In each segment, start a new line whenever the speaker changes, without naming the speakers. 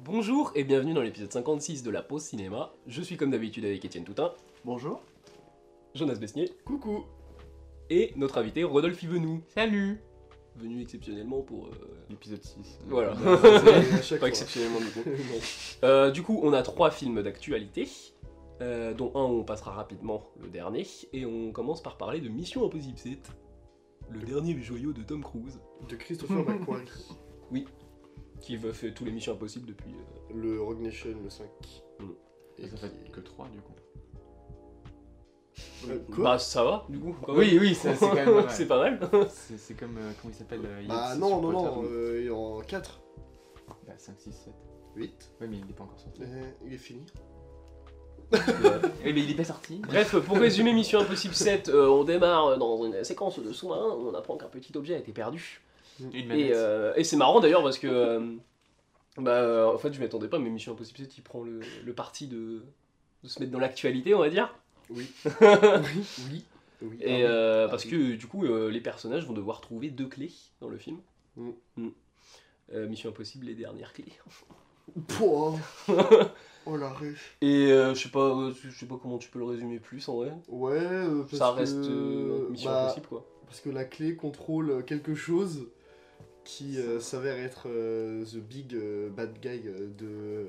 Bonjour et bienvenue dans l'épisode 56 de La Pause Cinéma. Je suis comme d'habitude avec Étienne Toutin,
Bonjour.
Jonas Besnier
Coucou.
et notre invité Rodolphe Yvenou,
Salut.
venu exceptionnellement pour... euh,
L'épisode 6.
Voilà.
Bah, à
Pas
chaque fois.
exceptionnellement du coup. Euh, du coup, on a trois films d'actualité, euh, dont un où on passera rapidement, le dernier, et on commence par parler de Mission Impossible 7, le dernier joyau de Tom Cruise,
de Christopher McQuarrie,
qui veut faire tous les Missions Impossibles depuis... euh,
le Rogue Nation, le 5.
Mm.
Et ça fait
qui-
que 3 du coup.
Euh, quoi
Bah ça va, du coup. quand même.
Oui, oui, ça, c'est quand même pas mal.
c'est pas mal.
C'est c'est comme. euh, comment il s'appelle euh, il y a
Bah
six
non, non,
supporters,
non,
donc-
euh, il est en 4,
Bah 5, 6, 7.
8,
Ouais, mais il est pas encore sorti.
Euh, il est fini.
Eh, mais il est pas sorti.
Bref, pour résumer Mission Impossible 7, euh, on démarre dans une séquence de sous-marin où on apprend qu'un petit objet a été perdu.
Une
Et,
manette.
euh, et c'est marrant d'ailleurs parce que. euh, bah, euh, en fait, je m'y attendais pas, mais Mission Impossible 7, il prend le, le parti de, de se mettre dans l'actualité, on va dire.
Oui. oui. Oui.
Et
Ah oui.
euh,
Ah
parce
oui.
que du coup, euh, les personnages vont devoir trouver deux clés dans le film.
Mm.
Mm. Euh, Mission Impossible, les dernières clés. euh,
Pouah. oh la rue.
Et euh, je sais pas, euh, je sais pas comment tu peux le résumer plus en vrai.
Ouais, euh, parce
Ça reste
que,
euh, Mission
bah,
Impossible quoi.
Parce que la clé contrôle quelque chose qui euh, s'avère être euh, the big euh, bad guy euh, de,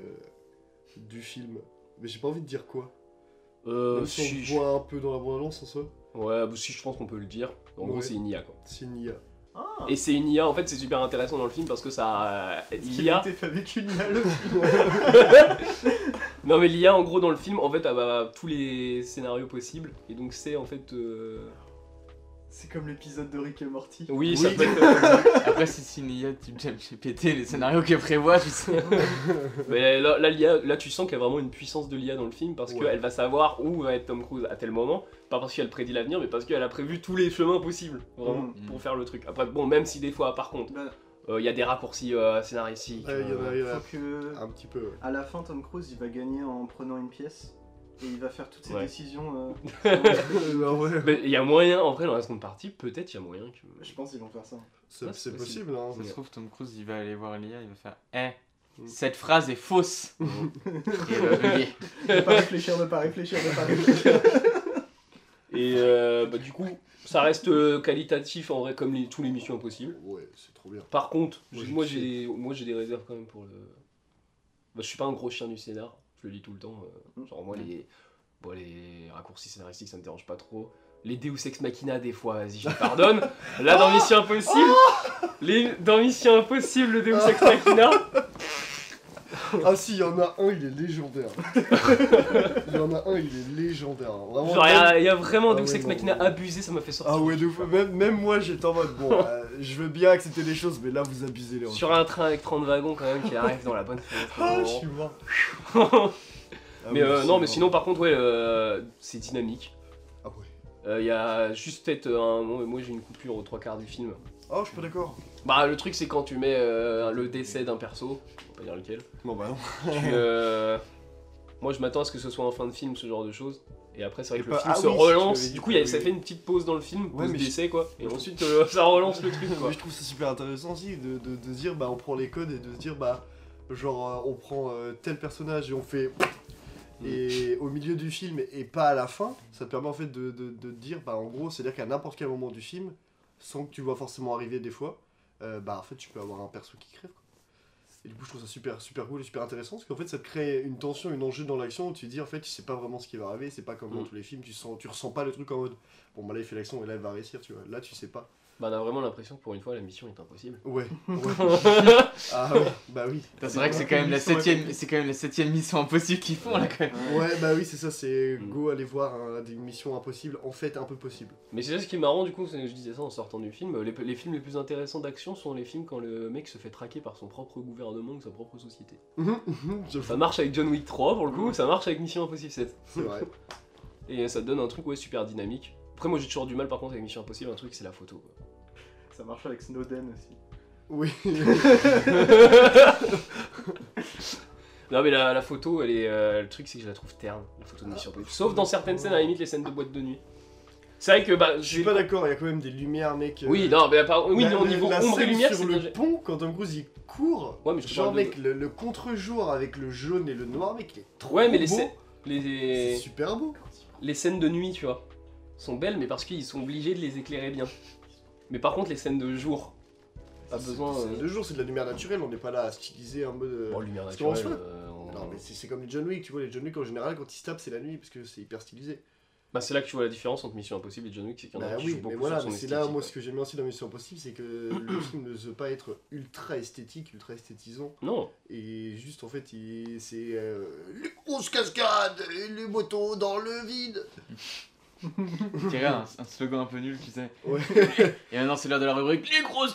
du film. Mais j'ai pas envie de dire quoi.
Euh,
Même si on
si-
le voit un peu dans la bande-annonce en soi.
Ouais, bah, si je pense qu'on peut le dire. En gros,
Ouais.
c'est une IA quoi.
C'est une IA.
Ah
Et c'est une IA, en fait, c'est super intéressant dans le film parce que ça. euh, L'IA.
fait avec une IA le film.
Non, mais l'IA, en gros, dans le film, en fait, elle va tous les scénarios possibles. Et donc, c'est en fait. euh,
C'est comme l'épisode de Rick et Morty.
Oui, ça
Oui.
peut être. euh,
Après, si c'est une IA type GPT, les scénarios qu'elle prévoit, je sais.
mais là, là, l'IA, là, tu sens qu'il y a vraiment une puissance de l'IA dans le film parce
Ouais.
qu'elle va savoir où va être Tom Cruise à tel moment. Pas parce qu'elle prédit l'avenir, mais parce qu'elle a prévu tous les chemins possibles, vraiment,
Mm.
pour faire le truc. Après, bon, même si des fois, par contre,
Ben,
euh, il y a des raccourcis euh, scénaristiques.
Ouais, il y en a,
euh,
il y en a
faut que
un petit peu. ouais.
à la fin Tom Cruise il va gagner en prenant une pièce et il va faire toutes ses
Ouais.
décisions. euh,
Bah,
mais Il y a moyen, en vrai, dans la seconde partie, peut-être il y a moyen que.
je pense qu'ils vont faire ça.
Ouais,
C'est
c'est
c'est possible, hein.
Ça se trouve, Tom Cruise, il va aller voir l'IA, il va faire Eh,
Mm.
cette phrase est fausse. Et euh, elle va bugger.
Ne pas réfléchir, ne pas réfléchir, ne pas réfléchir.
Et euh, bah, du coup, ça reste euh, qualitatif en vrai comme les, tous les missions impossibles.
Ouais, c'est trop bien.
Par contre,
Moi,
j'ai-
j'ai
moi
kiffé.
j'ai moi j'ai des réserves quand même pour le. Bah, je suis pas un gros chien du scénar, je le lis tout le temps.
Mmh.
euh, genre moi les bon, les raccourcis scénaristiques ça me dérange pas trop. Les Deus Ex Machina des fois, vas-y, je les pardonne. Là
Oh
dans Mission Impossible, les dans Mission Impossible le Deus Ex Machina.
Ah si, il y en a un, il est légendaire. Il y en a un, il est légendaire. hein. Vraiment.
Genre il y a- il y, a vraiment
Ah
Deus
ouais,
Ex
non,
Machina
non.
abusé, ça m'a fait sortir.
Ah ouais, de ouf. Même, même moi, j'étais en mode, bon, euh, je veux bien accepter des choses, mais là, vous abusez les
Sur un train avec 30 wagons quand même qui arrive dans la bonne fenêtre. au
Ah,
bon
je suis mort.
moment.
Ah
Mais
oui,
euh,
c'est
non,
mort.
mais sinon, par contre, ouais, euh, c'est dynamique.
Ah ouais.
Il y a juste peut-être un moment, mais moi j'ai une coupure aux trois quarts du film.
Oh, je suis pas d'accord.
Bah, le truc, c'est quand tu mets euh, le décès d'un perso, on va pas dire lequel,
Non, bah non.
tu, euh, moi je m'attends à ce que ce soit en fin de film, ce genre de choses. Et après, c'est vrai que le
Bah,
film
ah
se
oui, tu
relance.
l'avais dit,
Du coup, il y a-
oui.
ça fait une petite pause dans le film,
Ouais,
pause
mais je-
décès quoi. Et ensuite, euh, ça relance le truc quoi.
Mais je trouve ça super intéressant aussi de, de, de se dire, bah, on prend les codes et de se dire, bah, genre, euh, on prend euh, tel personnage et on fait. Et au milieu du film et pas à la fin, ça te permet en fait de, de, de te dire, bah, en gros, c'est-à-dire qu'à n'importe quel moment du film, sans que tu vois forcément arriver des fois, euh, bah, en fait, tu peux avoir un perso qui crève. quoi. Et du coup, je trouve ça super, super cool et super intéressant parce qu'en fait, ça te crée une tension, une enjeu dans l'action où tu te dis, en fait, tu sais pas vraiment ce qui va arriver, c'est pas comme dans
Mm.
tous les films, tu, sens, tu ressens pas le truc en mode, bon, bah là, il fait l'action et là, il va réussir, tu vois. Là, tu sais pas.
Bah, on a vraiment l'impression que pour une fois, la mission est impossible.
Ouais. ouais. ah ouais, bah oui.
C'est vrai que c'est quand même la
Mission
septième, c'est quand même la septième mission impossible qu'ils font là quand même.
Ouais, bah oui, c'est ça, c'est
Mm.
go aller voir hein, des missions impossibles, en fait un peu possible.
Mais c'est ça ce qui est marrant du coup, c'est- je disais ça en sortant du film, les, les films les plus intéressants d'action sont les films quand le mec se fait traquer par son propre gouvernement ou sa propre société.
Mhm, Je
Ça marche avec John Wick 3 pour le coup, ça marche avec Mission Impossible 7.
C'est vrai.
Et ça donne un truc ouais super dynamique. Après moi j'ai toujours du mal par contre avec Mission Impossible, un truc c'est la photo. quoi.
Ça marche avec Snowden aussi.
Oui.
Non mais la, la photo, elle est, euh, le truc c'est que je la trouve terne, la photo de Mission Impossible. Sauf dans certaines scènes, à la limite les scènes de boîte de nuit. C'est vrai que bah,
Je suis
j'ai.
pas d'accord, il y a quand même des lumières, mec. euh,
Oui, non, mais apparemment, oui,
la-
au
la-
niveau
la
ombre et
scène
lumière, c'est
sur
déjà-
le pont, quand Tom Cruise il court,
Ouais, mais je te
genre,
parle de-
mec, le, le contre-jour avec le jaune et le noir, mec, il est trop
Ouais, mais les,
beau.
scè-
C'est
les...
super beau.
les scènes de nuit, tu vois, sont belles, mais parce qu'ils sont obligés de les éclairer bien. Mais par contre, les scènes de jour,
Ah,
c'est-
besoin.
c'est-
euh, de jour, c'est de la lumière naturelle, on n'est pas là à styliser en mode. euh,
bon, lumière
parce qu'en
naturelle.
soi-
euh, on-
Non, mais c'est c'est comme les John Wick, tu vois, les John Wick en général, quand ils se tapent, c'est la nuit, parce que c'est hyper stylisé.
Bah, c'est là que tu vois la différence entre Mission Impossible et John Wick, c'est qu'il y en a
Bah
qui jouent
oui,
beaucoup
mais voilà,
sur son
mais c'est là,
esthétique,
moi,
ouais.
ce que j'aime bien aussi dans Mission Impossible, c'est que le film ne veut pas être ultra esthétique, ultra esthétisant,
Non,
et juste, en fait, il- c'est. euh, les grosses cascades et les motos dans le vide
On dirait un, un slogan un peu nul, tu sais.
Ouais.
Et maintenant, c'est l'heure de la rubrique Les grosses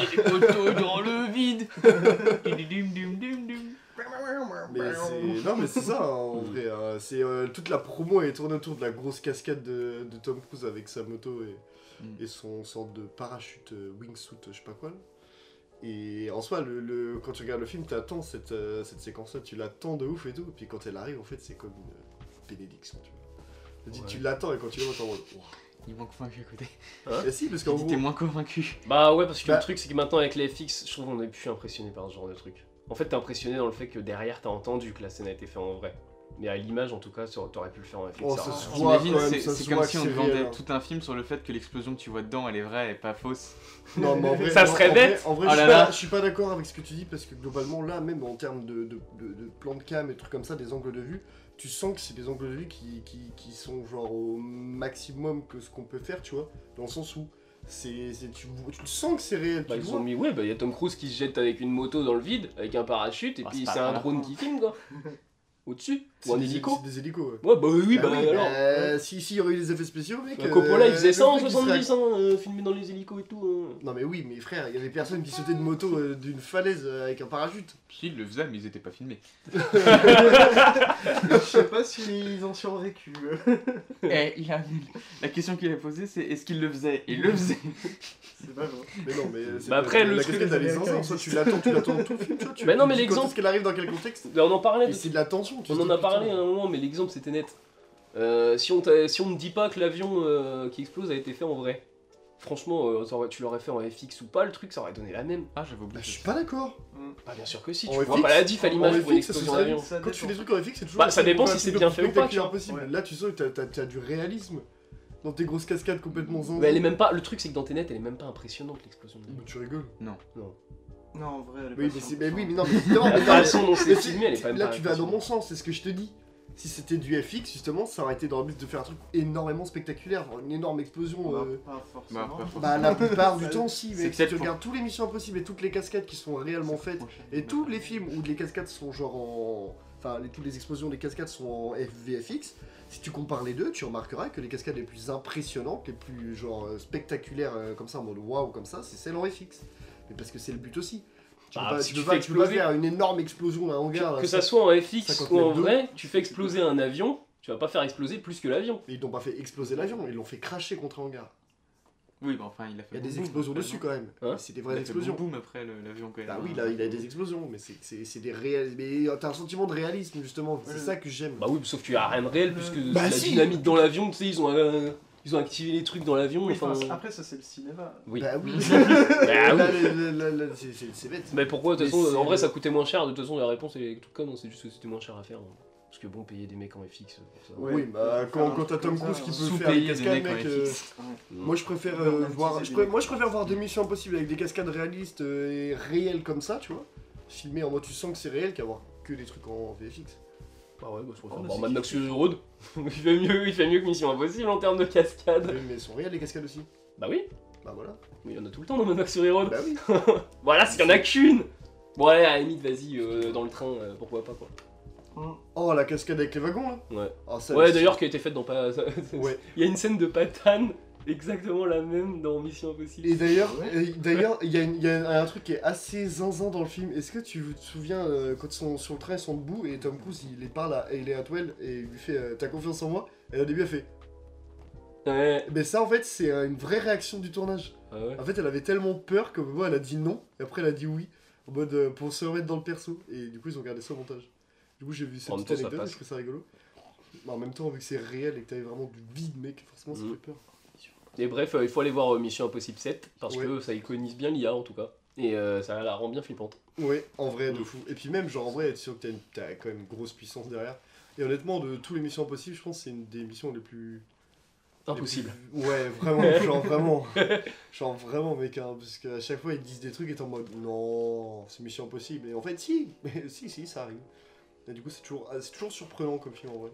et les poteaux dans le vide. Dum, dum, dum, dum.
Mais c'est- non mais c'est ça hein, en
Mm.
vrai. hein. C'est euh, toute la promo est tournée autour de la grosse cascade de, de Tom Cruise avec sa moto et,
Mm.
et son sorte de parachute euh, wingsuit, je sais pas quoi. là. Et en soi, le, le- quand tu regardes le film, t'attends cette, euh, cette séquence-là, tu l'attends de ouf et tout. Puis quand elle arrive, en fait, c'est comme une euh, bénédiction, tu vois. Tu dis,
Ouais.
Tu l'attends et quand tu le vois, t'es en mode. Ouah.
Il m'a convaincu à côté.
Et si, parce qu'en
Hein Il était
gros,
moins convaincu.
bah ouais, parce que
Bah-
le truc, c'est que maintenant avec les FX, je trouve qu'on est plus impressionné par ce genre de truc. En fait, t'es impressionné dans le fait que derrière, t'as entendu que la scène a été faite en vrai. Mais à l'image, en tout cas, ça aurait- t'aurais pu le faire en FX.
Oh,
ça
ça
aurait-
se voit.
J'imagine,
quand même,
c'est-
ça
c'est
se
comme
voit
si
que
on
c'est
vendait
réel, hein.
tout un film sur le fait que l'explosion que tu vois dedans, elle est vraie et pas fausse.
Non, mais en vrai,
Ça
non,
serait
en vrai-
bête.
En vrai,
Oh
je,
là
suis pas,
là.
je suis pas d'accord avec ce que tu dis parce que globalement, là, même en termes de, de, de- de plan de cam et trucs comme ça, des angles de vue, tu sens que c'est des angles de vue qui, qui, qui sont genre au maximum que ce qu'on peut faire, tu vois, dans le sens où c'est, c'est- tu, tu le sens que c'est réel.
Bah,
tu le
ils
vois.
ont mis, ouais, bah, il y a Tom Cruise qui se jette avec une moto dans le vide, avec un parachute, et
Ah,
puis
c'est pas
c'est un
grave.
drone qui filme, quoi. Au-dessus,
C'est
ou un
des-
hélico.
C'est des hélicos, ouais.
Ouais, bah oui, oui, bah,
oui,
alors.
euh, si, si, il y aurait eu des effets spéciaux, mec.
Bah,
euh,
Coppola, il faisait
le
ça en
mec, il serait-
70, hein, euh, filmé dans les hélicos et tout. hein.
Non, mais oui, mais frère, il y avait personne qui sautait de moto euh, d'une falaise euh, avec un parachute.
Puis il le faisait, mais ils étaient pas filmés.
Je sais pas s'ils ont survécu. eux.
Eh, il a- La question qu'il a posée, c'est est-ce qu'il le faisait Il le faisait.
C'est pas vrai.
Mais non, mais euh, c'est
Bah
pas-
après,
la,
le
la
truc-
cascade, elle est zinzin. Soit tu l'attends, tu l'attends tout le film, tu vois, tu-
Bah non, mais
tu dis quand
l'exemple-
est-ce qu'elle arrive dans quel contexte
Bah, on en parlait,
Et
de-
c'est de la tension. tu
on
te
en
dis,
a parlé à
putain.
un moment, mais l'exemple c'était net. Euh, si, on t'a- si on ne dit pas que l'avion euh, qui explose a été fait en vrai, franchement, euh, ça aurait- tu l'aurais fait en FX ou pas, le truc ça aurait donné la même.
Ah, j'avais
Bah,
oublié.
je suis pas d'accord.
Bah, bien sûr que si,
En
tu vois
FX,
pas la diff à l'image
en
pour une
FX, ça se
explosion
serait-
d'avion.
Ça
Quand tu fais des trucs en FX, c'est toujours.
Bah, ça
c'est
dépend
un
si
petit
c'est
peu
bien
plus
fait ou pas,
spectaculaire
tu vois.
possible.
Ouais.
Là, tu sens que t'as- t'as t'as du réalisme dans tes grosses cascades complètement zinzin.
Mais elle est même pas, le truc c'est que dans tes nets, elle est même pas impressionnante l'explosion de l'avion.
Mais Tu rigoles.
Non, en vrai, elle est
Oui,
pas
mais c'est.
sûre.
Mais oui, mais non, mais évidemment,
La
mais non, mais-
façon dont
Ah, mais
c'est
c'est-
filmé, elle est pas même
Là,
pas
tu vas dans mon
impressionnante.
sens, c'est ce que je te dis. Si c'était du FX, justement, ça aurait été dans le but de faire un truc énormément spectaculaire, genre une énorme explosion. euh,
Pas forcément.
Bah, pas
Bah la plupart du temps si,
C'est
mais si
peut-être
tu
pour-
regardes tous les missions impossibles et toutes les cascades qui sont réellement faites, et tous les films où les cascades sont genre en... Enfin, les- toutes les explosions des cascades sont en FVFX, si tu compares les deux, tu remarqueras que les cascades les plus impressionnantes, les plus genre euh, spectaculaires, euh, comme ça, en mode waouh, comme ça, c'est celles en FX. Mais parce que c'est le but aussi. Tu
Bah,
peux pas,
si
tu
tu
peux pas-
fais
tu peux pas
exploser-
faire une énorme explosion à un hangar, là,
Que
ça-
ça soit en FX
50
ou en
mètres d'eau.
vrai, tu fais exploser un avion, tu vas pas faire exploser plus que l'avion.
Ils n'ont pas fait exploser l'avion, ils l'ont fait cracher contre un hangar.
Oui, bah enfin, il a fait.
Il y a
Ah
boum,
des
boum,
explosions
après,
dessus
non
quand même.
Hein
Mais c'est des vraies
Il a fait boum,
explosions.
boum après le- l'avion quand même.
Ah oui, là, il a des explosions, mais c'est- c'est c'est des réels. Mais euh, t'as un sentiment de réalisme, justement. C'est
Ouais.
ça que j'aime.
Bah oui, sauf qu'il y a rien de réel, puisque
Euh,
bah
la
si.
dynamite dans l'avion, tu sais, ils ont, euh, ils ont activé les trucs dans l'avion,
Oui,
enfin...
enfin, après, ça, c'est le cinéma.
oui.
Bah oui.
Bah
Là,
oui.
là, là, là, là, c'est- c'est c'est bête.
Bah
Mais pourquoi, de toute
Mais
façon,
c'est-
en vrai, ça coûtait moins cher, de toute façon, la réponse, elle est toute conne, hein, c'est juste que c'était moins cher à faire. hein. Parce que bon, payer des mecs en FX, euh, pour ça.
Ouais.
Oui, bah quand, quand t'as Tom Cruise qui peut faire des
Sous-payer des
cascades,
mecs en
mec. euh,
FX.
Moi, je préfère euh,
Même
voir.
si
Je
c'est
pré-
des-
moi, je préfère voir des missions impossibles avec des cascades réalistes euh, et réelles comme ça, tu vois. Filmé en mode tu sens que c'est réel qu'avoir que des trucs en VFX.
Bah ouais, bah, je préfère
Oh, bah,
voir
c'est
Mad
qui-
Max Fury Road. il, fait mieux, il fait mieux que Mission Impossible en termes de cascade.
Oui, mais elles sont réelles les cascades aussi.
Bah oui,
Bah voilà.
mais il y en a tout le temps dans Mad Max Fury Road.
Bah oui.
Voilà, s'il y en a qu'une Bon, allez, à la limite, vas-y, euh, dans le train, euh, pourquoi pas, quoi.
Oh, la cascade avec les wagons là.
Ouais.
Oh, ça,
Ouais,
c'est-
d'ailleurs, qui a été faite dans pas.
Ouais.
Il y a une scène de patane exactement la même dans Mission Impossible.
Et d'ailleurs,
Ouais.
euh, d'ailleurs, il y, a une- il y a un truc qui est assez zinzin dans le film. Est-ce que tu te souviens euh, quand ils sont sur le train, ils sont debout et Tom Cruise il les parle à Hayley Atwell et il lui fait euh, T'as confiance en moi Et au début elle fait
Ouais,
Mais ça en fait c'est euh, une vraie réaction du tournage.
ah ouais.
En fait elle avait tellement peur que moi elle a dit non et après elle a dit oui en mode euh, pour se remettre dans le perso. Et du coup ils ont gardé ça au montage. Du coup j'ai vu cette
En même
petite
temps, ça
anecdote,
passe.
je trouve ça rigolo. Mais en même temps vu que c'est réel et que t'avais vraiment du vide mec, forcément ça
Mhm.
fait peur.
Et bref, euh, il faut aller voir euh, Mission Impossible 7 parce
Ouais.
que ça iconise bien l'IA en tout cas. Et euh, ça la rend bien flippante.
Ouais, en vrai, de
Mm.
fou. Et puis même, genre, en vrai, être sûr que t'as, une- t'as quand même une grosse puissance derrière. Et honnêtement, de toutes les missions possibles, je pense que c'est une des missions les plus... les
Impossible.
plus- Ouais, vraiment, genre vraiment. genre vraiment, mec, hein, parce qu'à chaque fois, ils disent des trucs et t'es en mode, non, c'est mission impossible. Et en fait, si, mais si, si, ça arrive. Et du coup, c'est toujours, ah, c'est toujours surprenant comme film, en vrai.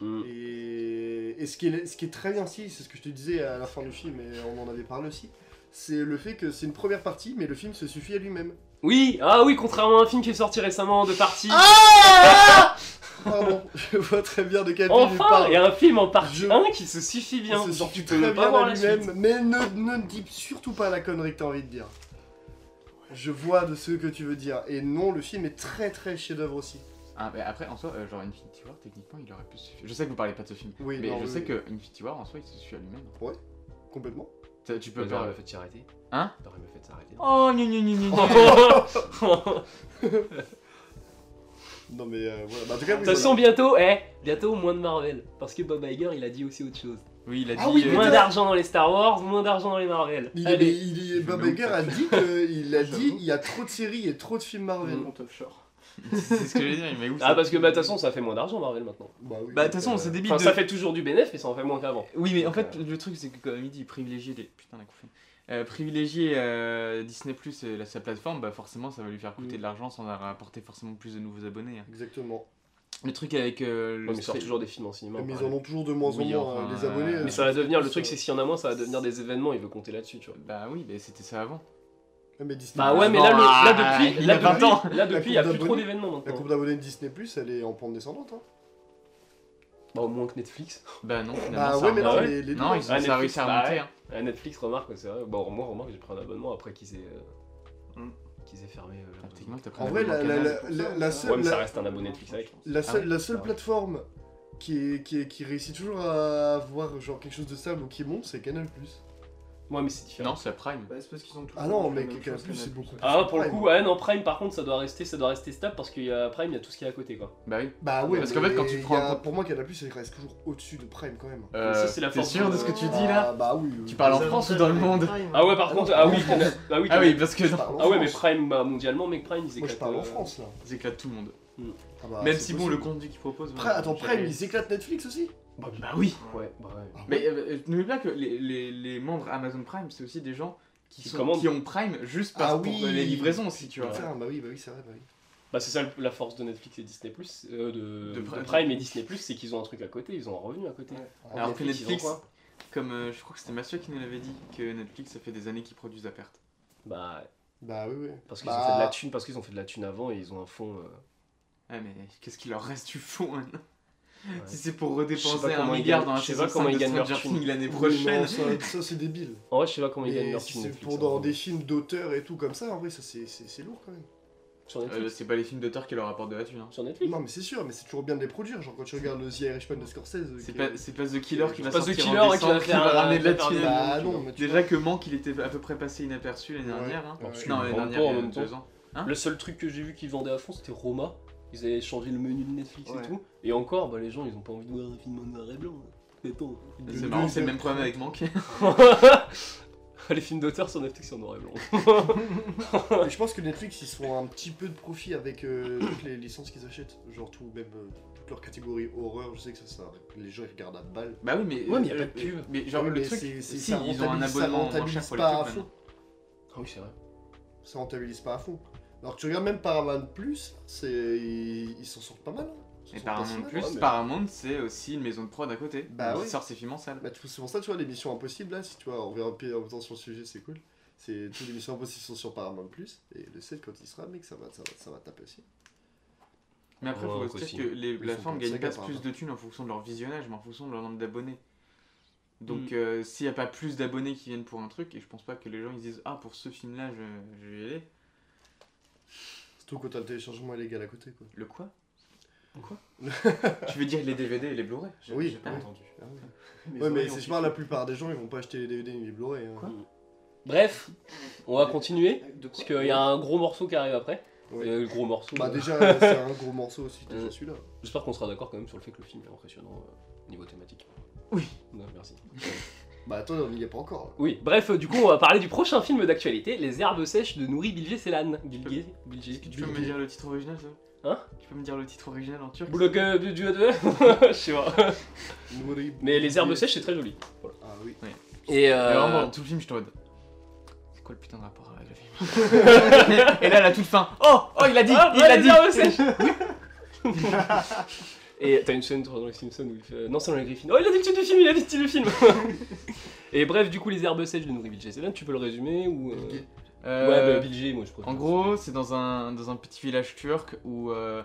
Mm.
Et, et ce, qui est, ce qui est très bien aussi, c'est ce que je te disais à la fin du film, et on en avait parlé aussi, c'est le fait que c'est une première partie, mais le film se suffit à lui-même.
Oui, ah oui, contrairement à un film qui est sorti récemment de partie.
Ah, Pardon, je vois très bien de quel film tu
enfin,
parles.
il y a un film en partie
Je-
1 qui se suffit
Il
bien.
se
Genre,
suffit
tu
très
peux ne pas
bien
voir
à
la suite.
lui-même, mais ne, ne dis surtout pas la connerie que t'as envie de dire. Je vois de ce que tu veux dire. Et non, le film est très très chef-d'œuvre aussi.
Ah, mais après, en soi, euh, genre Infinity War, techniquement, il aurait pu se suffire. Je sais que vous parlez pas de ce film.
Oui,
mais
non,
je
oui,
sais
oui.
que Infinity War, en soi, il se suffit à lui-même.
Complètement.
Ça, Tu peux
T'aurais
faire.
me fait s'arrêter.
Hein
T'aurais me fait s'arrêter.
Oh, gna gna gna gna gna.
Oh. Non, mais euh, voilà. Bah, en tout cas, oui,
Attention bientôt, eh, bientôt moins de Marvel. Parce que Bob Iger il a dit aussi autre chose.
Oui, il a dit.
Ah oui,
euh,
mais-
Moins d'argent dans les Star Wars, moins d'argent dans les Marvel.
voilà. il, est-
Allez.
il est-
Je
Bob
me
Iger a dit qu'il a dit
J'avoue.
il y a trop de séries et trop de films Marvel.
Mm.
Mon offshore.
c'est ce que j'allais dire, mais où
Ah
ça-
parce que bah, de toute façon ça fait moins d'argent Marvel maintenant.
Bah, oui,
Bah,
donc,
de toute façon,
euh,
c'est débile.
Enfin
de-
ça fait toujours du bénéfice mais ça en fait moins qu'avant.
Oui, mais en
Donc,
fait, le truc, c'est que comme il dit, privilégier les. Putain, la confiance. Euh, privilégier euh, Disney Plus et la- sa plateforme, bah forcément, ça va lui faire coûter
Mm.
de l'argent sans rapporter forcément plus de nouveaux abonnés. hein.
Exactement.
Le truc avec euh, le.
Ouais, mais sort
stre-
toujours des films en cinéma.
Mm. mais ils
Marvel.
en ont toujours de moins en
Oui,
moins
enfin,
euh, les abonnés.
euh,
Mais
euh,
ça va devenir le
plus,
truc
euh,
c'est s'il y en a moins ça va devenir des événements, il veut compter là-dessus tu vois.
Bah oui, mais c'était ça avant.
ouais, Ah, mais Disney+,
Bah ouais mais
Bon,
là, le- là
ah,
depuis
il
là
a 20
depuis,
ans.
là depuis il y a plus trop
d'abonnés.
d'événements
La
maintenant.
courbe d'abonnés de Disney+, elle est en pente descendante. Hein.
Bah au moins que Netflix.
Bah non, finalement.
Bah
ça
ouais, mais
remonte.
non,
ouais.
les, les deux,
Non, ils ont
Ah,
ça a
Netflix,
réussi à
bah
remonter.
ouais.
hein.
Ah, Netflix remarque c'est vrai. Bon moi remarque j'ai pris un abonnement après qu'ils aient euh,
Mm.
qu'ils aient fermé. euh, leur-
Techniquement, t'as pris
En
un
vrai, la,
abonnement
la,
Canal.
la, la, la
Ouais
seule,
mais ça
la,
reste un abonné Netflix avec.
la seule,
Ah ouais,
la seule
ouais.
plateforme qui, est, qui, est, qui réussit toujours à avoir genre quelque chose de stable ou qui monte, c'est Canal+.
Ouais mais c'est différent.
Non, c'est la Prime.
Bah, c'est parce qu'ils ont toujours
Ah non,
fait la
mais
même
Canal+,
chose que
c'est
Netflix.
beaucoup plus
Ah pour le
Prime.
coup ouais non Prime par contre ça doit rester ça doit rester stable parce qu'il y a Prime il y a tout ce qui est à côté quoi.
Bah oui.
Bah ouais,
Parce qu'en
mais
fait, quand tu
il y
prends
a-
un-
pour moi, Canal+, elle reste toujours au-dessus de Prime quand même.
Euh,
ça, c'est la
T'es
force
sûr de ce que tu dis là
Ah bah oui.
Tu
oui.
parles en
Les
France ou
avantages
dans le
avec
monde
Prime,
Ah ouais par contre ah oui ah oui
Ah oui, parce que.
Je parle en
Ah ouais, mais
France.
Prime, bah, mondialement, mais Prime, ils
Moi, je
éclatent,
parle
euh,
en France, là.
Ils éclatent tout le monde.
Ah bah,
Même
c'est
si bon,
possible.
le contenu qu'ils proposent. euh,
Prime- Attends, Prime,
j'avais-
ils éclatent Netflix aussi
Bah bah oui.
Ouais, bah ouais.
Mais euh, euh, n'oublie pas que les, les- les membres Amazon Prime, c'est aussi des gens qui,
Qui
sont-
commandent.
qui ont Prime juste parce
Ah
pour
oui.
euh, les livraisons aussi, tu vois.
Putain, bah oui, bah oui, c'est vrai, bah oui.
Bah, c'est ça le- la force de Netflix et Disney, euh, de,
De
de
Prime.
Prime et Disney, c'est qu'ils ont un truc à côté, ils ont un revenu à côté.
Ouais.
Ah,
Alors
mais-
que
Netflix, ils ont
Netflix,
quoi
comme euh, je crois que c'était Mathieu qui nous l'avait dit, que Netflix, ça fait des années qu'ils produisent à perte.
Bah,
Bah oui, oui.
parce qu'ils ont
Bah.
fait de la thune, parce qu'ils ont fait de la thune avant et ils ont un fond. euh,
Ah mais qu'est-ce qu'il leur reste du fond hein
Ouais.
Si c'est pour
sais pas
redépenser un
comment ils
milliard
gagnent-
dans la
je sais
saison
pas comment
5 de
ils gagnent leur
Stranger
thune.
Things l'année
Oui,
prochaine.
non, ça- ça, c'est débile.
En vrai, je sais pas comment ils gagnent
Mais
leur
si
thune.
c'est
Netflix,
pour
hein,
dans
vraiment.
des films d'auteur et tout comme ça, en vrai, ça c'est- c'est c'est lourd quand même.
Sur Netflix.
Euh, c'est pas les films d'auteur qui leur apportent de la thune. hein.
Sur Netflix.
Non, mais c'est sûr, mais c'est toujours bien de les produire. Genre quand tu regardes le The Irishman de Scorsese.
C'est
qui-
pas, c'est pas The Killer qui
C'est
va
pas The
sortir
Killer,
en
ouais, qui va
décembre, qui
faire,
va
euh,
ramener de la
qui va faire
thune.
Bah non, mais tu
Déjà que Manque, il était à peu près passé inaperçu l'année
Ouais.
dernière. hein.
Ouais.
Parce que
Non,
ils
l'année
vendent
dernière,
pas en
il y a
même temps.
deux ans. Hein
Le seul truc que j'ai vu qu'ils vendaient à fond, c'était Roma. Ils avaient changé le menu de Netflix
Ouais.
et tout. Et encore, bah, les gens, ils ont pas envie de voir un film en noir et blanc. hein. Attends.
Le
C'est marrant,
deux
c'est le
heures
même problème
trente.
avec Manque.
les films d'auteur sur Netflix, c'est en noir et blanc.
Mais je pense que Netflix ils se font un petit peu de profit avec euh, toutes les licences qu'ils achètent. Genre tout, même euh, toute leur catégorie horreur. Je sais que ça, ça les gens ils regardent à balle.
Bah oui, mais.
Ouais, mais y a
euh,
pas de pub.
euh, Mais genre,
Oui,
le
mais
truc,
c'est- c'est-
si,
ça
ils ont un
rentabilise- ça
abonnement moins cher
rentabilise
pour les
pas à
pubs,
fond.
maintenant.
Ah oui, c'est vrai.
Ça rentabilise pas à fond. Alors que tu regardes même Paramount Plus, c'est ils ils s'en sortent pas mal. hein. Ils s'en
Et
sortent pas si
Paramount
mal.
Plus,
ouais, mais-
Paramount, c'est aussi une maison de prod à côté.
Bah
qui
oui.
sort ses films en salle.
Bah, tu- c'est pour ça, tu vois, l'émission Impossible, là, si tu vois, on revient un peu en même temps sur le sujet, c'est cool. C'est toutes les missions impossibles sont sur Paramount Plus et le 7 quand il sera mec ça va ça va, ça va taper aussi.
Mais après,
Ouais,
faut
ouais,
se dire
aussi.
que les
Ils
plateformes
font
gagnent
pas
pas
de saga,
plus de thunes en fonction de leur visionnage, mais en fonction de leur nombre d'abonnés. Donc,
Mm.
euh, s'il n'y a pas plus d'abonnés qui viennent pour un truc, et je pense pas que les gens ils disent Ah, pour ce film-là, je, je vais y aller.
Surtout quand t'as le téléchargement illégal à côté quoi.
Le quoi
Quoi
Tu veux dire les DVD et les Blu-ray
J'ai-
Oui,
j'ai pas
oui.
entendu.
Ah ouais.
Mes
Ouais, mais
oreilles ont
c'est je parle, la
piqué.
plupart des gens ils vont pas acheter les DVD ni les Blu-ray. hein.
Quoi
Bref, on va continuer.
De quoi
Parce qu'il y a un gros morceau qui arrive après.
Ouais.
Euh, le gros morceau.
Bah
euh,
déjà euh, c'est un gros morceau aussi déjà
Euh.
celui-là.
J'espère qu'on sera d'accord quand même sur le fait que le film est impressionnant euh, niveau thématique.
Oui.
Ouais, merci.
Bah attends, on n'y est pas encore. là.
Oui, bref, euh, du coup, on va parler du prochain film d'actualité, Les Herbes Sèches de Nouri Bilge Ceylan. Bilge
Est-ce
Bilge
que tu peux me dire le titre original ça
Hein
Tu peux me dire le titre original en turc
Blog, euh, du- du- Je sais pas.
Nourri-
Mais Les Herbes Sèches, c'est très joli.
Ah oui.
Et
Et
euh,
vraiment, tout le film, je te mode. C'est quoi le putain de rapport avec le film Et là, la toute fin. Oh Oh, il a dit
Ah,
Il
ouais,
a
Les
dit
Herbes Sèches Et t'as une scène dans les Simpsons où il fait. euh, Non, c'est dans les Griffins. Oh, il a dit le titre du film, il a dit le titre du film Et bref, du coup, Les Herbes Sèches de Nouri Bilge Ceylan, tu peux le résumer ou. euh,
Bilge.
Euh,
Ouais, bah, Bilge, moi je préfère.
En gros, c'est dans un, dans un petit village turc où, euh,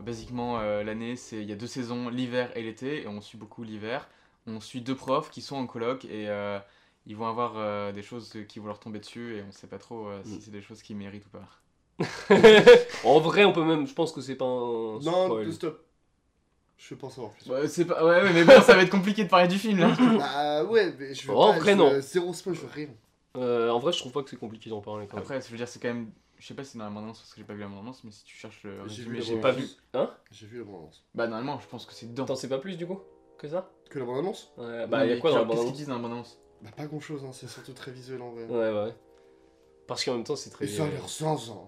basiquement, euh, l'année, c'est il y a deux saisons, l'hiver et l'été, et on suit beaucoup l'hiver. On suit deux profs qui sont en colloque et euh, ils vont avoir euh, des choses qui vont leur tomber dessus et on sait pas trop euh, si
Mm.
c'est des choses qu'ils méritent ou pas.
en vrai, on peut même. Je pense que c'est pas un.
Non,
spoil.
stop. Je pense en plus.
Ouais, Bah, c'est pas... ouais, ouais, mais bon, ça va être compliqué de parler du film là.
Bah ouais, mais je veux
Oh,
pas,
vrai,
je-
non.
Zéro spoil, je veux rien.
Euh, en vrai, je trouve pas que c'est compliqué d'en parler quand même.
Après, je veux dire, c'est quand même. Je sais pas si c'est dans la bande-annonce parce que j'ai pas vu la bande-annonce, mais si tu cherches le
J'ai
résumé,
vu la
J'ai pas vu.
bande-annonce.
Hein
J'ai vu la bande-annonce.
Bah, normalement, je pense que c'est dedans.
Attends, c'est pas plus du coup que ça
Que la bande-annonce
Ouais,
Non,
Bah, y'a
mais
quoi dans la
genre, Qu'est-ce
bande
qu'ils disent dans la bande-annonce
Bah pas grand-chose, hein. c'est surtout très visuel en vrai.
Ouais, ouais. ouais. Parce qu'en même temps, c'est très.
Et ça a l'air sans. Hein. Moi,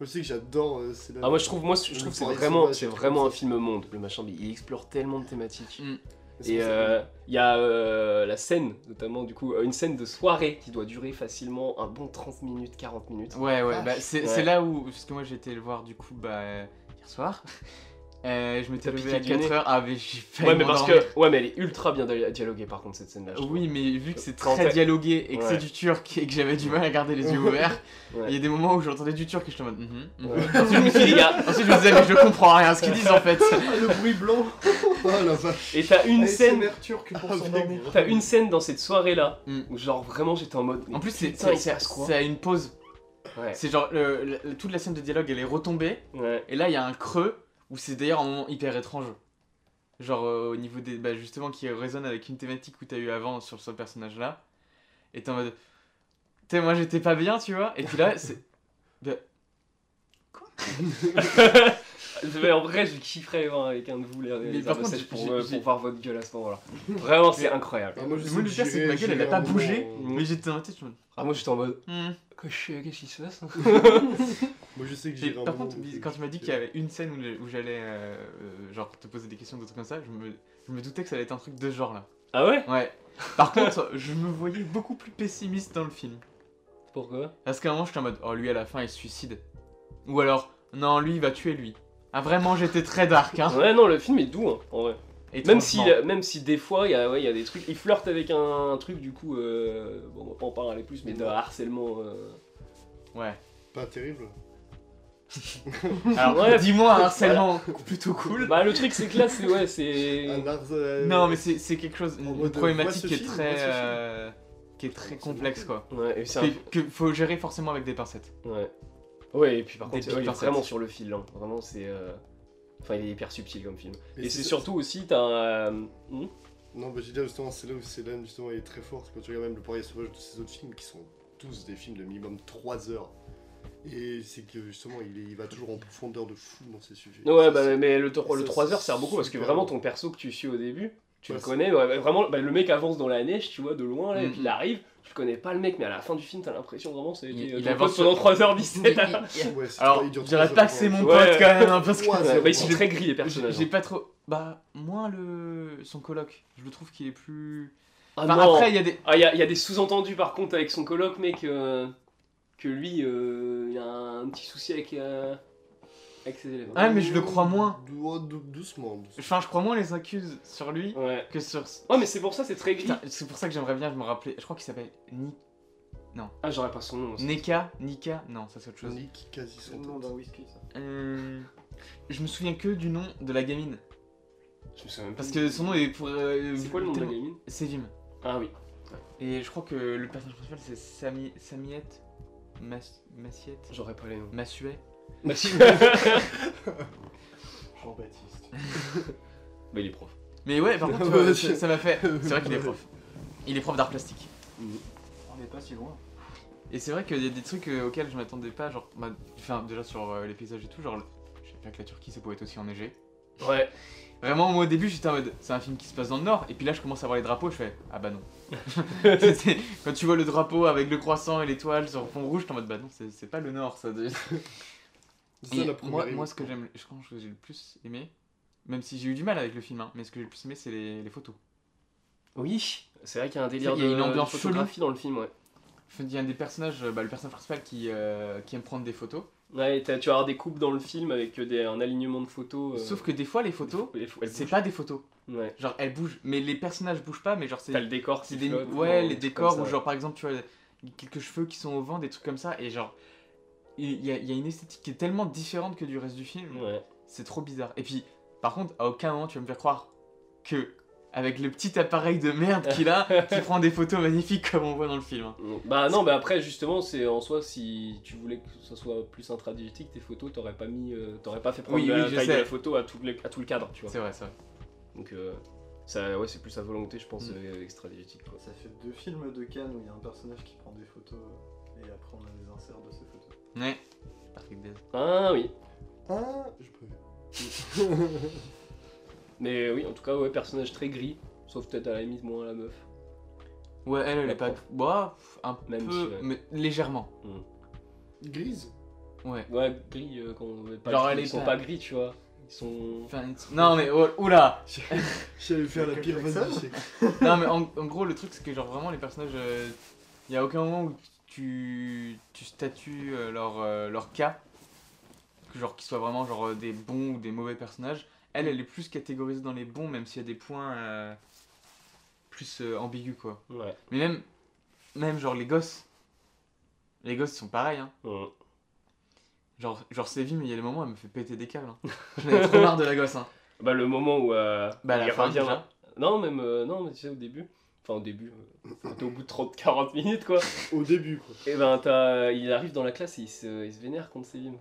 je sais que j'adore. euh, c'est la-
Ah, moi je trouve, moi, je trouve que c'est
forêt
vraiment,
sauvage,
c'est
je trouve
vraiment
ça.
un film monde, le machin. mais Il explore tellement de thématiques.
Mm.
Mais c'est
Et
pour ça que-
euh, il y a euh, la scène, notamment, du coup, euh, une scène de soirée qui doit durer facilement un bon 30 minutes, 40 minutes.
Ouais, ouais,
Vache.
bah, c'est
Ah, Ouais.
c'est là où. Parce que moi, j'ai été le voir du coup, bah. euh, hier soir. Euh, je m'étais
T'as
levé
piqué
à
du
4h.
nez.
Ah, mais j'ai failli.
Ouais, mais parce
m'endormir. Euh,
que. Ouais, mais elle est ultra bien dia- dialoguée par contre, cette scène-là. je trouve.
Oui, mais vu que c'est
Quand
très
t'as-
dialogué et que c'est
Ouais.
du turc et que j'avais du mal à garder les yeux ouverts, il
Ouais.
y a des moments où j'entendais du turc et j'étais en mode. mhm, mhm.
Ouais.
Ensuite, je me suis dit, ensuite, je me disais, mais je comprends rien à ce qu'ils disent en fait.
Ah, le bruit blanc Ah la vache
Et t'as une scène.
turque pour
Ah,
s'endormir.
mec.
T'as une scène dans cette soirée-là
Mm.
où, genre, vraiment, j'étais en mode. mais
En plus, c'est
putain,
c'est-
il se
c'est-
passe quoi
c'est à une pause.
Ouais.
C'est genre le- le- toute la scène de dialogue elle est retombée
Ouais.
et là il y a un creux où c'est d'ailleurs un moment hyper étrange. Genre euh, au niveau des bah, justement qui résonne avec une thématique que t'as eu avant sur ce personnage là et t'es en mode t'es moi j'étais pas bien tu vois et puis là c'est
Mais en vrai, je kifferais voir avec un de vous les,
Mais
les
par
armes
contre,
sèches pour,
j'ai-
euh,
j'ai-
pour voir votre gueule à ce moment-là. Vraiment, c'est incroyable.
Ah, moi,
Le pire, c'est que
j'irai-
ma gueule, elle a
j'irai
pas
un moment,
bougé.
euh,
mais j'étais dans la tête je me dis,
Ah, moi j'étais en mode.
hmm.
Qu'est-ce qu'est-ce qui se passe hein
Moi je sais que
Et
j'ai
par contre quand tu m'as dit qu'il y avait une scène où j'ai- où j'allais euh, euh, genre te poser des questions des trucs comme ça je me, je me doutais que ça allait être un truc de ce genre là.
Ah ouais
Ouais. Par contre, je me voyais beaucoup plus pessimiste dans le film.
Pourquoi
Parce qu'à un moment, j'étais en mode, oh lui à la fin il se suicide. Ou alors, non, lui il va tuer lui. Ah vraiment, j'étais très dark, hein.
Ouais, non, le film est doux hein, en vrai. Même si, euh,
Étrangement.
même si des fois, il y, a- ouais, il y a des trucs. Il flirte avec un, un truc, du coup. euh, bon, on va pas en parler plus, mais de harcèlement. euh.
Ouais.
Pas terrible.
Alors,
Ah, Ouais.
dis-moi hein, un harcèlement plutôt cool.
Bah, le truc, c'est que là, c'est. Ouais, c'est.
Un ars- euh,
Non, mais c'est c'est quelque chose, une,
En
une
mode, vois
problématique
ce
qui est
film,
très.
vois ce film.
euh, qui est très complexe, quoi.
Ouais, et c'est un-
Que, que faut gérer forcément avec des pincettes.
Ouais. Ouais, et puis par
Des
contre, ouais, il est
petites
vraiment
pincettes.
sur le fil. hein. Vraiment, c'est. euh, Enfin, il est hyper subtil comme film.
mais
Et c'est surtout aussi, t'as. euh, hmm
Non, bah j'ai dit justement, c'est là où Céline justement est très forte. Quand tu regardes même le Paris Sauvage de ses autres films qui sont tous des films de minimum 3 heures. Et c'est que justement, il, est- il va toujours en profondeur de fou dans ces sujets.
Ouais,
Ça,
bah, mais le, tor-
ça,
le
c'est
3 heures sert beaucoup parce que
super
vraiment
long.
ton perso que tu suis au début, tu
Ouais,
le
c'est-
connais, ouais, bah, vraiment bah, le mec avance dans la neige, tu vois, de loin là, et
Mhm.
puis il arrive, tu connais pas le mec, mais à la fin du film t'as l'impression vraiment c'est
Il- il
il,
avance
avance
sur-
euh, pendant 3h17.
c'est- ouais, c'est-
Alors,
il
je
dure
dirais
trois
pas
heures,
que c'est mon
ouais.
pote
Ouais.
quand même, hein, parce que.
Ouais,
Ouais, bah, ils sont
j'ai-
très gris les
J'ai
personnages.
j'ai
hein.
pas trop. Bah, moins le. son coloc. Je le trouve qu'il est plus.
Ah
Enfin,
non.
après, il y a des.
Ah, il y, a- il y a des sous-entendus par contre avec son coloc, mec, euh, que lui euh, il a un petit souci avec, euh, avec ses élèves. hein.
Ah, mais je le crois moins.
Dou- dou- doucement. doucement.
Enfin, je crois moins les accuses sur lui
Ouais.
que sur.
Ouais, mais c'est pour ça, c'est très gris.
Putain, c'est pour ça que j'aimerais bien, je me rappelais. Je crois qu'il s'appelle Ni...
Ah, j'aurais pas son nom. aussi.
Neka. Nika. Non, ça c'est autre chose.
Nick, quasi
C'est
sans
le nom
tête.
d'un whisky, ça.
Euh, Je me souviens que du nom de la gamine.
Je me souviens même pas.
Parce que son nom est pour. euh,
C'est quoi le nom de la
tellement-
gamine
Sevim.
Ah oui.
Et je crois que le personnage principal c'est Sami... Samiette. Mas... Massiette.
J'aurais pas les noms.
Massuet. Bah,
Jean-Baptiste.
Mais Bah, il est prof.
Mais ouais, par contre, euh, ça ça m'a fait. C'est vrai qu'il est prof. Il est prof d'art plastique.
On n'est pas si loin.
Et c'est vrai qu'il y a des trucs euh, auxquels je m'attendais pas, genre, bah, enfin, déjà sur euh, les paysages et tout, genre, je savais pas que la Turquie ça pouvait être aussi enneigé.
Ouais.
Vraiment, moi au début j'étais en mode c'est un film qui se passe dans le nord, et puis là je commence à voir les drapeaux, je fais ah bah non. C'était- Quand tu vois le drapeau avec le croissant et l'étoile sur fond rouge, t'es en mode bah non, c'est c'est pas le nord ça.
C'est
Et
ça la première
moi,
idée.
moi, ce que j'aime, je pense que j'ai le plus aimé, même si j'ai eu du mal avec le film, hein, mais ce que j'ai le plus aimé c'est les, les photos.
Oui. C'est vrai qu'il y a un délire
Il y a
de-
une ambiance
de photographie dans le film, ouais.
Il y a un des personnages, euh, bah, le personnage principal qui, euh, qui aime prendre des photos,
Ouais, t'as- tu vas avoir des coupes dans le film avec euh, des, un alignement de photos. euh,
sauf que des fois les photos,
des fois, elles
c'est
bougent.
pas des photos.
Ouais.
Genre elles bougent, mais les personnages bougent pas, mais genre c'est
T'as le décor qui
C'est des,
flotte,
ouais,
ou
les
un truc
décors,
comme
ou
ça.
genre par exemple, tu vois, quelques cheveux qui sont au vent, des trucs comme ça, et genre, il y a, il y a une esthétique qui est tellement différente que du reste du film,
Ouais.
c'est trop bizarre. Et puis, par contre, à aucun moment tu vas me faire croire que, avec le petit appareil de merde qu'il a, tu prends des photos magnifiques comme on voit dans le film. hein.
Bah non, mais après, justement, c'est en soi, si tu voulais que ça soit plus intradigétique, tes photos, t'aurais pas mis. euh, t'aurais pas fait prendre
Oui,
de la
oui, je
taille de
sais.
la photo à tout, le, à tout le cadre, tu vois.
C'est vrai, c'est vrai.
Donc, euh, ça, ouais, c'est plus à volonté, je pense,
Mm.
euh, extradigétique, quoi.
Ça fait deux films de Cannes où il y a un personnage qui prend des photos euh, et après on a des inserts de ces photos.
Ouais. Patrick Dez.
Ah oui.
Hein
Ah, je peux.
Mais oui, en tout cas, ouais, personnage très gris. Sauf peut-être à la limite moins la meuf.
Ouais, elle, elle
La
est pas.
prof.
Bah, pff, un
Même
peu.
si, ouais.
mais légèrement.
Grise
Ouais.
Ouais, gris, euh, quand on pas
Genre,
gris,
elle
ils
est
sont
pas-
pas gris, tu vois. Ils sont.
Enfin, non, mais oh, oula!
J'allais faire la pire
Michael
vanne du
Jackson
siècle.
non mais en, en gros le truc c'est que genre vraiment les personnages il y a aucun moment où tu tu statues euh, leur euh, leur cas que genre qu'ils soient vraiment genre euh, des bons ou des mauvais personnages elle elle est plus catégorisée dans les bons même s'il y a des points euh, plus euh, ambigus quoi
Ouais.
mais même même genre les gosses les gosses ils sont pareils hein
Mm.
genre genre Séville mais il y a des moments elle me fait péter des câbles hein. j'en ai trop marre de la gosse hein
Bah, le moment où. euh,
bah à la
il
fin
revient,
déjà.
hein. Non, même. euh, non, mais tu sais, au début. Enfin, au début. euh, au bout de 30-40 minutes, quoi.
Au début, quoi.
Et ben, t'as- il arrive dans la classe et il se, il se vénère contre Sévim.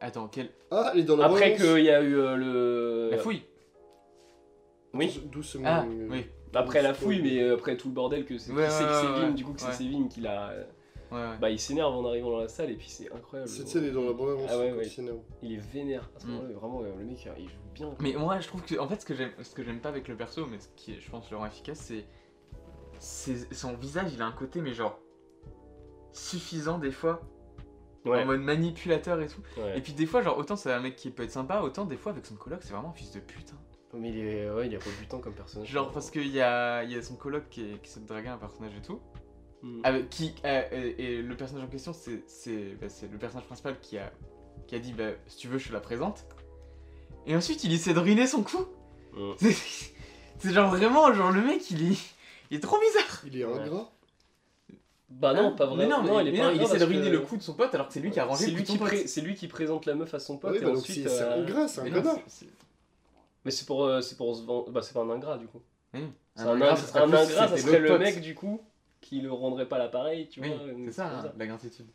attends quelle
Ah, elle est dans la
Après
relance.
qu'il y a eu euh, le.
la fouille
Oui,
Doucement.
ah
euh,
oui
après la fouille, mais euh, après tout le bordel que c'est
Ouais,
qui c'est que
ouais,
Sévim,
ouais,
du coup, que c'est
ouais.
Sévim qui l'a.
ouais, ouais.
Bah, il s'énerve en arrivant dans la salle et puis c'est incroyable.
Cette scène est dans la bande annonce.
Ah ouais, ouais.
Sinon.
Il est vénère. À ce
Mm.
moment-là, mais vraiment, euh, le mec, il joue bien. quoi.
Mais moi, je trouve que, en fait, ce que j'aime, ce que j'aime pas avec le perso, mais ce qui, est, je pense, le rend efficace, c'est, c'est son visage. Il a un côté, mais genre suffisant des fois,
Ouais,
en mode manipulateur et tout.
ouais.
Et puis des fois, genre autant c'est un mec qui peut être sympa, autant des fois avec son coloc, c'est vraiment un fils de pute. hein.
Mais il est, ouais, il est rebutant comme personnage.
Genre parce qu'il y a, il y a son coloc qui, est- qui sait draguer un personnage et tout.
Mm.
Avec qui euh, et, et le personnage en question, c'est c'est bah, c'est le personnage principal qui a qui a dit bah, si tu veux, je te la présente. Et ensuite, il essaie de ruiner son coup.
Mm.
C'est c'est genre vraiment, genre le mec il est, il est trop bizarre.
Il est
Ouais.
ingrat.
Bah non, pas
Mais
vraiment.
non, mais-
il est
mais
pas
non, il
ingrat
essaie de
parce
ruiner
que-
le coup de son pote alors que c'est lui qui a rangé
C'est
le
lui qui,
coup de son pote.
pré- c'est lui qui présente la meuf à son pote
Ouais,
et
bah donc
ensuite.
c'est c'est
euh,
un ingrat, c'est un
Mais non,
connard.
c'est- c'est-
Mais c'est pour, euh, c'est pour se vendre. Bah c'est pas un ingrat du coup.
Hmm.
C'est un,
ingrat,
ingrat,
ce
un
serait plus si
ingrat, ça
c'était
serait
l'autre
le
pote.
mec du euh, coup qui le rendrait pas l'appareil, tu
Oui,
vois. une-
c'est ça, hein,
comme
la gratitude.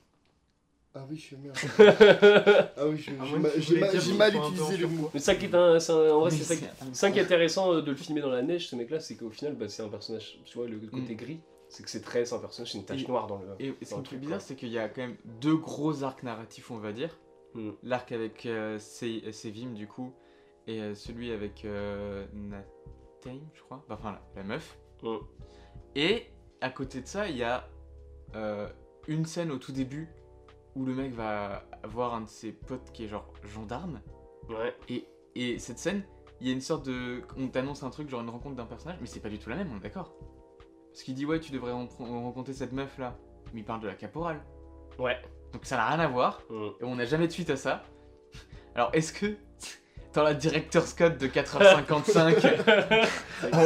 Ah oui, je suis merde.
ça.
Ah oui, je-
Ah,
j'ai
moi,
ma-
tu
j'ai
voulais
ma-
dire
j'ai
qu'il
mal
soit un peu
utilisé
en
le mot.
Mais ça qui est un, c'est un- en vrai,
Mais
c'est ça, qui-
c'est
ça qui est intéressant euh, de le filmer dans la neige, ce mec-là, c'est qu'au final, bah, c'est un personnage, tu vois, le côté
Mm.
gris, c'est que c'est très, c'est un personnage, c'est une tache
Et-
noire dans le.
Et
euh,
ce
Dans le
qui me fait
truc,
bizarre,
quoi.
c'est qu'il y a quand même deux gros arcs narratifs, on va dire.
Hmm.
L'arc avec euh, Sé- euh, Sévim, du coup, et euh, celui avec euh, Nathan, je crois. Bah, Enfin, la, la meuf.
Hmm.
Et à côté de ça, il y a euh, une scène au tout début où le mec va voir un de ses potes qui est genre gendarme.
Ouais.
Et cette scène, il y a une sorte de. On t'annonce un truc, genre une rencontre d'un personnage, mais c'est pas du tout la même, on est d'accord Parce qu'il dit, ouais, tu devrais renpr- rencontrer cette meuf là. Mais il parle de la caporale.
Ouais.
Donc ça n'a rien à voir,
Mm.
et on n'a jamais de suite à ça. Alors est-ce que. Dans la Director's Cut de 4h55,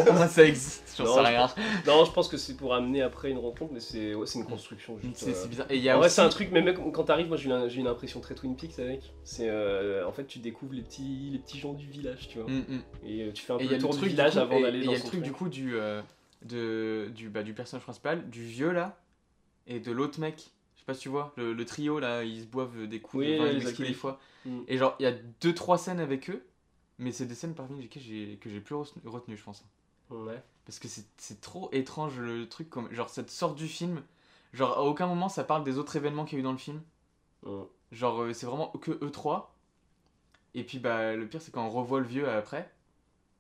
au moins ça existe, j'en
Non,
sais
je
rien.
Non, je pense que c'est pour amener après une rencontre, mais c'est ouais, c'est une construction. Juste,
C'est
euh,
c'est bizarre. Et il y a
en vrai,
aussi-
c'est un truc, mais même quand t'arrives, moi j'ai une, j'ai une impression très Twin Peaks avec. C'est euh, en fait, tu découvres les petits, les petits gens du village, tu vois.
Mm, mm.
Et euh, tu fais un
Et
peu
il y a
le
le
tour du
truc du
village
coup-
avant
et-
d'aller
et
dans
il y a
son
le truc du
truc.
coup du, euh, de, du, bah, du personnage principal, du vieux là, et de l'autre mec. Je sais pas si tu vois, le, le trio là, ils se boivent des coups
Oui,
de vin,
les
du whisky des
alcooliques.
fois.
Mm.
Et genre, il y a deux trois scènes avec eux, mais c'est des scènes parmi lesquelles j'ai, que j'ai plus retenu, retenu, je pense.
Ouais.
Parce que c'est, c'est trop étrange le truc, comme, genre ça te sort du film. Genre à aucun moment ça parle des autres événements qu'il y a eu dans le film.
Mm.
Genre euh, c'est vraiment que eux E trois. Et puis bah le pire c'est quand on revoit le vieux après,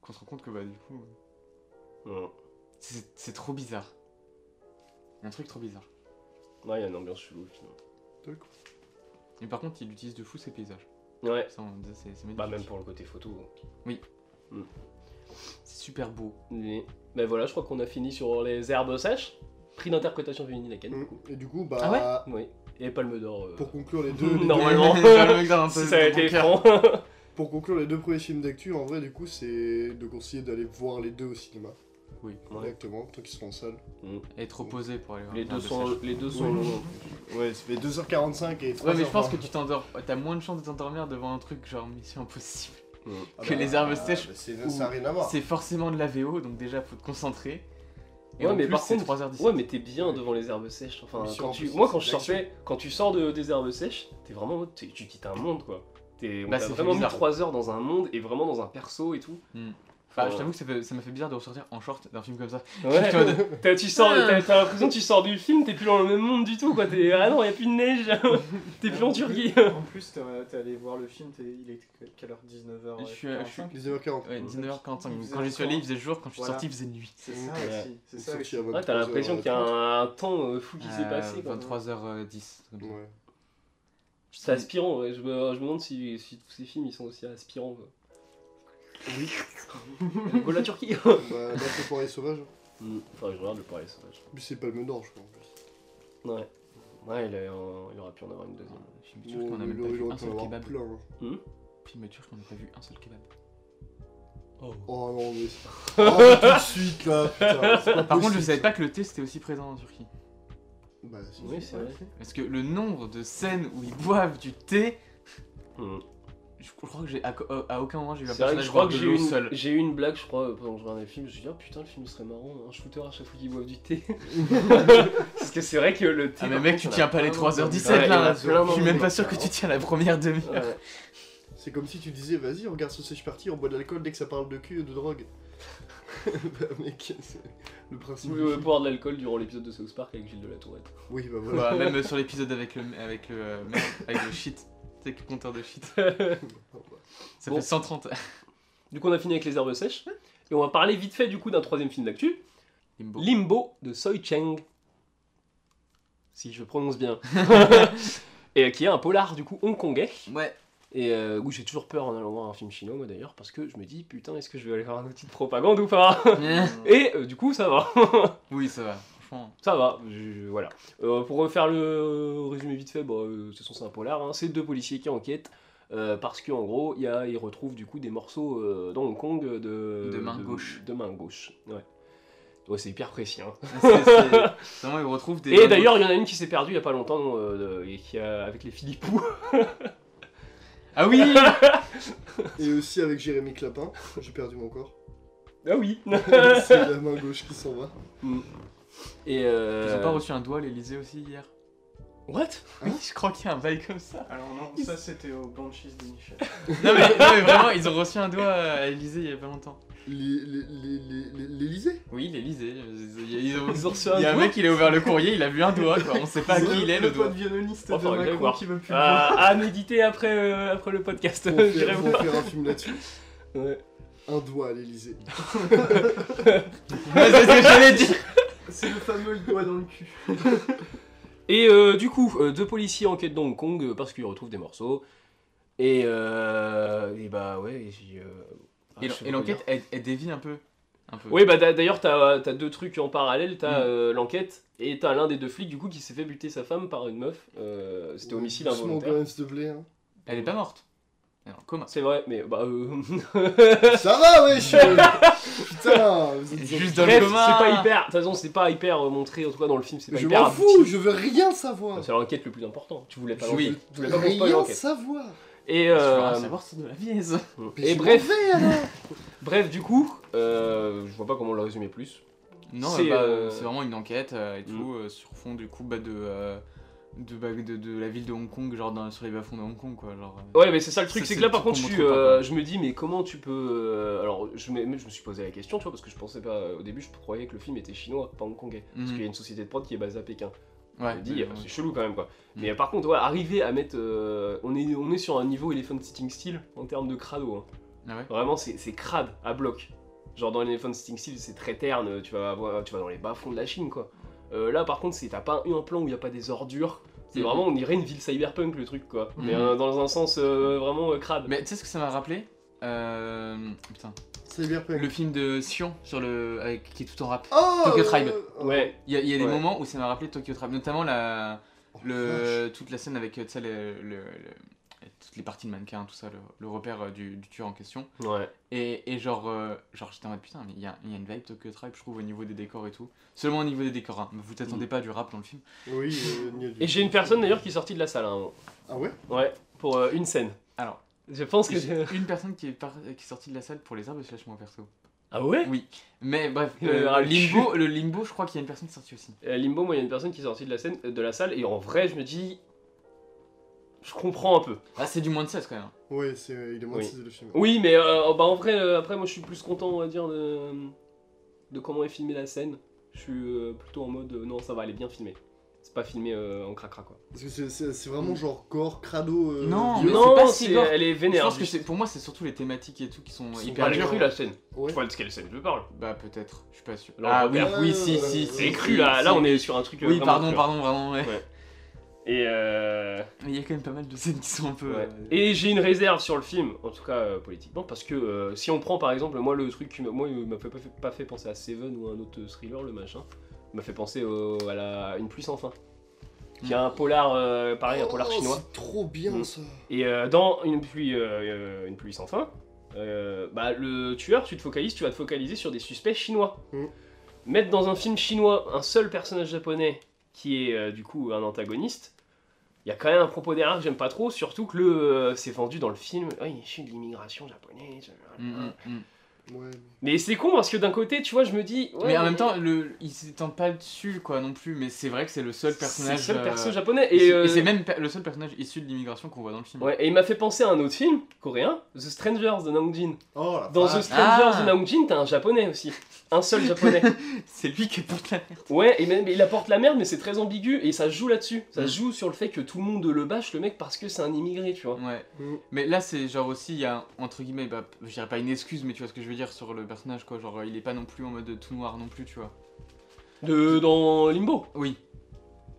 qu'on se rend compte que bah du coup
Ouais,
c'est c'est trop bizarre. Un truc trop bizarre.
Ouais, il y a une ambiance chelou finalement.
Et par contre il utilise de fou ses paysages.
hein. Ouais,
Ça on disait c'est c'est magnifique.
bah même pour le côté photo.
C'est super beau.
Mais ben voilà, je crois qu'on a fini sur les herbes sèches. Prix d'interprétation féminine à Cannes, du
Mm.
coup.
Et du coup, bah,
Ah
Oui. Et Palme d'Or. euh,
pour conclure les deux, les
Non. Normalement. Si ça a été franc.
deux- pour conclure les deux premiers films d'actu, en vrai, du coup, c'est de conseiller d'aller voir les deux au cinéma.
Oui.
Ouais.
Exactement. Toi qui seront en salle.
Être opposé pour aller voir.
les
Garde
deux
de
sont,
Sèche.
les deux sont
Oui.
longs.
Ouais, ça fait 2h45 et 3h.
Ouais mais je pense que tu t'endors, t'as moins de chances de t'endormir devant un truc genre Mission Impossible.
Ah
que les herbes sèches
bah, c'est, ça n'a rien à voir.
C'est forcément de la VO donc déjà faut te concentrer. Et
Ouais,
en
mais
plus,
par
c'est
contre-
3h17.
Ouais, mais t'es bien devant les herbes sèches. Enfin,
Mission
quand tu-
Impossible,
moi, quand
c'est
je
de l'action.
sortais, quand tu sors de, des herbes sèches, t'es vraiment, en mode- t'es- tu quittes un monde quoi. T'es, on
Bah,
t'a
c'est
vraiment mis
bizarre.
3 heures dans un monde et vraiment dans un perso et tout.
Bah,
Enfin,
je t'avoue que ça fait- ça m'a fait bizarre de ressortir en short d'un film comme ça.
Ouais.
Putain,
T'as, tu sors, t'as, t'as l'impression que tu sors du film, t'es plus dans le même monde du tout quoi. T'es, ah non, y a plus de neige. t'es plus en Turquie.
En plus, t'es t'es allé voir le film, t'es- il est quelle heure 19h
Je suis-
euh,
je suis-
19h40.
Ouais, 19h45.
Il faisait
Quand j'y suis
encore.
allé, il faisait jour, quand je suis
Voilà.
sorti, il faisait nuit.
C'est ça
Ouais.
aussi. C'est ça aussi.
Ouais, t'as l'impression qu'il y a un, un temps euh, fou qui s'est
Euh,
passé. quoi.
23h10. comme ça.
Ouais.
C'est aspirant, ouais. je, me, je me demande si, si tous ces films ils sont aussi aspirants. Quoi. Oui. Go la Turquie
bah, là, c'est Forêt Sauvage.
Enfin, je regarde le Paris Sauvage.
Mais c'est Palme d'Or, je crois. en plus.
Ouais. Ouais, il, a- il aurait pu en avoir une deuxième.
Film turc,
Oh,
Bon,
on n'a même
il
pas
aurait
vu
pu
un
en
seul
avoir
kebab.
plein, hein.
Film turc, on n'a pas vu un seul kebab.
Oh non, mais. Oh, mais tout de suite là, putain. c'est pas
Par contre, je
possible,
savais
ça.
pas que le thé c'était aussi présent en Turquie.
Bah, si.
Oui, c'est vrai.
Parce que le nombre de scènes où ils boivent du thé,
Hmm.
je je crois que j'ai à, co- euh, à aucun moment j'ai vu un
C'est vrai que
personnage
je crois
boire
que
de
j'ai
l'eau
eu
seul.
une, j'ai eu une blague, je crois, euh, pendant que je regardais le film. Je me suis dit, ah putain, le film serait marrant, un shooter à chaque fois qu'il boit du thé. Parce que c'est vrai que le thé.
Ah mais
par
mec,
contre,
tu
on a
tiens pas les
plein
3h17
d'envie. Ouais,
là.
il y en a plein
Je suis même
d'envie.
pas sûr que tu tiens la première demi-heure.
Ouais.
C'est comme si tu disais, vas-y, on regarde Sausage Party, on boit de l'alcool dès que ça parle de cul et de drogue. bah, mec, c'est le
Si
principe.
vous
du
voulez
film.
boire de l'alcool durant l'épisode de South Park avec Gilles de la Tourette.
Oui, bah voilà.
Bah, Même euh, sur l'épisode avec le avec le euh, merde, avec le shit, Tu sais, avec le compteur de shit. Ça
Bon.
fait 130.
Du coup, on a fini avec les herbes sèches. Et on va parler vite fait du coup d'un troisième film d'actu,
Limbo.
Limbo de Soy Cheng. Si je prononce bien. et euh, qui est un polar du coup hongkongais.
Ouais.
Et euh, oui, j'ai toujours peur en allant voir un film chinois, moi d'ailleurs, parce que je me dis putain, est-ce que je vais aller voir un outil de propagande ou pas Et euh, du coup, ça va.
oui, ça va. Franchement.
Ça va, je- je- voilà. Euh, pour refaire le résumé vite fait, bah, euh, de toute façon, c'est un polar. hein. C'est deux policiers qui enquêtent euh, parce qu'en gros, il y a- ils retrouvent du coup des morceaux euh, dans Hong Kong euh, de,
De main gauche.
De main gauche, ouais. Ouais, c'est hyper précis. hein.
Ah, C'est- c'est- c'est vraiment, ils retrouvent des.
Et d'ailleurs, il y en a une qui s'est perdue il y a pas longtemps euh, de- et qui a, avec les Philippous.
Ah oui
Bah.
Et aussi avec Jérémy Clapin, j'ai perdu mon corps.
Ah oui
c'est la main gauche qui s'en va.
Et
Ils
euh...
ont pas reçu un doigt à l'Elysée aussi hier
What
Oui, je crois qu'il y a un bail comme ça.
Alors non, ça c'était au Banshees d'Inisherin.
Oh,
Non mais, non, mais vraiment, ils ont reçu un doigt à l'Elysée il y a pas longtemps.
Les- les- les- les- les- L'Elysée
Oui, l'Elysée. Ils ils ont.
Ils ont reçu
Il y a
un
un
doigt
mec, il a ouvert le courrier, il a vu un doigt, quoi. On sait pas à
Le-
qui il est le
Le
doigt.
pote violoniste
Oh,
de
faudrait aller
Macron
voir.
qui veut plus.
à,
Ah.
à méditer après, euh, après le podcast,
Pour
j'irai
faire, faut
voir.
faire un film là-dessus.
Ouais.
Un doigt à l'Elysée.
Ouais, c'est ce que j'allais dire
C'est le fameux doigt dans le cul.
Et euh, du coup, euh, deux policiers enquêtent dans Hong Kong euh, parce qu'ils retrouvent des morceaux. Et, euh, et bah ouais, et j'ai, euh, ah, je
Et l'en-
sais
Et
pas
l'enquête,
quoi
elle, elle dévie un peu. Un peu.
dire. Oui, bah d'a- d'ailleurs, t'as as deux trucs en parallèle. T'as
Mm.
euh, l'enquête et t'as l'un des deux flics du coup qui s'est fait buter sa femme par une meuf. Euh,
Mm.
C'était homicide
Doucement,
involontaire.
quand même, s'il te plaît, hein.
Elle est pas morte. Elle est en coma.
C'est vrai, mais bah. euh,
Ça va, wesh Putain vous êtes
Juste dans le
Bref, c'est
coma.
pas hyper. De toute façon, c'est pas hyper euh, montré, en tout cas dans le film, c'est pas
Je
hyper.
m'en
abouti.
fous, je veux rien savoir.
C'est l'enquête le plus important. Tu voulais pas
Je-
l'enquête.
oui.
Tu
Je
voulais
veux
pas qu'on spoil
rien
l'enquête.
savoir.
Et.
Tu
euh,
vas savoir Ah, c'est de la vieille.
Mais
et
je m'en
bref.
vais, alors.
Bref, du coup, euh, je vois pas comment le résumer plus.
Non,
C'est,
c'est
euh,
c'est vraiment une enquête euh, et
Mm.
tout, euh, sur fond du coup bah, de, euh, de, bah, de, de la ville de Hong Kong, genre dans- sur les bas-fonds de Hong Kong, quoi. Genre, euh.
Ouais, mais c'est ça le truc,
Ça,
c'est que
c'est
là
le
par
truc
contre, je,
qu'on
suis,
montre pas,
euh,
quoi.
je me dis, mais comment tu peux. euh, alors, je, me- je me suis posé la question, tu vois, parce que je pensais pas. Au début, je croyais que le film était chinois, pas hongkongais. Parce
Mhm.
qu'il y a une société de prod qui est basée à Pékin. Je
Ouais,
me dis, euh,
mais
c'est chelou quand même quoi.
Mm.
Mais euh, par contre, ouais, arriver à mettre. euh, on, est, on est sur un niveau Elephant Sitting Steel en termes de crado. hein.
Ah ouais
Vraiment, c'est c'est crade à bloc. Genre dans Elephant Sitting Steel, c'est très terne, tu vas, avoir- tu vas dans les bas-fonds de la Chine quoi. Euh, là par contre, c'est- t'as pas eu un plan où il n'y a pas des ordures. C'est
Mhm.
vraiment, on dirait une ville cyberpunk le truc quoi. Mais
Mhm.
euh, dans un sens euh, vraiment euh, crade.
Mais tu sais ce que ça m'a rappelé Euh, Putain.
C'est bien
Le film de Sion sur le... avec- qui est tout en rap.
Oh
Tokyo Tribe.
euh,
Ouais,
Il y a, il y a des
Ouais.
moments où ça m'a rappelé Tokyo Tribe, notamment la,
oh, vache.
le, toute la scène avec euh, tu sais, le, le- le- toutes les parties de mannequin, tout ça, le, le repère euh, du, du tueur en question.
ouais.
Et, et genre, euh, genre j'étais en mode putain, mais il y a, il y a une vibe Tokyo Tribe, je trouve, au niveau des décors et tout. Seulement au niveau des décors, hein. vous
Mm.
t'attendez pas à du rap dans le film.
Oui, euh, il y a du-
Et j'ai une personne d'ailleurs qui est sortie de la salle à un moment.
Ah ouais
Ouais, pour euh, une scène.
Alors.
Je pense que.
J'ai une personne qui est, par- qui est sortie de la salle pour les arbres slash moi perso.
Ah ouais
Oui, mais bref,
Il
euh,
a le
limbo, le limbo, je crois qu'il y a une personne qui est sortie aussi.
Euh, Limbo, moi, il y a une personne qui est sortie de la, scène, euh, de la salle, et en vrai, je me dis. Je comprends un peu.
Ah, c'est du moins de 16 quand même.
Ouais, c'est, euh, il est moins
Oui.
de le film.
Oui, mais euh, bah, en vrai, euh, après, moi, je suis plus content, on va dire, de, de comment est filmée la scène. Je suis euh, plutôt en mode euh, non, ça va, elle est bien filmée. C'est pas filmé euh, en cracra, quoi.
Parce que c'est, c'est- c'est vraiment genre corps, crado. euh,
Non,
vieux.
mais- c'est pas si gore.
elle est
Je
vénère.
pense que
juste.
c'est, pour moi, c'est surtout les thématiques et tout qui sont
Sont
hyper
Elle est
pas
dures.
crue, la scène.
Ouais.
Tu vois de quelle scène je parle
Bah peut-être, je suis pas sûr.
Alors,
ah oui,
Robert,
oui,
euh,
si, si, si.
C'est
si,
cru, là,
si.
là, on est sur un truc. euh,
Oui,
vraiment
pardon,
cru.
pardon, vraiment, ouais.
Ouais. Et euh,
Mais il y a quand même pas mal de scènes qui sont un peu...
Ouais.
euh,
Et j'ai une réserve sur le film, en tout cas euh, politiquement, parce que euh, si on prend par exemple, moi le truc qui m'a- moi, il m'a fait- pas fait, pas fait penser à Seven ou un autre thriller, le machin, il m'a fait penser au- à la- Une pluie sans fin, qui a un polar, euh, pareil, un polar
Oh,
chinois.
C'est trop bien
Mm.
ça.
Et euh, dans Une pluie, euh, euh, une pluie sans fin, euh, bah, le tueur, tu te focalises, tu vas te focaliser sur des suspects chinois.
Mm.
Mettre dans un film chinois un seul personnage japonais qui est euh, du coup un antagoniste, il y a quand même un propos derrière que j'aime pas trop, surtout que le euh, c'est vendu dans le film. Oui, je suis de l'immigration japonaise.
mm, mm, mm.
Ouais.
euh, Mais c'est con parce que d'un côté, tu vois, je me dis. ouais,
mais en même temps, le, il s'étend pas dessus, quoi, non plus. Mais c'est vrai que c'est le seul personnage...
c'est le seul perso
euh,
japonais.
Et,
Et,
c'est-
euh,
et c'est même pe- le seul personnage issu de l'immigration qu'on voit dans le film.
ouais, et il m'a fait penser à un autre film coréen, The Strangers de Nang Jin.
Oh la
Dans The
vache.
Strangers
Ah.
de Nang Jin, t'as un japonais aussi. Un seul japonais.
C'est lui qui porte la merde.
Ouais, et même, mais il apporte la merde, mais c'est très ambigu, et ça se joue là-dessus. Ça
Mm.
se joue sur le fait que tout le monde le bâche, le mec, parce que c'est un immigré, tu vois.
Ouais.
Mm.
Mais là, c'est genre aussi, il y a entre guillemets, bah, je dirais pas une excuse, mais tu vois ce que je veux dire sur le personnage, quoi. Genre, il est pas non plus en mode tout noir non plus, tu vois.
De, dans Limbo.
Oui.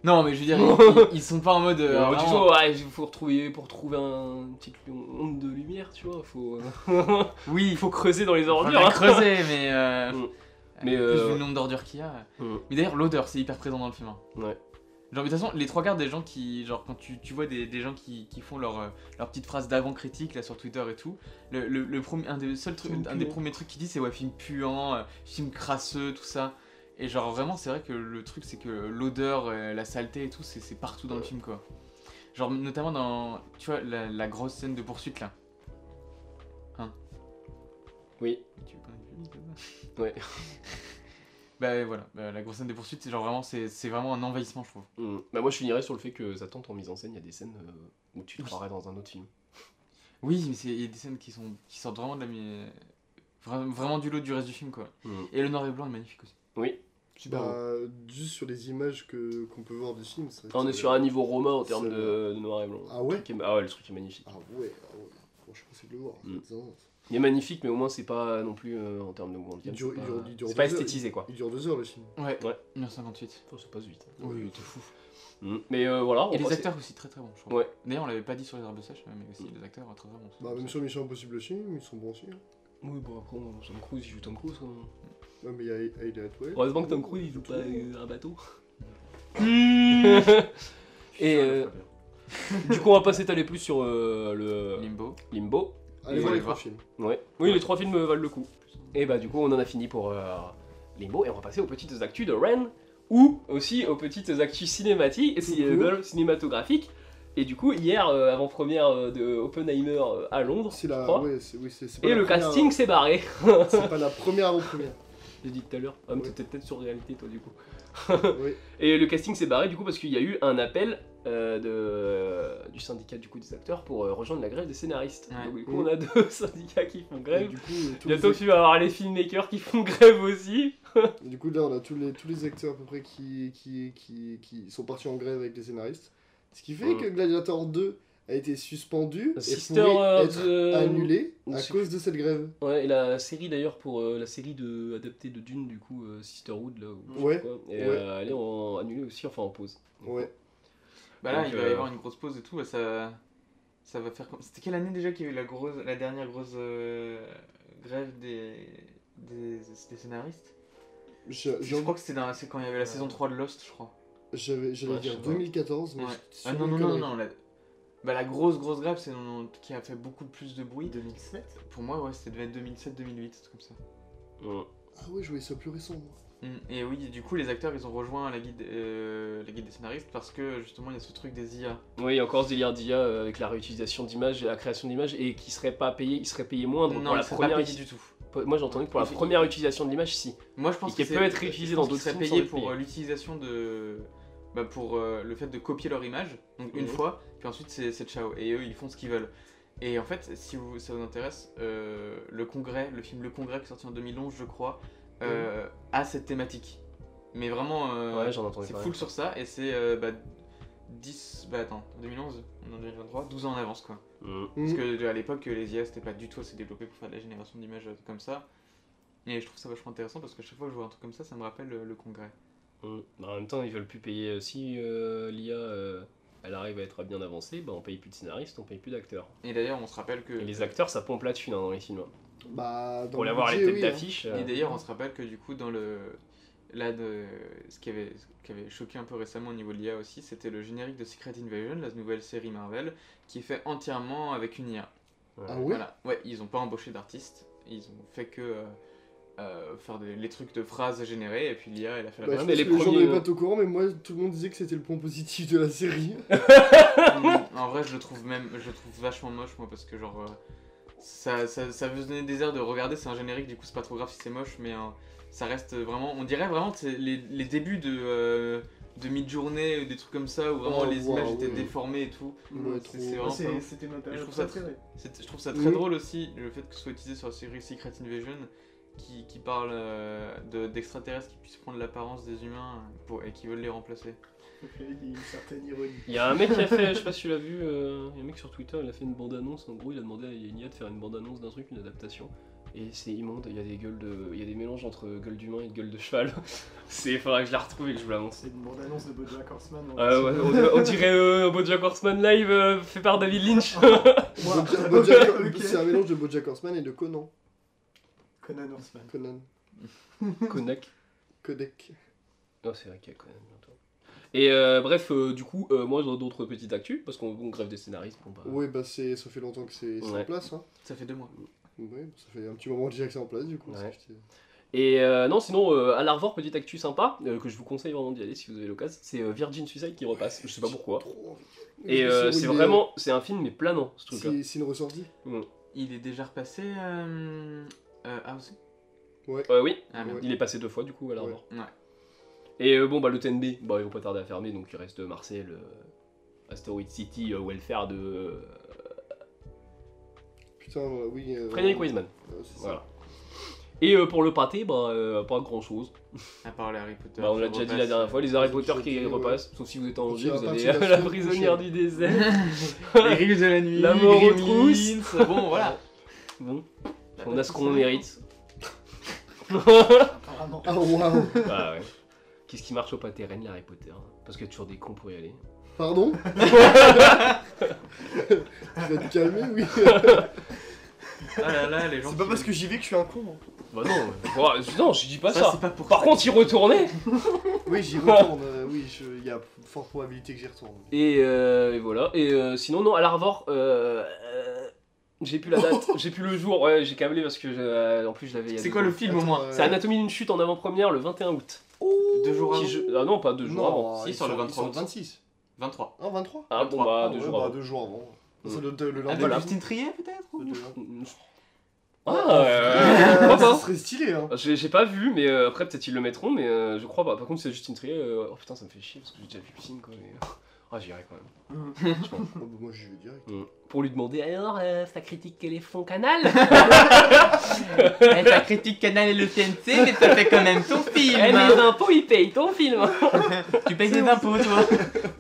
Non, mais je veux dire, ils, ils- ils sont pas en mode. euh,
Euh, tu
vraiment-
vois, ouais, il faut retrouver, pour trouver un- une petite lu- onde de lumière, tu vois, faut, euh,
oui,
faut creuser dans les
Enfin,
ordures.
pas
hein.
creuser, mais. euh,
Mm.
euh,
Mais,
plus
euh,
vu le nombre d'ordures qu'il y a.
Mm.
Mais d'ailleurs, l'odeur, c'est hyper présent dans le film. hein.
Ouais.
Genre, mais de toute façon, les trois quarts des gens qui. Genre, quand tu, tu vois des, des gens qui, qui font leur, euh, leur petite phrase d'avant-critique là sur Twitter et tout, le, le, le premier- un des seuls trucs,
Film
un des
puant.
premiers trucs qu'ils disent, c'est ouais, film puant, euh, film crasseux, tout ça. Et genre, vraiment, c'est vrai que le truc, c'est que l'odeur, euh, la saleté et tout, c'est c'est partout dans le film, quoi. Genre, notamment dans. Tu vois, la, la grosse scène de poursuite là. Hein.
Oui.
Tu veux pas une pub, c'est ça
Ouais.
bah voilà, bah, la grosse scène des poursuites, c'est genre vraiment, c'est c'est vraiment un envahissement, je trouve.
Mm. Bah, moi, je finirais sur le fait que ça tente en mise en scène, il y a des scènes euh, où tu te
Oui.
croirais dans un autre film.
Oui, mais c'est- il y a des scènes qui, sont, qui sortent vraiment de la. mi- vra- Vraiment du lot du reste du film, quoi.
Mm.
Et le noir et blanc est magnifique aussi.
Oui.
Bah,
Ah,
juste sur les images que, qu'on peut voir du film. Ça, euh,
On est sur un niveau romain en termes
c'est-
de, de noir et blanc.
Ah ouais
Le truc est- Ah ouais, le truc est magnifique.
Ah ouais, ah ouais. Franchement, c'est de le voir.
Mm.
c'est vraiment-
Il est magnifique, mais au moins, c'est pas non plus euh, en termes de mouvement de
Il
cam,
dure,
c'est
il
pas-
dure, il dure
C'est pas
deux heures.
esthétisé, quoi.
Il dure deux heures le film.
Ouais,
Ouais.
1h58.
Ça passe vite.
hein.
Oui, t'es fou.
Mm. Mais euh, voilà. on
Et les
passe-
acteurs aussi très très bons, je trouve.
Ouais.
D'ailleurs, on l'avait pas dit sur les arbres sèches, mais aussi les acteurs euh, très très bons.
Bah, même sur Mission Impossible aussi, ils sont bons aussi. hein.
Oui, bon, après, on- Tom Cruise, il joue Tom Cruise. Hein.
Ouais, mais il y a Hailey Atwell.
Heureusement que Tom Cruise, il joue pas euh, un bateau. Mm. Et euh, du coup, on va pas s'étaler plus sur euh, le
Limbo.
Limbo.
Allez
Et
voir
allez
les trois
voir.
films.
Ouais. Oui, les trois films euh, valent le coup. Et bah, du coup, on en a fini pour euh, Limbo. Et on va passer aux petites actus de Ren. Ou aussi aux petites actus cinématiques, si-
Mhm.
euh, cinématographiques. Et du coup, hier, euh, avant-première euh, de Oppenheimer euh, à Londres.
C'est la...
crois.
ouais, c'est, oui, c'est, c'est pas
Et
la
le
première-
casting s'est barré.
C'est pas la première avant-première.
J'ai euh, dit tout à l'heure. Ah, mais
Ouais.
t'étais peut-être sur réalité, toi, du coup.
oui.
Et le casting s'est barré du coup parce qu'il y a eu un appel euh, de, euh, du syndicat du coup des acteurs pour euh, rejoindre la grève des scénaristes.
Ouais.
Donc du coup on a deux syndicats qui font
Et
grève.
Du coup, euh, tous les
Bientôt tu vas avoir les filmmakers qui font grève aussi.
Et Du coup, là, on a tous les, tous les acteurs à peu près qui, qui, qui, qui sont partis en grève avec les scénaristes. Ce qui fait
Ouais.
que Gladiator 2 a été suspendu
Sister,
et pourrait
euh,
être
de-
annulé
je
à
sais
cause de cette grève.
Ouais, et la série d'ailleurs pour euh, la série de adaptée de Dune du coup euh, Sisterhood là. ou je sais
Ouais,
pas quoi. Et
ouais.
euh, elle est en annulée aussi, enfin en pause.
Ouais.
Bah là,
Donc,
il va y
euh,
avoir une grosse pause et tout. bah, ça, ça va faire. comme- C'était quelle année déjà qu'il y a eu la, grosse, la dernière grosse euh, grève des, des, des scénaristes
Euh, Je-
Je
j'ai-
crois que c'était dans la- c'est quand il y avait la saison 3 de Lost, je crois.
J'avais, j'allais
Ouais, je
dire
sais pas.
2014, mais
Ouais.
je suis
Ah
sûr
non,
que
non, non,
connerie.
non. La... Bah, la grosse, grosse grève, c'est non- non, qui a fait beaucoup plus de bruit.
2007
Pour moi, ouais, c'était devait être 2007-2008, comme ça.
Ouais.
Ah ouais, je voyais ça plus récent. moi.
Mm, Et oui, du coup, les acteurs, ils ont rejoint la guide, euh, la guide des scénaristes parce que justement, il y a ce truc des IA.
Oui, il y a encore ce délire d'IA euh, avec la réutilisation d'images et la création d'images et qui serait pas payé, il serait payé moindre
non,
pour la
ils seraient pas
première.
payés du tout.
pour- Moi j'ai entendu que pour la
Il-
première utilisation de l'image, si.
Moi, je pense
Et
que
qui peut être réutilisé dans d'autres hein, films
Ils
sans
payés
être
pour
payé.
euh, l'utilisation de. Bah, pour euh, le fait de copier leur image, donc une
Mhm.
fois, puis ensuite c'est c'est ciao. Et eux, ils font ce qu'ils veulent. Et en fait, si vous, ça vous intéresse, euh, le congrès, le film Le Congrès qui est sorti en 2011, je crois, euh, a cette thématique. Mais vraiment, euh,
Ouais, j'en ai entendu
c'est
parler.
full sur ça et c'est euh, bah, 10. Bah attends, 2011, on est en 2023, 12 ans en avance quoi.
Mm.
Parce
Mm.
que à l'époque, les IA c'était pas du tout assez développé pour faire de la génération d'images euh, comme ça. Et je trouve ça vachement intéressant parce que chaque fois que je vois un truc comme ça, ça me rappelle euh, le congrès.
Mm. Bah, En même temps, ils veulent plus payer. euh, Si euh, l'IA euh, elle arrive à être bien avancée, bah, on paye plus de scénaristes, on paye plus d'acteurs.
Et d'ailleurs, on se rappelle que.
Et les acteurs, ça pompe la thune hein, dans les films.
Bah, dans
Pour
le
l'avoir les
budget,
têtes
oui, hein.
d'affiche. euh,
Et d'ailleurs, on se rappelle que du coup, dans le. Là, de... ce, qui avait... ce qui avait choqué un peu récemment au niveau de l'IA aussi, c'était le générique de Secret Invasion, la nouvelle série Marvel, qui est fait entièrement avec une IA.
ouais.
Ah ouais
Voilà. Ouais, ils ont pas embauché d'artistes, ils ont fait que. euh, euh, faire des... les trucs de phrases générées et puis l'IA elle a fait la
Bah, je
Ouais,
pense
mais
que
les
les gens
premiers,
n'étaient
euh,
pas au courant, mais moi tout le monde disait que c'était le point positif de la série.
Mm, en vrai, je le trouve même, je le trouve vachement moche moi parce que genre euh, ça, ça, ça veut se donner des airs de regarder, c'est un générique, du coup c'est pas trop grave si c'est moche, mais euh, ça reste vraiment, on dirait vraiment que c'est les, les débuts de euh, de mid-journée ou des trucs comme ça où vraiment
Oh,
les
waouh,
images étaient
ouais.
déformées et tout.
Ouais,
c'est-
trop- Ah,
c'est
Moi,
vraiment
c'est-
pas-
C'était ma
je
période
trouve ça
préférée.
C'est- Je trouve ça très
Mhm.
drôle aussi le fait que ce soit utilisé sur la série Secret Invasion qui, qui parle euh, de- d'extraterrestres qui puissent prendre l'apparence des humains euh, pour, et qui veulent les remplacer.
Avec une certaine ironie.
Il y a un mec qui a fait, je sais pas si tu l'as vu, euh, il y a un mec sur Twitter, il a fait une bande-annonce, en gros il a demandé à Yenia de faire une bande-annonce d'un truc, une adaptation. Et c'est immonde, il y a des gueules de. Il y a des mélanges entre gueule d'humain et gueule de cheval. C'est faudra que je la retrouve et que je vous l'annonce.
C'est une bande-annonce de Bojack Horseman. hein. en
Euh, ouais,
version-
on, on dirait euh, Bojack Horseman live euh, fait par David Lynch.
Ouah,
Bojack- Bojack-
ok.
C'est un mélange de Bojack Horseman et de Conan.
Conan Horseman.
Conan.
Konak.
Codec.
Non, c'est vrai qu'il y a quand même bientôt. Et euh, bref, euh, du coup, euh, moi j'ai d'autres petites actus, parce qu'on on grève des scénaristes. Bon, bah,
Ouais, bah c'est, ça fait longtemps que c'est, c'est
Ouais.
en place. Hein.
Ça fait deux mois.
Ouais, ça fait un petit moment déjà que c'est en place du coup.
Ouais.
ça, putain.
Et euh, non, sinon, euh, à l'Arvor, petite actu sympa, euh, que je vous conseille vraiment d'y aller si vous avez l'occasion, c'est euh, Virgin Suicide qui repasse, je sais pas pourquoi.
Trop envie.
Oh. Et
Je
euh,
sais où
c'est
il est.
vraiment, c'est un film mais planant, ce truc-là.
C'est, c'est une ressortie.
Il est déjà repassé euh, euh, House
Euh, oui,
Ah, merde.
Ouais.
il est passé deux fois du coup à l'Arvor.
Ouais. Ouais.
Et euh, bon, bah le TNB, bah, ils vont pas tarder à fermer, donc il reste Marseille, le Asteroid City, euh, Welfare de euh,
Putain, euh, oui. euh,
Frédéric Wiseman.
euh, c'est ça.
Voilà. Et euh, pour le pâté, bah, euh, pas grand chose.
à part les Harry Potter.
Bah, on
qui
l'a déjà dit
repasse,
la dernière fois, les Harry
les
Potter
autres
qui
jetés, ouais.
repassent, sauf si vous êtes en
Donc,
Angers,
à
vous avez
partir de la
la
semaine
prisonnière du
prochaine.
désert.
les Rives de la nuit,
La mort aux
Gremlins, Bon, voilà.
Bon, on a ce qu'on mérite.
Apparemment.
Ah waouh
Bah ouais. Qu'est-ce qui marche au pâté Rennes, les Harry Potter hein Parce qu'il y a toujours des cons pour y aller.
Pardon Tu vas te calmer, oui.
Ah là là, les gens.
C'est
qui-
pas parce que j'y vais que je suis un con. hein.
Bah non, bah, non, je dis pas
ça,
ça.
Ah, c'est pas pour
Par
ça.
contre, y retourner
Oui, j'y retourne. euh, oui, je- il y a forte probabilité que j'y retourne.
et, euh, et voilà. Et euh, sinon, non, à l'Arvor, euh, euh, j'ai plus la date, j'ai plus le jour. Ouais, j'ai câblé parce que euh, en plus je l'avais. il y a
C'est
deux
quoi le
jours.
film au
Attends,
moins
euh,
C'est Anatomie d'une chute en avant-première le 21 août.
Deux jours avant.
Qui je- Ah non, pas deux jours avant.
Si,
euh, ils
sur le
sont-
23
ils sont 26.
23.
Ah, 23
Ah bon, bah deux
ouais,
jours
bah,
avant.
deux jours avant.
Mm.
Ça doit être le
Ah,
lendemain.
de
voilà.
Justine Trier peut-être ou-
Ah, euh,
Euh,
pourquoi
ça
pas
serait stylé, hein.
J'ai j'ai pas vu, mais euh, après peut-être ils le mettront, mais euh, je crois pas. Par contre, c'est Justine Trier. euh, Oh putain, ça me fait chier parce que j'ai déjà vu le film quoi. mais, euh, Ah, j'irai quand même.
Ah bah, moi j'y vais direct.
Pour lui demander alors, euh, ça critique quel est fond canal Ça
Eh, critique Canal et le TNC, mais ça fait quand même ton film.
Eh, les impôts, ils payent ton film
Tu payes des impôts, toi.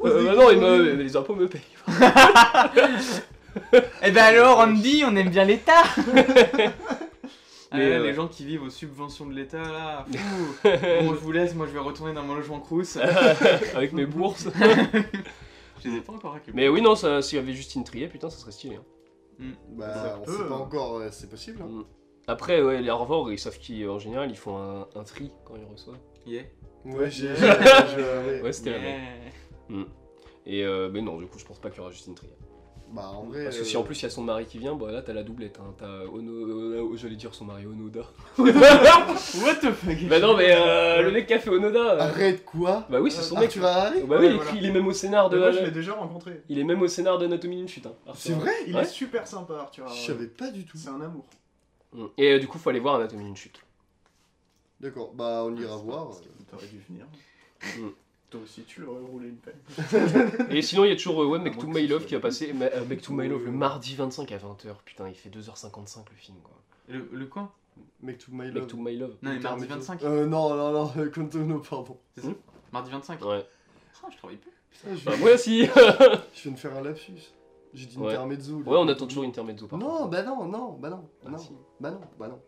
Euh, bah Non, ils me- les impôts me payent.
Eh ben alors, on me dit, on aime bien l'État.
Mais, euh, ouais.
Ah, Les gens qui vivent aux subventions de l'État, là. fou. bon, je vous laisse, moi je vais retourner dans mon logement Crous.
Avec mes bourses.
je les ai pas encore récupérés.
Mais oui, non, ça- s'il y avait Justine Trier, putain, ça serait stylé. hein.
Bah
Ça
on
peut,
sait pas
hein.
encore, euh, c'est possible. hein.
Après, ouais, les Harvard, ils savent qui, en général, ils font un, un tri quand ils reçoivent.
Yeah.
Ouais, j'ai.
Ouais.
je- ouais.
Ouais, c'était la même.
Yeah.
Et euh, mais non, du coup, je pense pas qu'il y aura Justine Trier.
Bah en vrai.
Parce que
euh,
si en plus il y a son mari qui vient, bah là t'as la doublette. Hein. T'as Ono, euh, j'allais dire son mari Onoda.
What the fuck
bah non, mais euh, le mec qui a fait Onoda. euh,
Arrête quoi
Bah oui, c'est son
Ah,
mec.
tu vas arrêter
Bah oui,
Ouais,
il-
voilà.
il est même au scénar de.
Mais moi, je l'ai déjà rencontré.
Il est même au scénar d'Anatomie d'une chute. hein, Arthur.
C'est vrai
Il
Ouais.
est super sympa, Arthur.
Je
Harrow.
savais pas du tout.
C'est un amour.
Mm. Et euh, du coup, faut aller voir Anatomie d'une chute.
D'accord, bah on ira
C'est
voir.
pas- T'aurais dû venir.
Mm.
Toi aussi, tu l'aurais roulé une pelle.
Et sinon, il y a toujours euh, ouais,
À
Make
Ah,
moins
to
que
My
ce
Love
soit-
qui a passé. Ma- euh, Make to My
Oui,
Love le
oui.
mardi 25 à 20h. Putain, il fait 2h55 le film quoi.
Le, le coin
Make to my
Make
love.
to My Love.
Non, mais
Putain,
mardi
mais-
25.
Euh, non, non, non, euh, Contono, pardon.
Mardi 25.
Ouais.
Ah, je travaille plus.
Putain, je,
Bah, moi aussi
je viens de faire un lapsus. J'ai dit
Ouais.
intermezzo.
Ouais, on attend toujours Intermezzo par
Non,
contre.
bah non, non, bah non,
Ah,
non,
si.
bah non, bah non.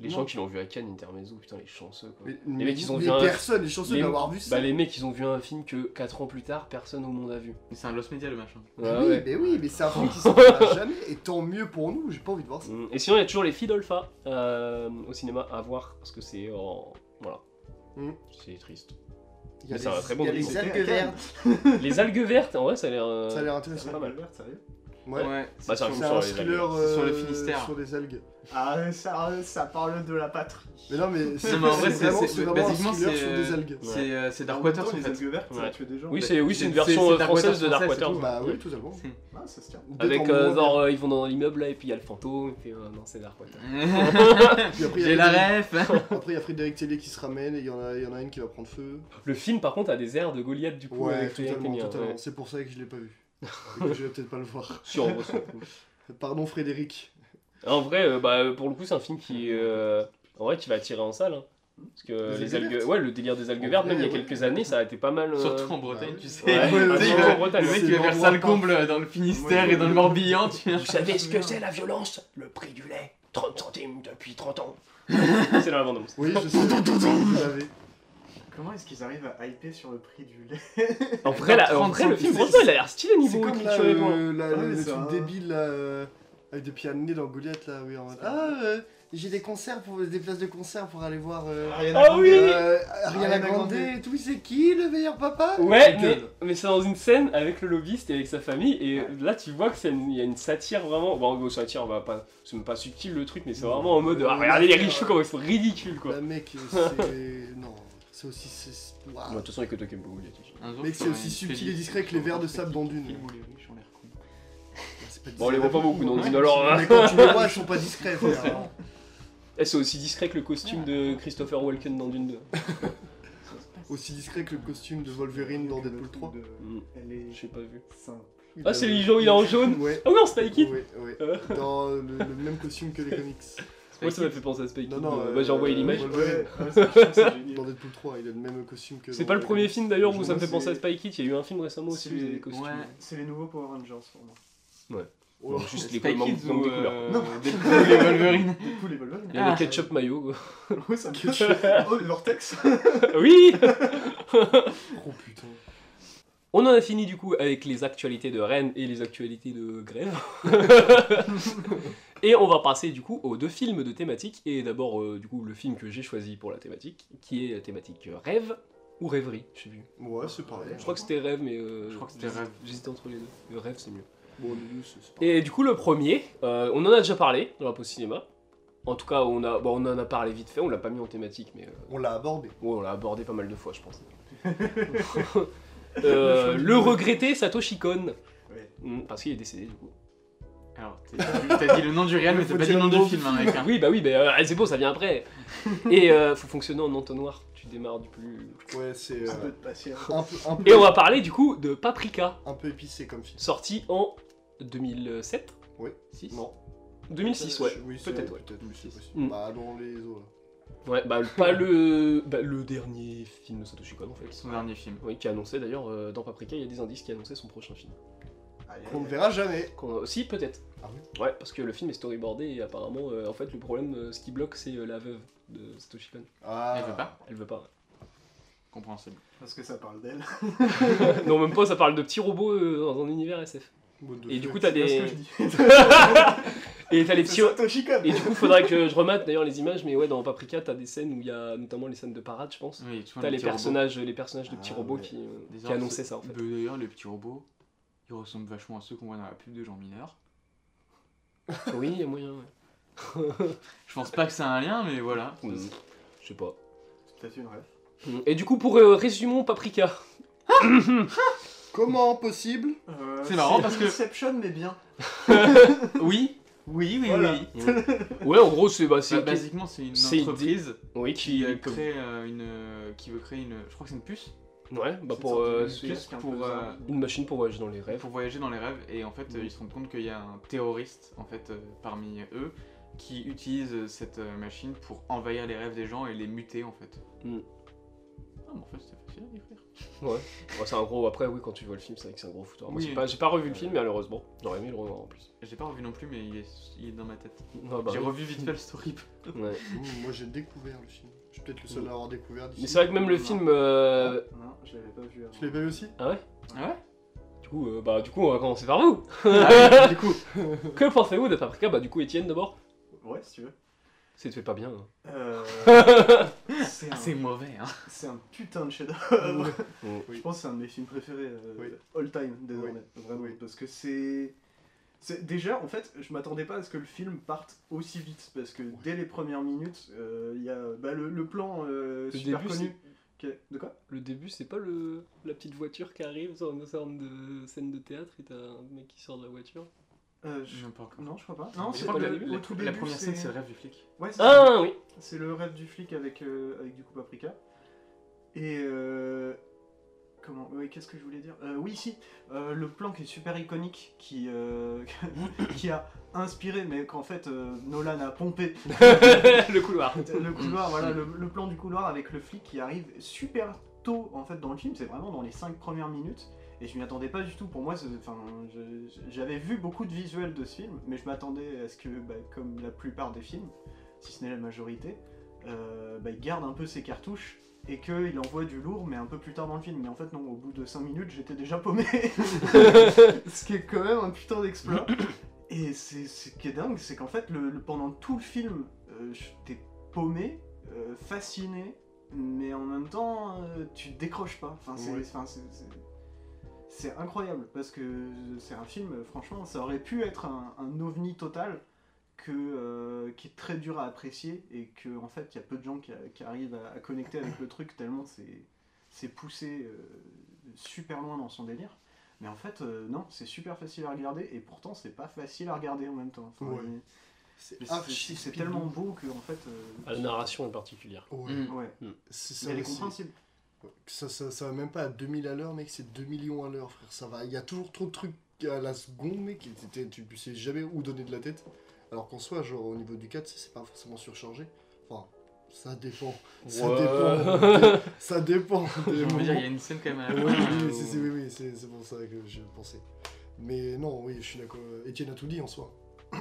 Les
Non.
gens qui l'ont vu à Cannes, Intermezzo, putain, les chanceux quoi.
Mais,
Les mecs, ils ont
mais
vu un-
personne est chanceux
les-
d'avoir vu ça.
Bah les mecs ils ont vu un film que 4 ans plus tard personne au monde a vu.
Mais C'est un Lost Media le machin.
Ouais,
Ah oui,
ouais.
mais oui, mais c'est un film qui sortira jamais, et tant mieux pour nous, j'ai pas envie de voir ça.
Mm. Et sinon il y a toujours les filles d'Olpha euh, au cinéma à voir parce que c'est en... Voilà.
Mm.
C'est triste.
Il y a
Mais ça
les-
va très bon
il y a
dans
les
les
algues
idées.
vertes,
les algues vertes, en vrai ça a l'air... euh,
ça a l'air
c'est
intéressant.
pas mal.
Albert, sérieux
Ouais.
Bah, c'est un
C'est
film
un
sur les algues.
thriller
C'est sur le
euh,
Finistère.
sur les algues.
Ah, ça, ça parle de la patrie.
Mais non, mais c'est
mais en vrai,
c'est vraiment
c'est-
c'est vraiment un
basiquement,
thriller sur
c'est-
des algues.
Ouais.
C'est euh, c'est
En
Darkwater
même temps,
en
les
fait.
algues vertes, ça
Ouais.
a tué des gens.
Oui c'est oui, c'est une
C'est- c'est
version euh,
Dark
française de
Water
Dark
français,
Water.
c'est tout.
Bah oui, totalement.
C'est-
Ah, ça se tient.
Dès
Avec
qu'on
euh,
voit-
genre euh, ils vont dans l'immeuble là et puis il y a le fantôme et puis euh, non c'est Dark Water.
Puis après, il y a
J'ai la
Frédéric-
ref
Après, il y a Frédéric Tellier qui se ramène et il y, en a- il y en a une qui va prendre feu.
Le film par contre a des airs de Goliath du coup
Ouais,
avec Frédéric
totalement,
Témien,
totalement.
ouais.
C'est pour ça que je l'ai pas vu. Et que je vais peut-être pas le voir.
Sur en gros, c'est cool.
Pardon, Frédéric.
En vrai, euh, bah, pour le coup, c'est un film qui, euh, en vrai, qui va attirer en salle. hein. Parce que
Les
les,
algues
algues,
vertes.
ouais, le délire des algues
En
vertes, même
vrai,
il y a
ouais.
quelques années, ça a été pas mal. euh,
Surtout en
bah
Bretagne,
oui.
tu sais.
Ouais,
Tu sais,
ouais,
il
ouais,
va-
en Bretagne,
le mec
c'est
il va faire
l'endroit
ça le comble dans le Finistère et dans le Morbihan, tu vois.
Vous savez
hein.
ce que c'est la violence Le prix du lait, 30 centimes depuis 30 ans. c'est dans la bande-annonce.
Oui, je sais. je l'avais.
Comment est-ce qu'ils arrivent à hyper sur le prix du lait
En vrai, la- en
30
vrai le film,
centimes,
franchement, il a l'air stylé
C'est
niveau
comme là,
écriture et tout. hein.
euh, la- le,
Ouais, mais
le
c'est
truc
un-
débile là, euh, avec des pieds à nez dans Goliath là. Oui, en mode, Ah, euh, j'ai des concerts pour des places de concert pour aller voir. Euh,
Ah oui
euh, Ariana
Ariana
Grande
Grande.
et tout. C'est qui le meilleur papa
Ouais,
Il
mais,
gueule.
mais c'est dans une scène avec le lobbyiste et avec sa famille, et là tu vois que c'est une- il y a une satire vraiment. Bon, en gros, satire, on va pas, c'est même pas subtil le truc, mais c'est vraiment en mode ah, regardez les riches comment ils sont ridicules quoi.
Bah, mec, c'est. non, c'est aussi. c'est-
Bon,
Waouh.
De toute façon, il y a que toi qui aimes beaucoup Goliath.
Un jour,
Mec,
je
c'est
ferai
aussi
une
subtil et
playlist
discret que les vers de
sur-
sable dans Dune.
Film où les riches ont l'air cons.
C'est pas
Bon, on les voit pas beaucoup dans
Ouais.
Dune alors. hein.
Mais quand tu les vois, ils sont pas discrets. frère.
Eh, c'est aussi discret que le costume de Christopher Walken dans Dune 2.
Aussi discret que le costume de Wolverine dans Deadpool 3.
Mm.
Elle est
J'ai pas vu.
simple.
Ah, c'est les gens, il est en jaune
Ouais.
Ah oui, non, Spike Kid
Ouais, ouais.
Euh.
Dans le, le même costume que les comics.
Moi, ça m'a fait penser à Spike
Non,
Kid.
non,
euh,
euh,
Bah, j'ai envoyé
euh,
l'image.
ouais.
Ouais, ouais, c'est franchement, c'est
Dans
génial.
Deadpool 3, il a le même costume que.
C'est
dans
pas le
les
premier
comics.
film d'ailleurs où ça me
Moi,
fait penser à
c'est-
Spike Kid. Il y a eu un film récemment aussi où il y avait des costumes.
Ouais.
C'est les nouveaux Power Rangers pour moi.
Oh,
Bon, juste les
Spy
manques
Kids
de
ou
couleurs.
euh,
Non.
Deadpool ou les Wolverine
Du coup, les Wolverine.
Il y avait
Ah.
Ketchup Mayo. quoi.
Ouais, ça me Oh, le Vortex
oui
Oh putain.
On en a fini du coup avec les actualités de Rennes et les actualités de Grève. et on va passer du coup aux deux films de thématique. Et d'abord euh, du coup le film que j'ai choisi pour la thématique, qui est la thématique euh, rêve ou rêverie, je sais plus.
Ouais, c'est pareil.
Je crois que c'était rêve, mais euh,
Je crois que c'était
j'hésite-
rêve.
J'hésitais entre les deux. Le rêve c'est mieux.
Bon, les deux, c'est c'est pareil.
Et du coup le premier, euh, on en a déjà parlé dans la pause cinéma. En tout cas, on, a, bon, on en a parlé vite fait, on l'a pas mis en thématique, mais euh,
On l'a abordé.
Ouais, on l'a abordé pas mal de fois, je pense. Euh, le regretté Satoshi Kon.
Ouais.
Mm, Parce qu'il est décédé, du coup.
Alors, t'es- t'as dit le nom du réel, mais t'as
Faut
pas dit
dire
le nom
le
du
nom
film,
du
hein, mec. hein.
Oui, bah oui, mais euh, c'est beau, ça vient après. Et euh, faut fonctionner en entonnoir. Tu démarres du plus.
Ouais, c'est
Un peu
euh,
de patience.
un, peu, un,
Et
peu,
on va parler du coup de Paprika,
un peu épicé comme film.
sorti en 2007.
Oui.
Six
Non.
2006, ouais.
Oui, c'est-
Peut-être, ouais.
Peut-être, oui, c'est possible.
Mm.
Bah, dans les eaux, là.
Ouais, bah le- pas le, bah, le dernier film de Satoshi Kon en fait.
Son dernier film.
Oui, qui a annoncé d'ailleurs euh, dans Paprika, il y a des indices qui annonçaient son prochain film.
Allez,
Qu'on ne verra jamais.
Qu'on- Aussi, peut-être.
Ah
Ouais, parce que le film est storyboardé et apparemment, euh, en fait, le problème, euh, ce qui bloque, c'est euh, la veuve de Satoshi Kon.
Ah.
Elle veut pas
Elle veut Eh, pas.
Compréhensible.
Parce que ça parle d'elle.
non, même pas, ça parle de petits robots euh, dans un univers SF.
What the
Et du
fuck.
coup, t'as
C'est pas
des.
ce que je dis.
et t'as les
C'est
petits.
Satoshi Kon.
Et du coup, faudrait que je remate d'ailleurs les images, mais ouais, dans Paprika, t'as des scènes où il y a notamment les scènes de parade, je pense.
Oui, tu vois,
T'as les
Mmh, petits robots.
personnages, les personnages de petits
Ah,
robots
ouais.
qui, euh,
Des
qui
arts,
annonçaient
c'est-
ça en fait.
Bah, D'ailleurs, les petits robots, ils ressemblent vachement à ceux qu'on voit dans la pub de Jean Mineur.
oui, il y a moyen, ouais.
Je pense pas que c'est un lien, mais voilà.
Mm. Je sais pas.
C'est peut-être une ref.
Mm. Et du coup, pour euh, résumons Paprika.
Comment possible
Euh,
C'est marrant parce que-
Inception, mais bien.
Oui
Oui, oui,
Voilà.
oui.
Ouais, en gros, c'est. Bah, c'est
Bah, basiquement, c'est une
c'est une
entreprise
Oui,
qui,
qui.
euh,
comme-
crée euh, une, euh, qui veut créer une. Je crois que c'est une puce.
Ouais, bah
C'est
pour. euh,
une sorte de
juste
casque un
pour,
peu
euh,
zombie.
Une machine pour voyager dans les rêves.
pour voyager dans les rêves. Et en fait, euh, ils se rendent compte qu'il y a un terroriste en fait euh, parmi eux qui utilise euh, cette euh, machine pour envahir les rêves des gens et les muter en fait.
Mm.
Ah, mais en fait, c'était facile à décrire.
Ouais, c'est un gros. Après, oui, quand tu vois le film, c'est vrai que c'est un gros foutoir. Moi,
Oui.
j'ai pas, j'ai pas revu le film, malheureusement. J'aurais aimé le revoir en plus.
J'ai pas revu non plus, mais il est, il est dans ma tête.
Ah bah
J'ai
oui.
revu vite fait le story.
Ouais.
Ouh, Mmh, Moi, j'ai découvert le film. Je suis peut-être le seul à avoir découvert d'ici.
Mais c'est vrai que même le
Non.
film. euh,
Non, je l'avais pas vu avant.
Je l'ai pas vu aussi
Ah ouais
Ah ouais
Du coup, euh, bah, du coup, on va commencer par vous.
Ah oui, Du coup,
que pensez-vous de Paprika Bah, du coup, Étienne d'abord.
Ouais, si tu veux.
C'est fait pas bien. hein.
Euh, c'est
Ah,
un-
c'est mauvais hein.
c'est un, putain de chef-d'œuvre.
Oui.
Je pense que c'est un de mes films préférés euh,
Oui.
all time désormais, vraiment,
Oui.
parce que c'est c'est- déjà en fait, je m'attendais pas à ce que le film parte aussi vite parce que dès les premières minutes, euh, il y a bah, le, le plan euh,
Le
super
début,
connu. qui est- De quoi
Le début, c'est pas le... la petite voiture qui arrive sur une sorte de scène de théâtre et t'as un mec qui sort de la voiture.
Euh, je-
Je pas encore.
Non, je crois pas.
Non,
Non,
je
c'est
crois que
le-
la-
au tout
la,
début,
première scène, c'est le rêve du flic.
Ouais, c'est ça.
Ah oui
C'est le rêve du flic avec, euh, avec du coup paprika. Et euh, comment ouais, Qu'est-ce que je voulais dire Euh, Oui, si. euh, le plan qui est super iconique, qui euh, qui a inspiré, mais qu'en fait euh, Nolan a pompé.
Le couloir.
le couloir, voilà, le, le plan du couloir avec le flic qui arrive super tôt en fait dans le film. C'est vraiment dans les 5 premières minutes. Et je m'y attendais pas du tout. Pour moi, c'est- enfin, je- j'avais vu beaucoup de visuels de ce film, mais je m'attendais à ce que, bah, comme la plupart des films, si ce n'est la majorité, euh, bah, il garde un peu ses cartouches et qu'il envoie du lourd, mais un peu plus tard dans le film. Mais en fait, non, au bout de 5 minutes, j'étais déjà paumé. ce qui est quand même un putain d'exploit. Et c'est ce qui est dingue, c'est qu'en fait, le, le- pendant tout le film, euh, j'étais paumé, euh, fasciné, mais en même temps, euh, tu décroches pas. Enfin, c'est,
Ouais.
enfin, c'est- c'est- c'est incroyable parce que c'est un film, euh, franchement, ça aurait pu être un, un ovni total que, euh, qui est très dur à apprécier et que en fait, il y a peu de gens qui, qui arrivent à, à connecter avec le truc tellement c'est, c'est poussé euh, super loin dans son délire. Mais en fait, euh, non, c'est super facile à regarder et pourtant c'est pas facile à regarder en même temps. Enfin,
Ouais.
mais- mais
Ah, C'est
c'est-
archi
c'est c'est
speed.
tellement beau que en fait. euh,
La narration est particulière.
Ouais.
Mm.
Ouais,
C'est
mais
ça,
elle est
c'est-
compréhensible.
ça, ça, ça va même pas à 2000 à l'heure, mec, c'est 2 millions à l'heure, frère. Ça va, il y a toujours trop de trucs à la seconde, mec, et t'es- t'es- tu ne sais jamais où donner de la tête. Alors qu'en soit, genre, au niveau du 4, c'est- c'est pas forcément surchargé. Enfin, ça dépend. Ça
Ouais.
dépend. des- ça dépend.
Je
des
veux dire, il y a
moments.
une scène quand même. à la
Oui,
fin,
oui,
euh,
oui, c'est- c'est- oui, oui, c'est c'est pour ça que je pensais. Mais non, oui, je suis d'accord. Etienne a tout dit en soi.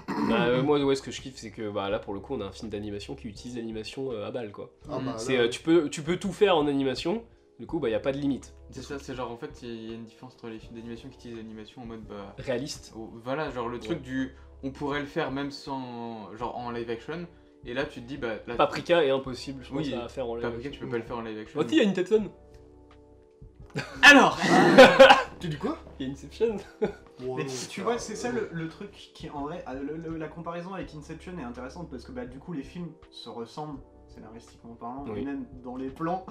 Bah, euh, moi, ouais, ce que je kiffe, c'est que bah, là, pour le coup, on a un film d'animation qui utilise l'animation euh, à balle, quoi.
Mm.
Ah bah là,
C'est, euh, tu, peux, tu peux tout faire en animation, du coup, il bah, n'y a pas de limite.
C'est ça, c'est genre en fait, il y a une différence entre les films d'animation qui utilisent l'animation en mode bah.
Réaliste.
oh, Voilà, genre le truc
Ouais.
du. On pourrait le faire même sans. Genre en live action. Et là, tu te dis, bah. Là,
Paprika est impossible, je pense,
Oui,
à faire en live.
Paprika, tu peux pas le faire en live action.
Oh, si, il y a une Tetson
Alors
Tu dis quoi
Il y a Inception
Mais
Ouais,
tu- tu
ouais,
vois,
ouais.
c'est ça le, le truc qui en vrai, ah, le- le- la comparaison avec Inception est intéressante parce que bah, du coup les films se ressemblent, scénaristiquement parlant, et
Oui.
même dans les plans,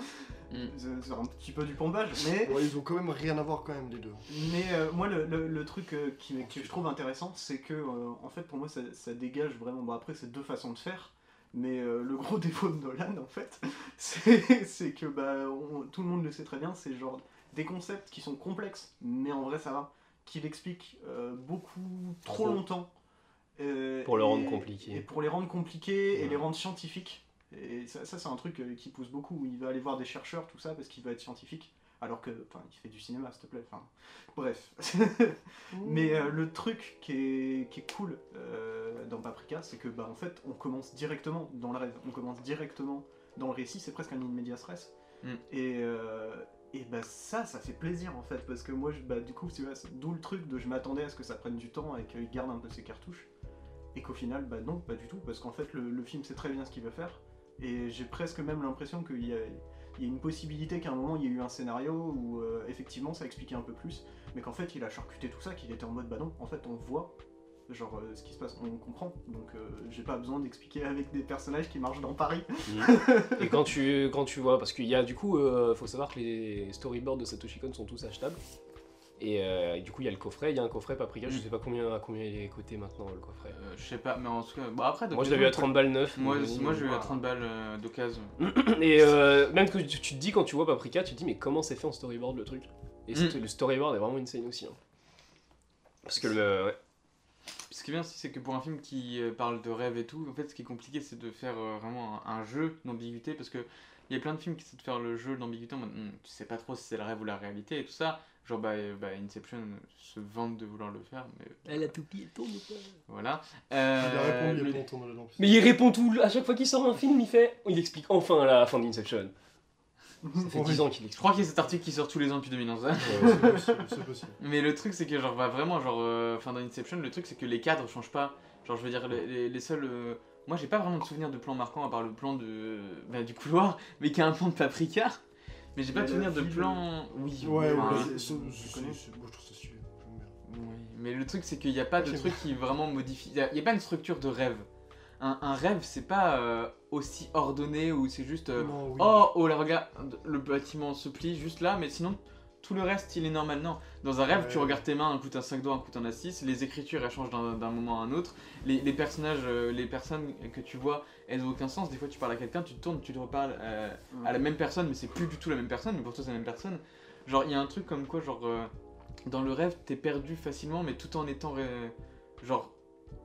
Mm.
c'est c'est un petit peu du pompage, mais
Ouais, ils ont quand même rien à voir quand même les deux.
Mais euh, moi, le, le- le truc euh, qui, m'est- que je trouve intéressant, c'est que, euh, en fait, pour moi, ça, ça dégage vraiment. Bon, après, c'est deux façons de faire. Mais euh, le gros défaut de Nolan, en fait, c'est c'est que bah, on- tout le monde le sait très bien, c'est genre des concepts qui sont complexes, mais en vrai, ça va. Qu'il explique euh, beaucoup trop,
Trop.
longtemps. euh,
Pour le
et-
rendre compliqué.
Et pour les rendre compliqués et
Ouais.
les rendre scientifiques. Et ça, ça, c'est un truc euh, qui pousse beaucoup. Il va aller voir des chercheurs, tout ça, parce qu'il veut être scientifique. Alors que, enfin, il fait du cinéma, s'il te plaît. Enfin, bref. Mais euh, le truc qui est, qui est cool euh, dans Paprika, c'est que, bah, en fait, on commence directement dans le rêve. On commence directement dans le récit. C'est presque un in medias res.
Mm.
Et, euh, et bah, ça, ça fait plaisir, en fait. Parce que moi, je- bah, du coup, tu vois, c'est d'où le truc de je m'attendais à ce que ça prenne du temps et qu'il garde un peu ses cartouches. Et qu'au final, bah, non, pas du tout. Parce qu'en fait, le, le film sait très bien ce qu'il veut faire. Et j'ai presque même l'impression qu'il y a, il y a une possibilité qu'à un moment il y ait eu un scénario où euh, effectivement ça expliquait un peu plus, mais qu'en fait il a charcuté tout ça, qu'il était en mode bah non, en fait on voit genre euh, ce qui se passe, on comprend, donc euh, j'ai pas besoin d'expliquer avec des personnages qui marchent dans Paris.
Mm.
Et quand tu, quand tu vois, parce qu'il y a du coup, euh, faut savoir que les storyboards de Satoshi Kon sont tous achetables. Et, euh, et du coup, il y a le coffret, il y a un coffret Paprika, je
Mm.
sais pas combien, à combien il est coté maintenant le coffret.
Euh, je sais pas, mais en tout cas, bah après. de
Moi, je
toute
l'avais à
façon,
30 balles neuf.
Moi,
mais-
moi j'ai eu à 30 balles euh, d'occasion.
Et euh, même que tu, tu te dis quand tu vois Paprika, tu te dis mais comment c'est fait en storyboard le truc Et c'est-
Mm.
le storyboard est vraiment une scène aussi. hein. Parce que le. ouais.
Ce qui est bien aussi, c'est que pour un film qui euh, parle de rêve et tout, en fait, ce qui est compliqué, c'est de faire euh, vraiment un, un jeu d'ambiguïté, parce que il y a plein de films qui essaient de faire le jeu de l'ambiguïté, en mode, Hmm, tu sais pas trop si c'est le rêve ou la réalité et tout ça. Genre, bah, euh, bah, Inception se vante de vouloir le faire, mais
Elle a tout pile, tombe ou pas
voilà.
il a
Euh,
répondu, il
le-
est content de la lampe.
Mais il répond tout, à chaque fois qu'il sort un film, il fait. Il explique enfin à la fin d'Inception. Ça fait
Ouais.
10 ans qu'il
Je
explique. Euh,
crois qu'il y a cet article qui sort tous les ans depuis 2011. hein.
Ouais,
C'est possible, c'est possible.
Mais le truc, c'est que, genre, bah, vraiment, genre, euh, fin d'Inception, le truc, c'est que les cadres changent pas. Genre, je veux dire, les, les- les seuls. euh, moi, j'ai pas vraiment de souvenir de plan marquant à part le plan de, bah, du couloir, mais qui a un plan de paprika. Mais j'ai pas
Mais
de souvenir
la
de
ville,
plan. Oui,
euh, Ouais, ouais,
enfin,
c'est- c'est-
tu
c'est-
connais
c'est- moi, je trouve ça stylé, j'aime bien.
oui. Mais le truc, c'est qu'il n'y a pas de
J'aime
truc qui vraiment modifie. Il n'y a, il y a pas une structure de rêve. Un, un rêve, c'est pas euh, aussi ordonné ou c'est juste. euh,
Non, oui.
Oh, oh là, regarde, le bâtiment se plie juste là, mais sinon, tout le reste, il est normal. Non, dans un rêve, tu
Ouais.
regardes tes mains, un coup t'as 5 doigts, un coup t'en as 6, les écritures, elles changent d'un d'un moment à un autre, les, les personnages, euh, les personnes que tu vois, elles n'ont aucun sens. Des fois, tu parles à quelqu'un, tu te tournes, tu te reparles euh, à la même personne, mais c'est plus du tout la même personne, mais pour toi, c'est la même personne. Genre, il y a un truc comme quoi, genre, euh, dans le rêve, t'es perdu facilement, mais tout en étant, euh, genre,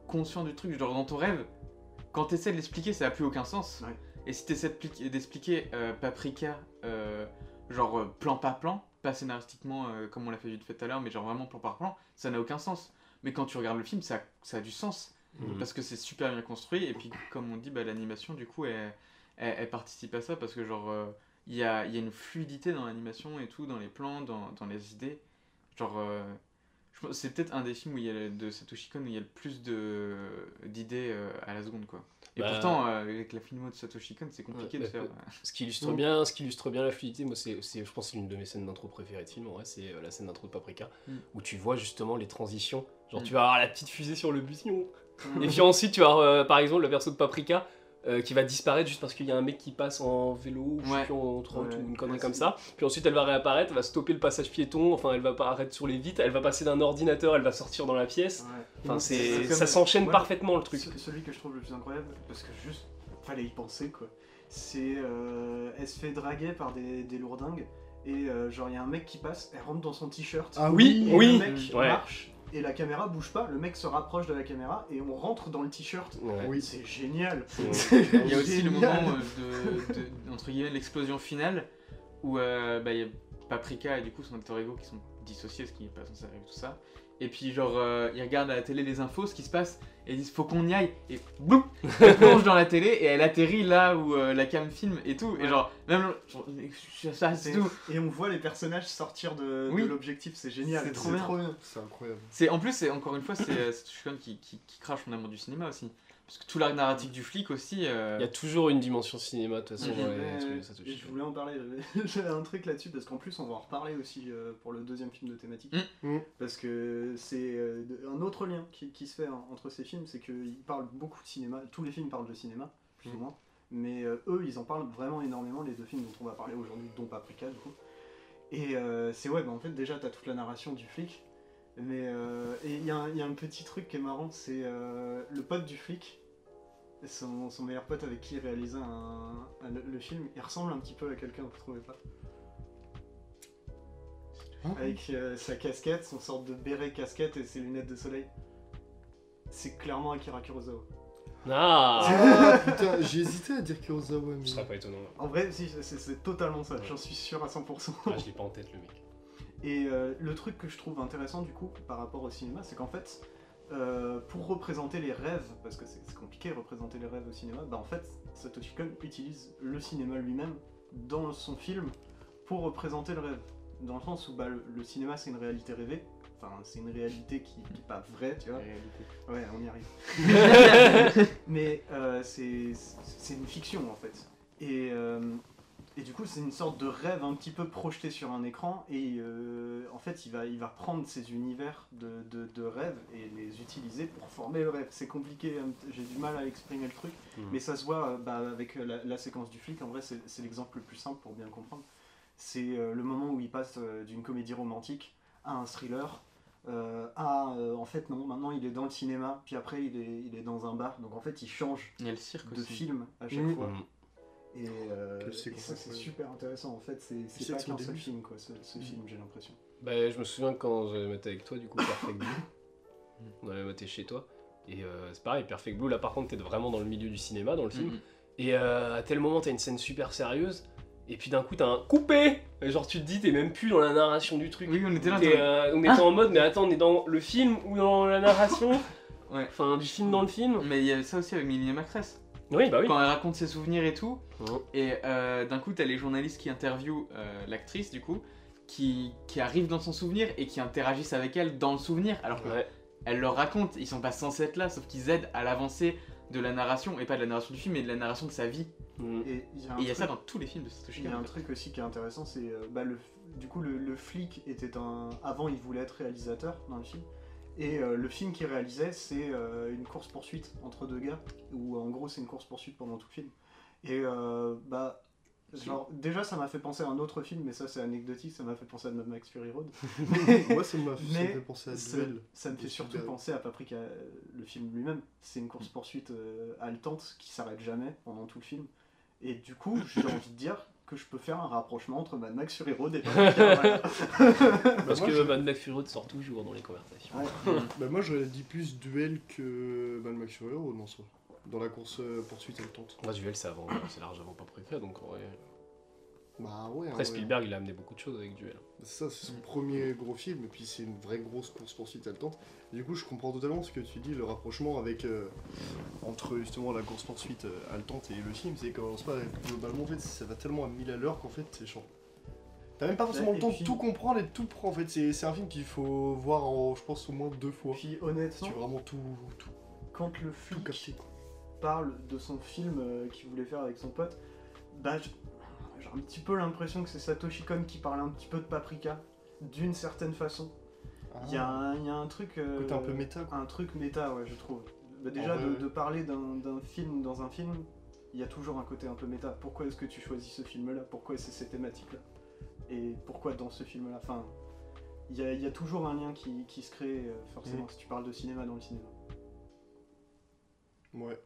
conscient du truc. Genre, dans ton rêve, quand t'essaies de l'expliquer, ça n'a plus aucun sens.
Ouais.
Et si t'essaies de pli- d'expliquer euh, Paprika, euh, genre, euh, plan par plan, pas scénaristiquement euh, comme on l'a fait vite fait tout à l'heure, mais genre vraiment plan par plan, ça n'a aucun sens. Mais quand tu regardes le film, ça, ça a du sens
Mm.
parce que c'est super bien construit et puis comme on dit bah, l'animation du coup elle, elle- elle participe à ça parce que genre euh, il y, a, il y a une fluidité dans l'animation et tout dans les plans dans, dans les idées genre euh, je pense- c'est peut-être un des films où il y a le- de Satoshi Kon où il y a le plus de d'idées euh, à la seconde quoi et
Bah-
pourtant euh, avec la filmo de Satoshi Kon c'est compliqué
Ouais,
de
bah,
faire
peut-
euh,
Ce qui illustre
Mm.
bien, ce qui illustre bien la fluidité, moi c'est, c'est- je pense que c'est l'une de mes scènes d'intro préférées de film, en vrai, c'est euh, la scène d'intro de Paprika,
Mm.
où tu vois justement les transitions. Genre
Mm.
tu vas avoir la petite fusée sur le buisson.
Mm.
Et puis ensuite tu vas avoir euh, par exemple le perso de Paprika euh, qui va disparaître juste parce qu'il y a un mec qui passe en vélo ou je sais
Ouais.
plus, en trotte
Ouais.
ou une connerie
Ouais,
comme
c'est-
ça. Puis ensuite elle va réapparaître, elle va stopper le passage piéton, enfin elle va apparaître sur les vitres, elle va passer d'un ordinateur, elle va sortir dans la pièce.
Ouais.
Enfin
C'est
c'est,
comme-
ça s'enchaîne
Ouais.
parfaitement le truc.
Ce- Celui que je trouve le plus incroyable, parce que juste fallait y penser quoi, c'est euh, elle se fait draguer par des, des lourdingues et euh, genre il y a un mec qui passe, elle rentre dans son t-shirt.
Ah
Oui,
et
oui,
le mec
ouais.
marche et la caméra bouge pas, le mec se rapproche de la caméra et on rentre dans le t-shirt.
Ouais.
Oui.
C'est génial.
Ouais.
Il y a aussi le
Génial.
moment euh, de, de- entre guillemets, l'explosion finale où euh, bah, il y a Paprika et du coup son alter ego qui sont dissociés, ce qui n'est pas censé arriver, tout ça. Et puis, genre, euh, ils regardent à la télé les infos, ce qui se passe, et ils disent faut qu'on y aille. Et boum Elle plonge dans la télé et elle atterrit là où euh, la cam filme et tout. Et genre, même. genre, ça, c'est
C'est-
tout.
Et on voit les personnages sortir de, de
Oui.
l'objectif, c'est génial.
C'est trop bien.
C'est incroyable.
C'est en plus, c'est encore une fois, c'est euh, c'est Tuchon qui, qui, qui crache mon amour du cinéma aussi. Parce que tout l'arc narratif du flic aussi. euh,
Il y a toujours une dimension cinéma de toute façon.
Mhm.
dans les
Ouais,
trucs de
et
Satoshi
Ah, je
Kon.
voulais en parler, j'avais- j'avais un truc là-dessus parce qu'en plus on va en reparler aussi euh, pour le deuxième film de thématique.
Mm. Mm.
Parce que c'est euh, de- un autre lien qui, qui se fait hein, entre ces films, c'est qu'ils parlent beaucoup de cinéma, tous les films parlent de cinéma, plus ou
Mm.
moins, Mais euh, eux, ils en parlent vraiment énormément, les deux films dont on va parler aujourd'hui, dont Paprika du coup. Et euh, c'est ouais, bah, en fait, déjà, t'as toute la narration du flic. Mais euh, et il y, a un- il y a un petit truc qui est marrant, c'est euh, le pote du flic, son, son meilleur pote avec qui il réalisait un- un- le film, il ressemble un petit peu à quelqu'un, vous trouvez pas
Hein
Avec euh, sa casquette, son sorte de béret casquette et ses lunettes de soleil. C'est clairement Akira Kurosawa.
Ah
Ah putain, j'ai hésité à dire Kurosawa, mais.
Ce serait pas étonnant. ouais.
En vrai, si, c'est- c'est totalement ça,
Ouais.
j'en suis sûr à 100%.
Ah, je l'ai pas en tête, le mec.
Et euh, le truc que je trouve intéressant du coup par rapport au cinéma, c'est qu'en fait, euh, pour représenter les rêves, parce que c'est c'est compliqué représenter les rêves au cinéma, bah en fait, Satoshi Kon utilise le cinéma lui-même dans son film pour représenter le rêve. Dans le sens où bah, le, le cinéma c'est une réalité rêvée, enfin c'est une réalité qui n'est pas vraie, tu vois. Ouais, on y arrive. Mais euh, c'est c'est une fiction en fait. Et, euh, et du coup, c'est une sorte de rêve un petit peu projeté sur un écran. Et euh, en fait, il va, il va prendre ces univers de, de, de rêve et les utiliser pour former le rêve. C'est compliqué, hein, j'ai du mal à exprimer le truc.
Hmm.
Mais ça se voit euh, bah, avec euh, la, la séquence du flic. En vrai, c'est c'est l'exemple le plus simple pour bien le comprendre. C'est euh, le moment où il passe euh, d'une comédie romantique à un thriller. euh, à, euh, en fait, non, maintenant il est dans le cinéma, puis après il est, il est dans un bar. Donc en fait, il change
Il y a le cirque
de
aussi.
film à chaque
Mmh.
fois.
Mm.
Et, euh,
Quelle
et
séquence,
ça, c'est
ouais.
super intéressant. En fait, c'est c'est
sais
pas
que c'est au
qu'un seul
début.
film, quoi, ce,
Mmh.
ce film, j'ai l'impression.
Bah, je me souviens quand j'avais maté avec toi, du coup, Perfect Blue. On avait maté chez toi. Et euh, c'est pareil, Perfect Blue, là par contre, t'es vraiment dans le milieu du cinéma, dans le film.
Mhm.
Et euh, à tel moment, t'as une scène super sérieuse. Et puis d'un coup, t'as un coupé Et Genre, tu te dis, t'es même plus dans la narration du truc.
Oui, on était là.
T'es,
attends.
euh, on était en mode, mais attends, on est dans le film ou dans la narration
Ouais.
Enfin, du film dans le film
Mais il y a ça aussi avec Mélanie Marcresse.
Oui, bah oui.
Quand elle raconte ses souvenirs et tout,
Mhm.
et euh, d'un coup, t'as les journalistes qui interviewent euh, l'actrice, du coup, qui, qui arrivent dans son souvenir et qui interagissent avec elle dans le souvenir, alors que
Ouais.
elle leur raconte, ils sont pas censés être là, sauf qu'ils aident à l'avancée de la narration, et pas de la narration du film, mais de la narration de sa vie.
Mm.
Et il y a un
Et il y a
truc-
ça dans tous les films de Satoshi
Il y a
Kon.
un truc aussi qui est intéressant, c'est euh, bah, le, du coup le, le flic était un avant il voulait être réalisateur dans le film et euh, le film qu'il réalisait c'est euh, une course poursuite entre deux gars où euh, en gros c'est une course poursuite pendant tout le film et euh, bah genre déjà ça m'a fait penser à un autre film mais ça c'est anecdotique ça m'a fait penser à Mad Max Fury Road
Moi, ça m'a ça
Mais
me fait penser à
ça,
Duel.
ça me fait
de
surtout
Spielberg.
penser à Paprika, euh, le film lui-même. C'est une course-poursuite euh, haletante qui s'arrête jamais pendant tout le film. Et du coup, j'ai envie de dire que je peux faire un rapprochement entre Mad Max Fury Road et Paprika. voilà.
Parce
Bah, moi,
que
je-
Mad Max Fury Road sort toujours dans les conversations.
Ouais.
Bah, moi, j'aurais dit plus Duel que Mad Max Fury Road en soi. Dans la course euh, poursuite, elle tente.
Moi, Duel, c'est avant, c'est large avant pas préféré, donc en vrai.
Ah Bah, ouais.
Après,
ouais.
Spielberg, il a amené beaucoup de choses avec Duel.
C'est ça, c'est son
Mm.
premier gros film, et puis c'est une vraie grosse course-poursuite haletante. Et Du coup, je comprends totalement ce que tu dis, le rapprochement avec euh, entre justement la course-poursuite euh, haletante et le film, c'est qu'en soi, globalement, en fait, ça va tellement à 1000 à l'heure qu'en fait, c'est chiant. T'as même pas forcément
Ouais,
le
et
temps
puis-
de tout comprendre et de tout prendre, en fait. C'est c'est un film qu'il faut voir, en, je pense, au moins deux fois.
Puis
Si tu
honnêtement,
veux vraiment tout, tout,
quand
Oh.
le
tout
flic
capter. quoi.
parle de son film euh, qu'il voulait faire avec son pote, bah j- j'ai un petit peu l'impression que c'est Satoshi Kon qui parle un petit peu de Paprika, d'une certaine façon. Il y, a un- il y a un truc... euh,
Ah, Côté un peu méta, quoi.
un truc méta, ouais, je trouve. Bah, déjà,
Ah ouais,
de,
ouais.
de parler d'un d'un film dans un film, il y a toujours un côté un peu méta. Pourquoi est-ce que tu choisis ce film-là Pourquoi c'est ces thématiques-là Et pourquoi dans ce film-là Enfin, il y a, il y a toujours un lien qui, qui se crée, euh, forcément, si tu parles de cinéma dans le cinéma.
Ouais.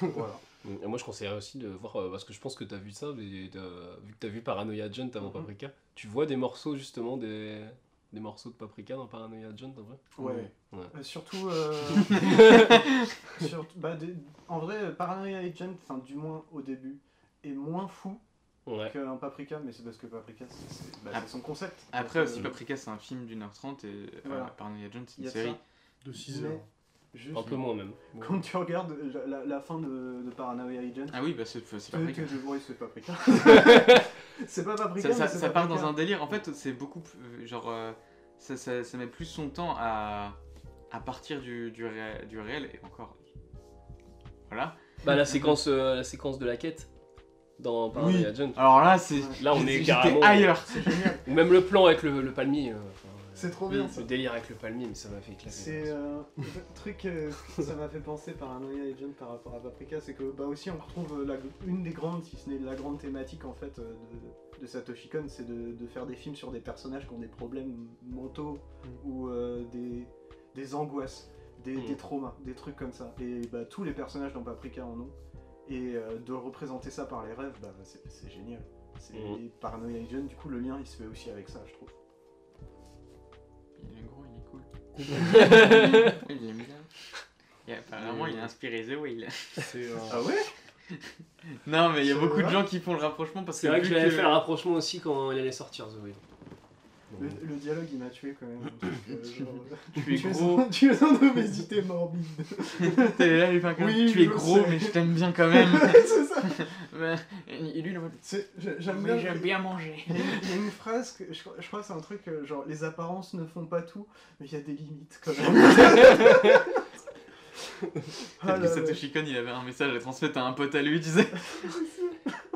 voilà.
Mm. Et moi, je conseillerais aussi de voir, euh, parce que je pense que t'as vu ça, mais t'as- vu que t'as vu Paranoia John avant
Mhm.
Paprika, tu vois des morceaux justement des, des morceaux de Paprika dans Paranoia John, en vrai
Ouais.
Ouais.
Euh, surtout, euh, surtout- bah, des- en vrai, Paranoia Agent, enfin du moins au début, est moins fou
Ouais.
qu'un Paprika, mais c'est parce que Paprika, c'est- c'est bah,
Ah.
c'est son concept.
Après
Donc,
aussi,
euh,
Paprika, c'est un film d'une heure trente, et euh,
Voilà.
Paranoia Jones, c'est
il y
une
a de ça.
série.
De 6
Mais-
heures.
Juste-
Un peu moins même.
Quand tu regardes la, la- la fin de, de Paranoia Agent,
Ah oui, bah c'est c'est
que,
Paprika.
que je vois, c'est Paprika. c'est pas Paprika,
ça, ça-
mais c'est
ça part
Paprika.
dans un délire. En fait, c'est beaucoup plus. euh, Genre, euh, ça, ça- ça met plus son temps à, à partir du, du, ré- du réel. Et encore. Voilà.
Bah, la séquence, euh, la séquence de la quête dans Paranoia John.
Alors là, c'est.
Ouais.
Là, on
j'étais-
est
j'étais
carrément.
ailleurs.
C'est génial.
Ou même le plan avec le, le palmier. euh, enfin,
C'est trop
Le,
bien ça.
le délire avec le palmier, mais ça m'a fait classer.
C'est euh, un truc euh, ça m'a fait penser par un Legend par rapport à Paprika, c'est que bah aussi on retrouve la- une des grandes, si ce n'est la grande thématique en fait euh, de, de Satoshi Kon, c'est de, de faire des films sur des personnages qui ont des problèmes mentaux ou euh, des, des angoisses, des,
Mm.
des traumas, des trucs comme ça. Et bah tous les personnages dans Paprika en ont. Et euh, de représenter ça par les rêves, bah c'est c'est génial. C'est
Mm.
et Paranoia Agent, du coup le lien il se fait aussi avec ça, je trouve.
Il est gros, il est cool. il aime bien. Et apparemment, il a inspiré The Whale.
C'est euh,
Ah ouais
Non, mais il y a
C'est
beaucoup de
vrai
gens qui font le rapprochement parce
C'est vrai que
vu
j'avais fait un rapprochement aussi quand il allait sortir The Way.
Le, le dialogue il m'a tué quand même. Euh, genre,
tu es
tu, es
gros,
en, tu es en obésité morbide.
t'es là, il fait un câlin,
Oui,
tu es
je
gros,
sais.
mais je t'aime bien quand même.
c'est ça.
Mais- et lui, il est en mode,
C'est- je- J'aime
mais
bien.
j'aime bien manger.
Il y a une- il y a une phrase que je, crois- je crois que c'est un truc euh, genre les apparences ne font pas tout, mais il y a des limites quand même. Ah
Peut-être que
là là.
Satoshi Kon, il avait un message à transmettre à un pote à lui, tu sais.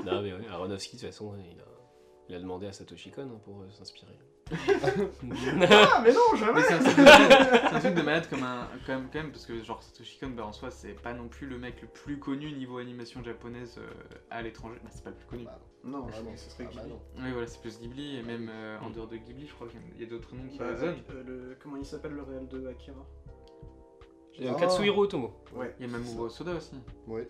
Non, mais ouais, Aronofsky, de toute façon, il a, il a demandé à Satoshi Kon hein, pour euh, s'inspirer.
Ah mais non
Mais
jamais.
c'est un, truc de malade- c'est un truc de malade comme un, quand, même, quand même, parce que genre Satoshi Kon, bah, en soi, c'est pas non plus le mec le plus connu niveau animation japonaise euh, à l'étranger. Bah, c'est pas le plus connu.
Bah,
Non vraiment ce serait
Ah bah
Ghibli.
non.
Oui, voilà, c'est plus Ghibli, et même euh, en dehors de Ghibli, je crois qu'il y a d'autres noms qui
Bah,
résonnent.
euh, le- comment il s'appelle le réel de Akira
Euh,
Ah.
Katsuhiro Otomo.
Ouais.
Il y a Mamoru Osoda aussi.
Ouais.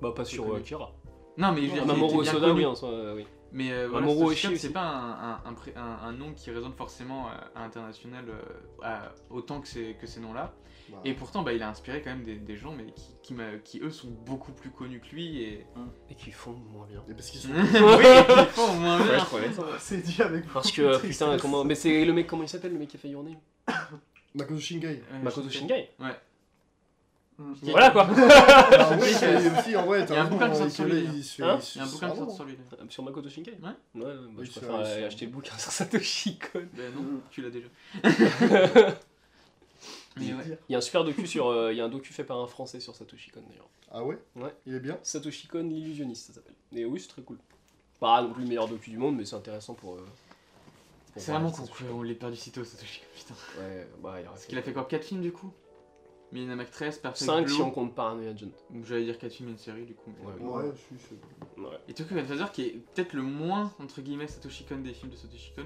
Bah, pas
connu.
sur Akira.
Non, mais je veux dire, qui- qui
Mamoru
est bien
Osoda,
connu.
oui, en soi, euh, oui.
Mais euh,
Mamoru
voilà, Satoshi
Oshii
Kon,
aussi.
c'est pas un, un- un pré- un- un nom qui résonne forcément euh, à l'international euh, à- autant que ces, que ces noms-là.
Bah,
Et pourtant, bah, il a inspiré quand même des, des gens mais qui, qui, m'a- qui, eux, sont beaucoup plus connus que lui et.
Et qui font moins bien.
et parce qu'ils
Hmm
sont.
oui, et qui font au moins bien.
Ça, Oh, C'est dit avec
Parce
beaucoup
que,
de
euh,
tristesse.
putain, comment. Mais c'est le mec, comment il s'appelle, le mec qui a fait Your Name
Makoto Bah, Shinkai.
Euh,
Makoto
je sais.
Shinkai.
Mm.
Shinkai.
Voilà quoi
Bah, ouais,
Ah Oui,
c'est aussi en vrai.
il y a un bouquin qui sort sur lui, Il y
Il
a un bouquin qui sort sur lui. là.
Sur Makoto Shinkai
Ouais.
Ouais, ouais, bah,
Oui,
je
c'est
préfère
vrai,
euh,
c'est-
acheter le bouquin sur Satoshi Kon.
Ben non,
Mm.
tu l'as déjà.
Je
Mais
veux
ouais.
dire.
Il y a un super docu sur. euh, Il y a un docu fait par un français sur Satoshi Kon d'ailleurs.
Ah ouais
Ouais.
Il est bien
Satoshi Kon, l'illusionniste, ça s'appelle. Et oui, c'est très cool. Pas non plus le meilleur docu du monde, mais c'est intéressant pour. euh, pour
C'est
voir
vraiment
la
con
Satoshi
qu'on l'ait perdu si tôt, Satoshi. Kon, Putain.
Kon. Ouais, bah, il a
Parce qu'il a fait quoi 4 films du coup Minamac 13, Perfect
5
Blue.
si on compte Paranoia Agent.
J'allais dire 4 films et une série du coup. mais-
Ouais.
Ouais, je suis. je-
Ouais.
Et Tokyo Godfather qui est peut-être le moins entre guillemets Satoshi Kon des films de Satoshi Kon.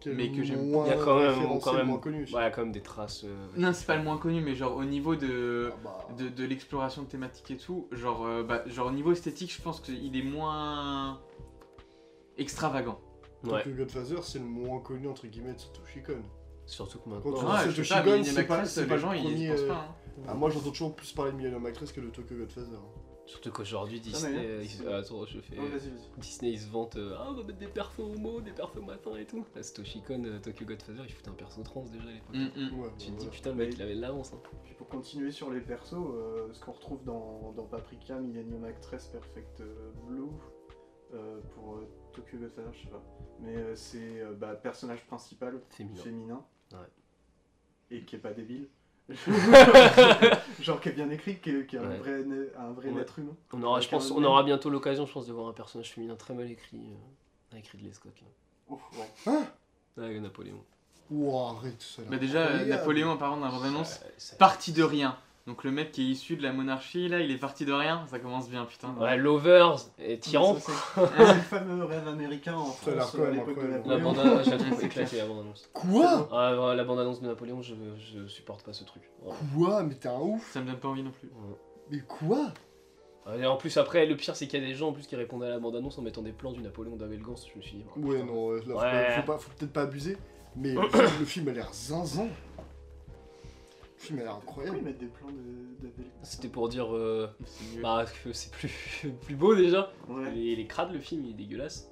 Quel
Mais que j'aime.
moins
Il y a quand même-
référencé,
quand même-
moins connu.
Ouais, il y a quand même des traces. euh,
Non, c'est pas le moins connu, mais genre au niveau
Ah
de
bah,
de, de l'exploration thématique et tout, genre euh, bah, genre au niveau esthétique, je pense qu'il est moins extravagant.
donc
Ouais.
le Godfather, c'est le moins connu entre guillemets de Satoshi Kon.
Surtout que
Quand tu
maintenant.
vois
Ouais, je
Satoshi
sais pas,
Kon,
mais
c'est
Minamac
pas-
13,
c'est
les
pas
gens
le
ils y
premier,
pensent
euh,
pas. hein.
Ah, moi j'entends toujours plus parler de Millennium Actress que de Tokyo Godfather. hein.
Surtout qu'aujourd'hui,
mais
Disney.
là,
euh,
c'est-
ils- euh, Attends, je fais.
Non, vas-y, vas-y.
Disney, ils se vantent. euh, ah, on va mettre des perfs homo, des perfs matin et tout. La Satoshi Kon, euh, Tokyo Godfather, il foutait un perso trans déjà à l'époque.
Mm, mm.
Ouais,
Tu te
bah,
dis,
ouais.
putain, le mec, il avait de l'avance. Hein.
Puis pour continuer sur les persos, euh, ce qu'on retrouve dans, dans Paprika, Millennium Actress, Perfect euh, Blue, euh, pour euh, Tokyo Godfather, je sais pas. Mais euh, c'est euh, bah, personnage principal
Féminin.
féminin.
Ouais.
Et qui est pas débile. Genre qui est bien écrit, qui est, qui est un
Ouais.
vrai, ne- un vrai
Ouais.
être humain.
On aura,
Avec
je pense,
un
on
même.
aura bientôt l'occasion, je pense, de voir un personnage féminin très mal écrit. euh, écrit de Lescott, là.
Ouf, ouais.
Avec Napoléon.
Ouah, arrête ça. a l'air
Bah déjà euh,
incroyable.
Napoléon apparemment dans la bande annonce
Euh, ça-
parti de rien. Donc le mec qui est issu de la monarchie là, il est parti de rien, ça commence bien putain.
Ouais, Lovers et Tyran.
Ça, C'est c'est le fameux rêve américain en
Ça a l'air
France
quand
à
même
l'époque de
incroyable.
La
Napoléon.
bande annonce, je la trouve éclatée, la bande annonce.
Quoi
Ah, ouais, la bande annonce de Napoléon, je, je supporte pas ce truc. Ouais.
Quoi Mais t'es un ouf
Ça me donne pas envie non plus.
Mais quoi
Ouais. Et en plus, après, le pire, c'est qu'il y a des gens en plus qui répondent à la bande annonce en mettant des plans du Napoléon d'Abelgance. Je me suis dit, oh,
Ouais,
putain.
non, ouais, là,
Ouais.
Faut, pas- faut peut-être pas abuser, mais le film- le film a l'air zinzin. Le film a l'air
Pourquoi ils
incroyable.
mettent des plans de, de Belle-
C'était pour dire euh,
C'est mieux.
bah, que c'est plus, plus beau déjà.
Ouais.
Il est- il est crade le film, il est dégueulasse.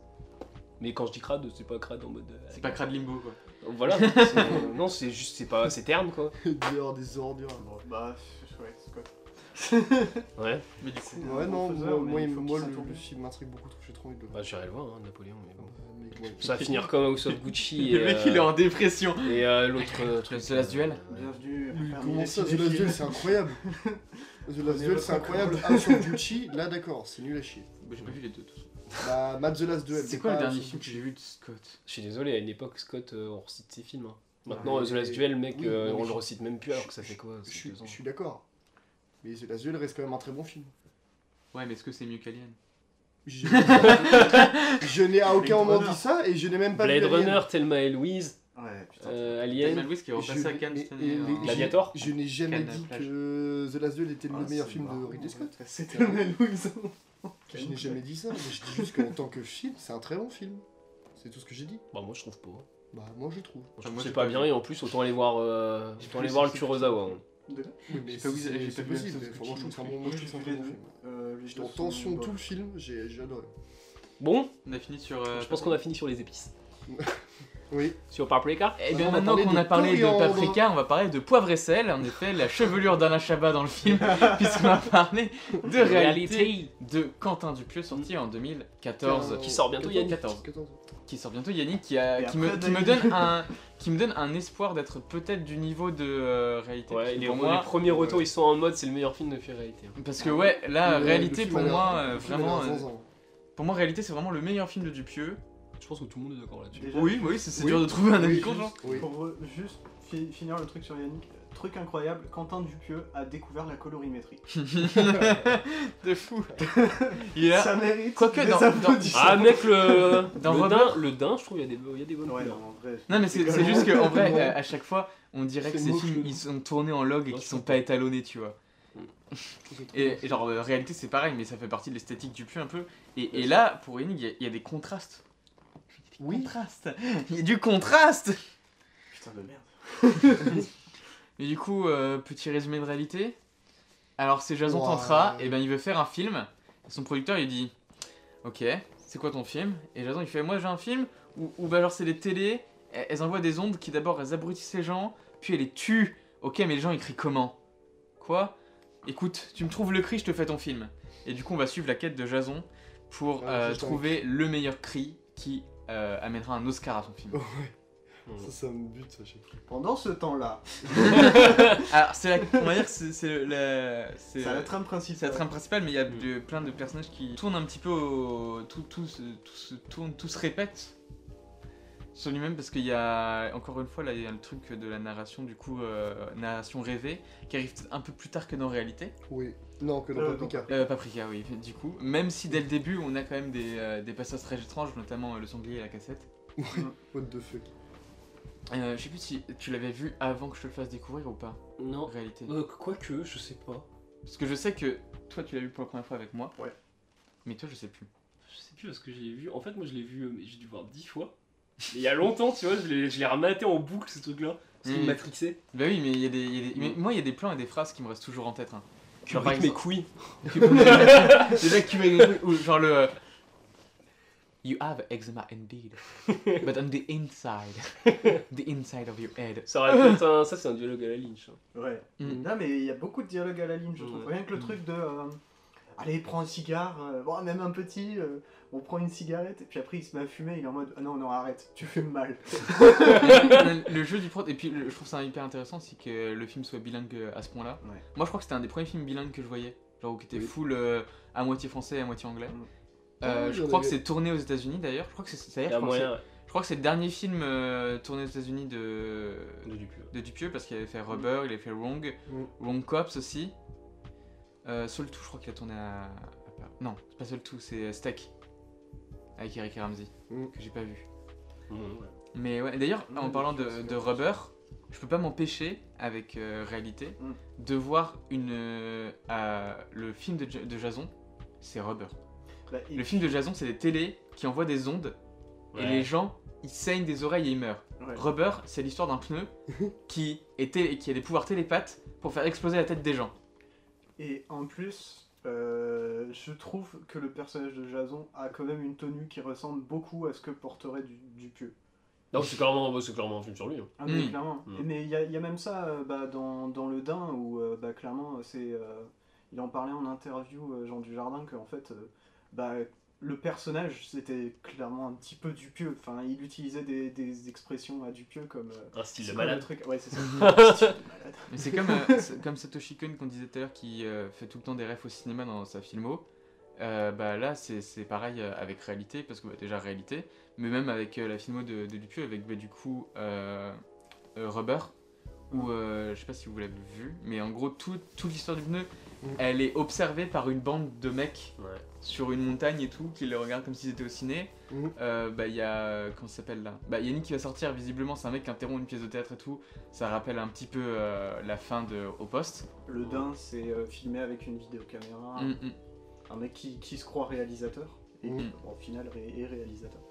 Mais quand je dis crade, c'est pas crade en mode. euh,
C'est pas crade limbo quoi.
Voilà. c'est- non, c'est juste, c'est pas, c'est terne quoi.
Dehors des ordures.
Bon, bah, ouais, c'est quoi
Ouais.
Mais du coup,
C'est un
Ouais, non,
bon
moi,
faiseur, mais
moi,
il faut
moi,
qu'il
le,
s'entoure
le
de-
film m'intrigue beaucoup trop, j'ai trop envie de le voir.
Bah, j'irai le voir, hein, Napoléon. Mais bon.
Euh, mais ouais.
Ça va finir comme House of Gucci et,
le mec il est
euh,
en dépression.
et euh, l'autre euh, truc.
The Last Duel
ouais.
Bienvenue.
Oui,
parmi
comment
les
ça The Last
cinéphiles.
Duel, c'est incroyable The Last
Prenez
Duel,
votre
c'est incroyable. House of Gucci, là d'accord, c'est nul à chier.
Bah, J'ai pas vu les deux. de toute façon.
Bah, Matt The Last Duel.
C'est quoi le
pas
dernier
House of
film que j'ai vu de Scott
Je suis désolé, à une époque, Scott, euh, on recite ses films. hein. Maintenant,
Ouais,
The Last Duel, mec,
oui,
euh,
non, mais
on le
je-
recite même plus alors que ça
je-
fait quoi
Je
c'est
suis
deux ans.
je suis d'accord. Mais The Last Duel reste quand même un très bon film.
Ouais, mais est-ce que c'est mieux qu'Alien
Je, je n'ai à aucun
Blade
moment
Runner.
dit ça et je n'ai même pas
Blade
vu Alien.
Runner, Thelma et Louise,
Ouais, putain.
euh,
Thelma
Alien.
Louise qui est
Je-
repassé à Cannes
et-
cette
et
année.
les-
hein.
Gladiator
Je n'ai jamais
Cannes,
dit
plage.
que The Last Duel était le
Ah,
meilleur
c'est
film de
marrant,
Ridley
ouais.
Scott.
C'était Thelma Louise.
Je n'ai jamais dit ça. mais Je dis juste qu'en tant que film, c'est un très bon film. C'est tout ce que j'ai dit.
Bah, moi, je trouve pas. Moi,
Bah, moi je trouve.
je trouve
moi,
que c'est
j'ai
pas
pas
bien
vu.
et en plus, autant aller voir, euh,
J'ai
autant
plus
aller
le
voir le
sens-
Kurosawa. hein.
De-
Oui,
J'ai pas vu-
c'est-
j'ai pas
c'est
vu la
possible,
sauce
c'est- franchement, je trouve que c'est un bon- moi,
Moi,
je
j'ai
trouve que c'est
vu
un
les
très bon
deux.
film.
Euh, les
J'étais
deux
en
sont-
tension
bah,
tout le film, j'ai j'ai adoré.
Bon,
On a fini sur. euh,
je pense qu'on a fini sur les épices.
Oui.
Sur Paprika
Eh
On
bien
a
maintenant
parlé
qu'on
de
a parlé de
coriandre.
paprika, on va parler de poivre et sel. En effet, la chevelure d'Alain Chabat dans le film, puisqu'on a parlé de réalité de Quentin Dupieux sorti en 2014,
Qui sort bientôt, Yannick.
14. qui sort bientôt. Yannick, qui, a-
Et
qui, me,
après,
qui me
David.
donne un, qui me donne un espoir d'être peut-être du niveau de euh, réalité. parce
Ouais,
que
les,
pour
les
moi,
premiers retours, ils sont en mode c'est le meilleur film de hein. fait réalité.
parce que ouais, là,
Le-
Ah, réalité
le film
pour
a l'air-
moi, euh,
le film a
vraiment,
l'air
euh,
zinzin.
pour moi, réalité, c'est vraiment le meilleur film de Dupieux.
Je pense que tout le monde est d'accord là-dessus.
Déjà,
Oui, oui, c'est c'est
Oui.
dur de trouver un hein.
Oui,
ami
juste-
conjoint.
oui.
Pour re- juste fi- finir le truc sur Yannick, euh, truc incroyable, Quentin Dupieux a découvert la colorimétrie.
de fou. Il est là.
Ça mérite
Quoique
des
dans- dans-
applaudissements.
Ah, mec, le,
Dans
le,
Robert-
daim, le daim, je trouve, il y, a des- il y a des bonnes
Ouais,
couleurs.
non, en vrai,
Non mais c'est c'est juste qu'en vrai, euh, à chaque fois, on dirait que
C'est
ces
moche,
films
le-
ils sont tournés en log et
Ouais,
qui
je
sont
comprends.
pas étalonnés, tu vois.
Mm. C'est trop
Et, et genre, euh, réalité c'est pareil, mais ça fait partie de l'esthétique du puits un peu. Et, et là, pour Yannick, il y a- il y, a des contrastes.
Oui.
Contrastes Il y a du contraste
Putain de merde.
Et du coup, euh, petit résumé de réalité. Alors, c'est Jason
Ouah.
Tantra, et ben il veut faire un film. Et son producteur il dit Ok, c'est quoi ton film Et Jason il fait Moi j'ai un film où, où, bah, genre c'est les télés, elles, elles envoient des ondes qui d'abord elles abrutissent les gens, puis elles les tuent. Ok, mais les gens ils crient comment Quoi Écoute, tu me trouves le cri, je te fais ton film. Et du coup, on va suivre la quête de Jason pour
Ouais,
euh,
juste un-
trouver le meilleur cri qui euh, amènera un Oscar à son
Oh.
film.
Ouais,
Mm.
euh,
ça, ça me bute, ça, je sais pas.
Pendant ce temps-là,
Alors, c'est la. On va dire que c'est- c'est la. c'est-
c'est la trame
euh, C'est
principale.
la trame principale, mais il y a
Mm.
de- plein de personnages qui tournent un petit peu au. Tout, tout, se- tout se tourne, tout se répète sur lui-même parce qu'il y a. Encore une fois, là, il y a le truc de la narration, du coup, euh, narration rêvée, qui arrive peut-être un peu plus tard que dans réalité.
Oui. Non, que dans
Euh,
Paprika.
Euh, Paprika, oui, du coup. Même si dès le début, on a quand même des, euh, des passages très étranges, notamment euh, le sanglier et la cassette.
What the fuck.
Euh, je sais plus si tu l'avais vu avant que je te le fasse découvrir ou pas, en
Non.
réalité.
Euh, Quoique, je sais pas.
Parce que je sais que toi, tu l'as vu pour la première fois avec moi.
Ouais.
Mais toi, je sais plus.
Je sais plus parce que je l'ai vu. En fait, moi, je l'ai vu, euh, j'ai dû le voir dix fois. Mais Il y a longtemps, tu vois, je l'ai- je l'ai rematé en boucle ce truc-là. Parce qu'il
Mm.
me matrixait.
Bah oui, mais il y a des, il y a des- mais moi il y a des plans et des phrases qui me restent toujours en tête. Hein. Genre, par
Avec mes
exemple-
couilles.
Déjà Kubrick, ou genre le. euh, You have eczema indeed, but on the inside, the inside of your head.
Ça aurait pu être un- Ça, c'est un dialogue à la Lynch. hein.
Ouais.
Mm.
Non, mais il y a beaucoup de dialogues à la ligne, je trouve.
Ouais.
Rien que le
Mm.
truc de. euh, Allez, prends un cigare, euh, bon, même un petit, euh, on prend une cigarette, et puis après il se met à fumer, il est en mode Ah non, non, arrête, tu fumes mal.
le jeu du prod, et puis le- je trouve ça hyper intéressant, c'est que le film soit bilingue euh, à ce point-là.
Ouais.
Moi je crois que c'était un des premiers films bilingues que je voyais, genre où qui était
Oui.
full euh, à moitié français et à moitié anglais.
Mm.
Euh,
Ah oui,
je
on
crois que
avait-
c'est tourné aux États-Unis d'ailleurs. Je crois que c'est
Il
d'ailleurs.
y a
Je, crois que
moyen.
c'est- je crois que c'est le dernier film euh, tourné aux États-Unis de
De Dupieux.
de Dupieux parce qu'il avait
Mm.
fait Rubber, il avait fait Wrong,
Mm.
Wrong Cops aussi. Euh, Soul 2, je crois qu'il a tourné à. à Paris. Non, c'est pas Soul 2, c'est euh, Stack. Avec Eric et Ramsey,
Mm.
que j'ai pas vu.
Mm, ouais.
Mais ouais, d'ailleurs,
Mm,
en parlant
Dupieux,
de,
c'est
de
vrai.
Rubber, je peux pas m'empêcher, avec euh, réalité,
Mm.
de voir une, euh, euh, le film de, Ja- de Jason, c'est Rubber.
Bah, et-
Le film de Jason, c'est des télés qui envoient des ondes et les gens, ils saignent des oreilles et ils meurent.
ouais.
Rubber, c'est l'histoire d'un pneu qui, était, qui a des pouvoirs télépathes pour faire exploser la tête des gens.
Et en plus, euh, je trouve que le personnage de Jason a quand même une tenue qui ressemble beaucoup à ce que porterait du, Dupieux.
Non, c'est clairement, bah, c'est clairement un film sur lui. hein.
Ah, mais
Mm.
clairement.
Mm.
Et Mais il y, a- il y a même ça euh, bah, dans, dans Le Dain où euh, bah, clairement, c'est, euh, il en parlait en interview, euh, Jean Dujardin, que en fait, euh, bah, le personnage, c'était clairement un petit peu Dupieux. Enfin, il utilisait des, des expressions à Dupieux comme. euh,
Un style de
comme le
malade.
truc. Ouais, c'est ça.
Mais c'est comme, euh, c'est comme Satoshi Kon qu'on disait tout à l'heure qui euh, fait tout le temps des refs au cinéma dans sa filmo. Euh, bah là c'est c'est pareil euh, avec réalité parce que bah, déjà réalité mais même avec euh, la filmo de, de Dupieux avec bah, du coup euh, euh, Rubber, où euh, je sais pas si vous l'avez vu, mais en gros, tout- toute l'histoire du pneu, elle est observée par une bande de mecs
Ouais.
sur une montagne et tout, qui les regardent comme s'ils étaient au ciné.
Mhm.
Euh, bah, il y a. euh, Comment ça s'appelle là Bah, Yannick qui va sortir, visiblement, c'est un mec qui interrompt une pièce de théâtre et tout. Ça rappelle un petit peu euh, la fin de Au Poste.
Le dain, c'est euh, filmé avec une vidéocaméra.
Mm, mm.
Un mec qui, qui se croit réalisateur. Et
Mm.
qui, au final, ré- est réalisateur.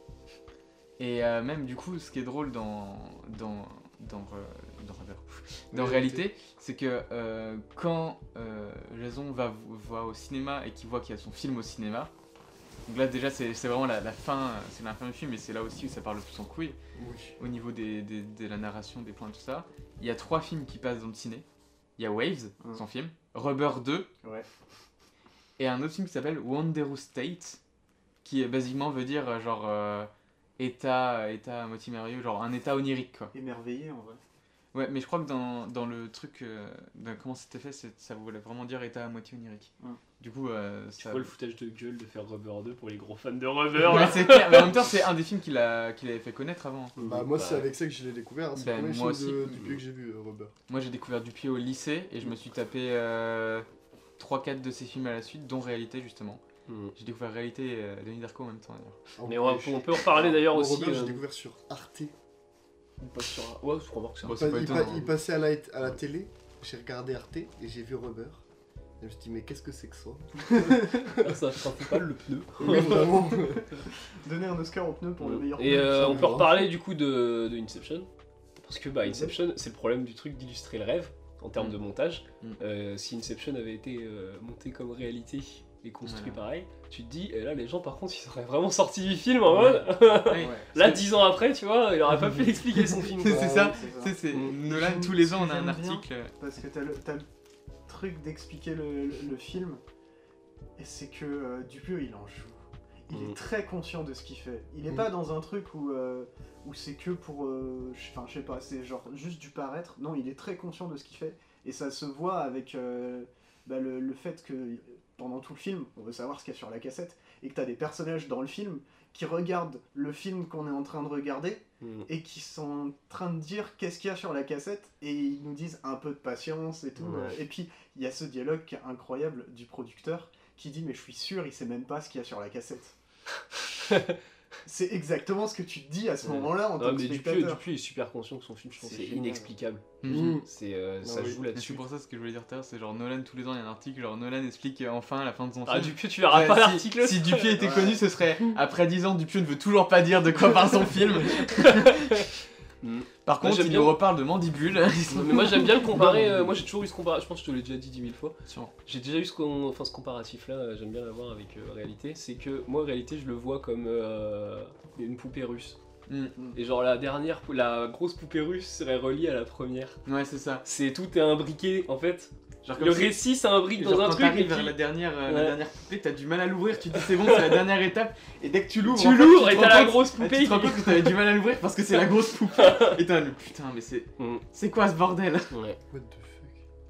Et euh, même du coup, ce qui est drôle dans dans dans, Re- dans Rubber. dans
Réalité.
réalité, c'est que euh, quand euh, Jason va voir au cinéma et qu'il voit qu'il y a son film au cinéma, donc là déjà c'est c'est vraiment la, la fin, euh, c'est la fin du film, et c'est là aussi où ça parle le plus en couille
Oui.
au niveau des, des- de la narration, des points, tout ça. Il y a trois films qui passent dans le ciné. Il y a Waves,
Mm.
son film, Rubber 2,
Ouais.
et un autre film qui s'appelle Wanderous State, qui euh, basiquement veut dire euh, genre euh, état, état à moitié merveilleux, genre un état onirique quoi.
Émerveillé, en vrai.
Ouais, mais je crois que dans, dans le truc, euh, dans comment c'était fait, c'est- ça voulait vraiment dire état à moitié onirique.
Mm.
Du coup, euh,
Tu
ça.
vois le foutage de gueule de faire Rubber 2 pour les gros fans de
Ouais,
Rubber
c'est clair, mais en même temps, c'est un des films qu'il a- qu'il avait fait connaître avant.
Bah, moi, c'est avec ça que je l'ai découvert. hein. C'est
Bah,
le premier
moi
film de-
aussi.
du pied que j'ai vu, euh, Robert.
Moi j'ai découvert Dupieux au lycée et je me suis tapé 3-4 de ses films à la suite, dont Réalité justement.
Mm.
J'ai découvert Réalité et euh, Denis Darko en même temps d'ailleurs.
Ah,
Mais
ouais,
on,
je-
on peut en reparler d'ailleurs
Moi,
aussi.
Robert, j'ai
euh,
découvert sur Arte.
pas sur- Ouais, je crois que c'est
Bon,
un-
c'est
Il,
pas
il
étonnant,
pa-
hein.
il passait à la, à la télé, j'ai regardé Arte et j'ai vu Rubber. Et je me suis dit, mais qu'est-ce que c'est que ça
ça frappe pas le pneu.
Oui, vraiment.
Donner un Oscar au pneu pour le meilleur
Et
pneu.
euh, on peut
Absolument.
reparler du coup de, de Inception. Parce que bah, Inception, c'est le problème du truc d'illustrer le rêve en termes
Mm.
de montage.
Mm.
Euh, si Inception avait été euh, monté comme réalité et construit
Voilà.
pareil, tu te dis, eh là les gens par contre ils seraient vraiment sortis du film en
Ouais.
mode.
Ouais.
Ouais.
Là, dix ans après, tu vois, il aurait pas pu expliquer son film.
C'est ça,
Ouais, c'est ça.
Tu sais, c'est
Mm.
Nolan,
J'aime-
tous les ans on a un
j'aime bien.
article.
Parce que t'as le, t'as le truc d'expliquer le, le- le film, et c'est que euh, Dupieux, il en joue. Il
Mm.
est très conscient de ce qu'il fait. Il est
Mm.
pas dans un truc où, euh, où c'est que pour... euh, je- Enfin, je sais pas, c'est genre juste du paraître. Non, il est très conscient de ce qu'il fait. Et ça se voit avec euh, bah, le, le fait que euh, pendant tout le film, on veut savoir ce qu'il y a sur la cassette, et que t'as des personnages dans le film qui regardent le film qu'on est en train de regarder,
Mm.
et qui sont en train de dire qu'est-ce qu'il y a sur la cassette et ils nous disent un peu de patience et tout.
Ouais.
Et puis il y a ce dialogue qui est incroyable du producteur qui dit mais je suis sûr il sait même pas ce qu'il y a sur la cassette. c'est exactement ce que tu te dis à ce
Ouais.
moment-là en
Non,
tant que
mais Dupieux,
spectateur.
Dupieux est super conscient que son film, je pense,
C'est
c'est
génial.
inexplicable.
Mhm.
Mmh.
Mm.
C'est, euh,
Ah
ça
oui.
joue
Et C'est
là-dessus.
pour ça ce que je voulais dire tout à l'heure, c'est genre Nolan tous les ans il y a un article, genre Nolan explique euh, enfin la fin de son
Ah,
film.
Dupieux, tu verras
Ouais,
pas
si-
l'article.
Si, Dupieux était
Ouais.
connu, ce serait après 10 ans, Dupieux ne veut toujours pas dire de quoi parle son film.
Mm. Moi,
Par contre,
j'aime
il
bien.
nous reparle de Mandibule.
Non, mais moi j'aime bien le comparer, euh, moi j'ai toujours eu ce comparatif, je pense que je te l'ai déjà dit dix mille fois,
Sûrement.
j'ai déjà eu ce, con- enfin, ce comparatif là, j'aime bien l'avoir avec euh, réalité, c'est que moi réalité je le vois comme euh, une poupée russe.
Mm.
Et genre la dernière, pou- la grosse poupée russe serait reliée à la première.
Ouais, c'est ça.
C'est tout est imbriqué en fait.
Genre
Le
comme si-
récit c'est un brique
Et
dans
genre,
un
quand
truc. et
t'arrives vers
puis
la dernière, euh, la
Ouais.
dernière poupée, t'as du mal à l'ouvrir, tu te dis c'est bon, c'est la dernière étape, et dès que tu l'ouvres, en
Tu
fait,
l'ouvres
te
et
rends
t'as la
compte-
grosse
ouais,
poupée.
tu te rends compte que t'avais du mal à l'ouvrir parce que c'est la grosse poupée. Et t'es en mode, putain, mais c'est
Mm.
c'est quoi ce bordel
Ouais.
What the fuck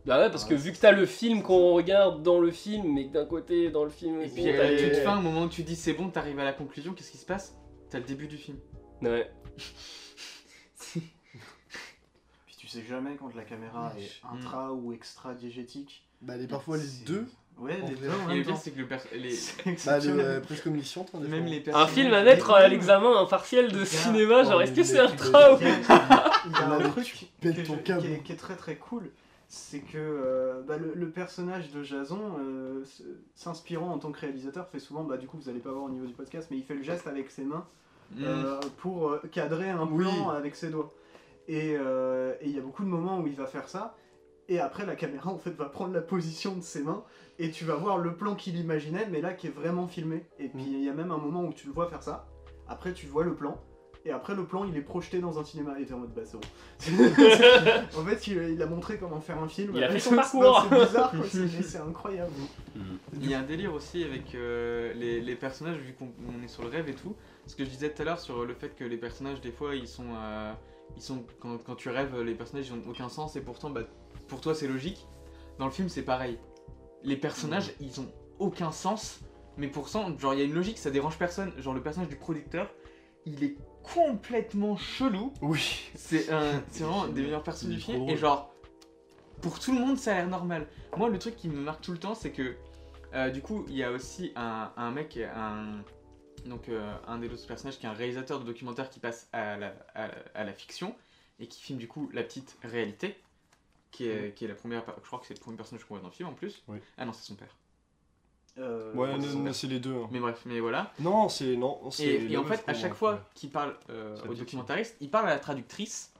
Bah ouais, parce
Ah,
que vu que t'as le film qu'on regarde dans le film, mais que d'un côté dans le film.
Et
ils
puis
ont
à
t'as
la toute
les-
fin, au moment où tu dis c'est bon, t'arrives à la conclusion, qu'est-ce qui se passe T'as le début du film.
Ouais.
Puis tu sais jamais quand la caméra
Ouais.
est intra ou extra diégétique.
Bah, elle est parfois les
C'est-
deux.
Ouais,
en
les
vrai.
deux en
Et le
même
pire,
temps.
c'est que le pers- les...
C'est
Bah, elle est,
exceptionnel.
euh, presque omnisciente. hein, des
même
fois.
les
Un
personnages.
film à naître à l'examen, un partiel de cinéma, genre est-ce que c'est un tra ou
Il y a- il y a
Là,
un
Ah, mais
truc
pètes
que je-
ton
qui,
câble.
est, qui est très très cool, c'est que euh, bah, le, le personnage de Jason, euh, s- s'inspirant en tant que réalisateur, fait souvent, bah, du coup vous allez pas voir au niveau du podcast, mais il fait le geste avec ses mains
Mm.
euh, pour euh, cadrer un
Oui.
plan avec ses doigts. Et euh, et il y a beaucoup de moments où il va faire ça, et après la caméra en fait va prendre la position de ses mains, et tu vas voir le plan qu'il imaginait, mais là qui est vraiment filmé. Et
Mm.
puis il y a même un moment où tu le vois faire ça, après tu vois le plan. Et après, le plan, il est projeté dans un cinéma. Et t'es en mode, bah, c'est bon. En fait, il, il a montré comment faire un film.
Il a fait son
C'est-
parcours.
C'est bizarre, quoi, c'est mais c'est incroyable.
Il y a un délire aussi avec euh, les, les personnages, vu qu'on on est sur le rêve et tout. Ce que je disais tout à l'heure sur le fait que les personnages, des fois, ils sont. euh, ils sont quand, quand tu rêves, les personnages ils n'ont aucun sens et pourtant, bah, pour toi, c'est logique. Dans le film, c'est pareil. Les personnages, ils ont aucun sens, mais pour ça, genre, il y a une logique, ça dérange personne. Genre, le personnage du producteur, il est complètement chelou.
Oui.
C'est un, c'est vraiment des meilleurs persos
Il est
du
trop
film.
drôle.
Et genre, pour tout le monde, ça a l'air normal. Moi, le truc qui me marque tout le temps, c'est que euh, du coup, il y a aussi un, un mec, un donc euh, un des autres personnages qui est un réalisateur de documentaire qui passe à la, à- à la fiction et qui filme du coup la petite réalité, qui est, qui est la première. par- Je crois que c'est le premier personnage qu'on voit dans le film en plus.
Oui.
Ah non, c'est son père.
Euh,
Ouais,
non,
non,
non,
c'est les deux. hein.
Mais bref, mais voilà.
Non, c'est non. c'est
Et, et
la
en
meuf
fait, à
qu'on-
chaque fois qu'il parle euh,
Ça
au
dit
documentariste, il parle à la traductrice,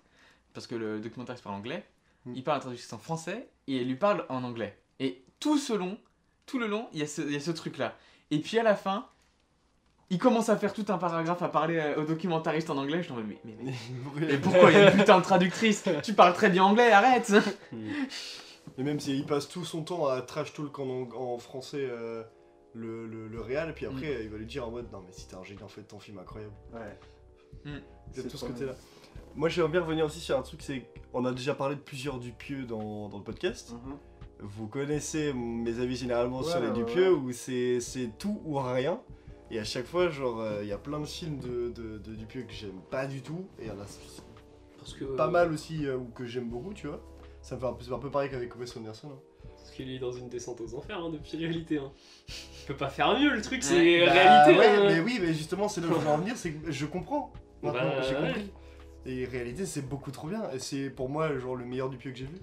parce que le documentariste parle anglais,
Mm.
il parle à la traductrice en français, et elle lui parle en anglais. Et tout ce long, tout le long, il y a ce, il y a ce truc-là. Et puis à la fin, il commence à faire tout un paragraphe à parler euh, au documentariste en anglais, je dis mais, mais, mais, mais pourquoi il y a une putain de traductrice Tu parles très bien anglais, arrête
Bah, Et même si il passe tout son temps à trash talk en, ang- en français euh, le, le, le réal, puis après
Mm.
il va lui dire en mode non mais si t'es un génie en fait ton film est incroyable.
ouais.
C'est
C'est
tout ce
pas
côté-là. Moi j'aimerais bien revenir aussi sur un truc, c'est qu'on a déjà parlé de plusieurs Dupieux dans, dans le podcast.
Mhm.
Vous connaissez mes avis généralement sur
Ouais,
les
ouais,
Dupieux où c'est c'est tout ou rien. Et à chaque fois, genre, euh, il y a plein de films de, de, de Dupieux que j'aime pas du tout, et il y en a
Parce que.
pas mal aussi euh, ou que j'aime beaucoup, tu vois. Ça me fait un peu, c'est un peu pareil qu'avec Wes Anderson. hein.
Parce qu'il est dans une descente aux enfers hein, depuis réalité. Hein. Je peux pas faire mieux, le truc, c'est
Ouais,
Bah,
réalité.
ouais,
hein.
mais oui, mais justement, c'est là où je veux en venir, c'est que je comprends. Maintenant,
Bah,
j'ai
ouais.
compris. Et réalité, c'est beaucoup trop bien. Et c'est pour moi, genre, le meilleur du pieu que j'ai vu.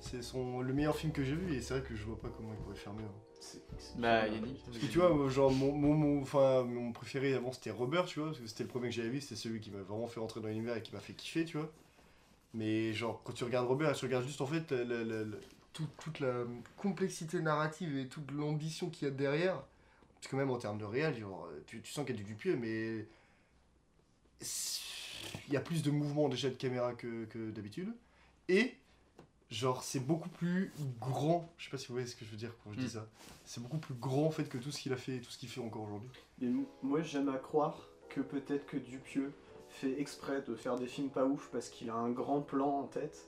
C'est son... le meilleur film que j'ai vu, et c'est vrai que je vois pas comment il pourrait faire mieux. hein.
Bah, Yannick.
Parce que tu vois, moi, genre, mon, mon, mon- enfin, mon préféré avant, c'était Robert, tu vois, parce que c'était le premier que j'avais vu, c'était celui qui m'a vraiment fait rentrer dans l'univers et qui m'a fait kiffer, tu vois. Mais genre, quand tu regardes Robert, tu regardes juste en fait la- la- la- la- tout- toute la complexité narrative et toute l'ambition qu'il y a derrière. Parce que même en termes de réel, genre, tu, tu sens qu'il y a du pied, mais. c'est- Il y a plus de mouvement déjà de caméra que, que d'habitude. Et, genre, c'est beaucoup plus grand. Je sais pas si vous voyez ce que je veux dire quand je
Mm.
dis ça. C'est beaucoup plus grand en fait que tout ce qu'il a fait et tout ce qu'il fait encore aujourd'hui.
Mais m- moi, j'aime à croire que peut-être que Dupieux fait exprès de faire des films pas ouf parce qu'il a un grand plan en tête.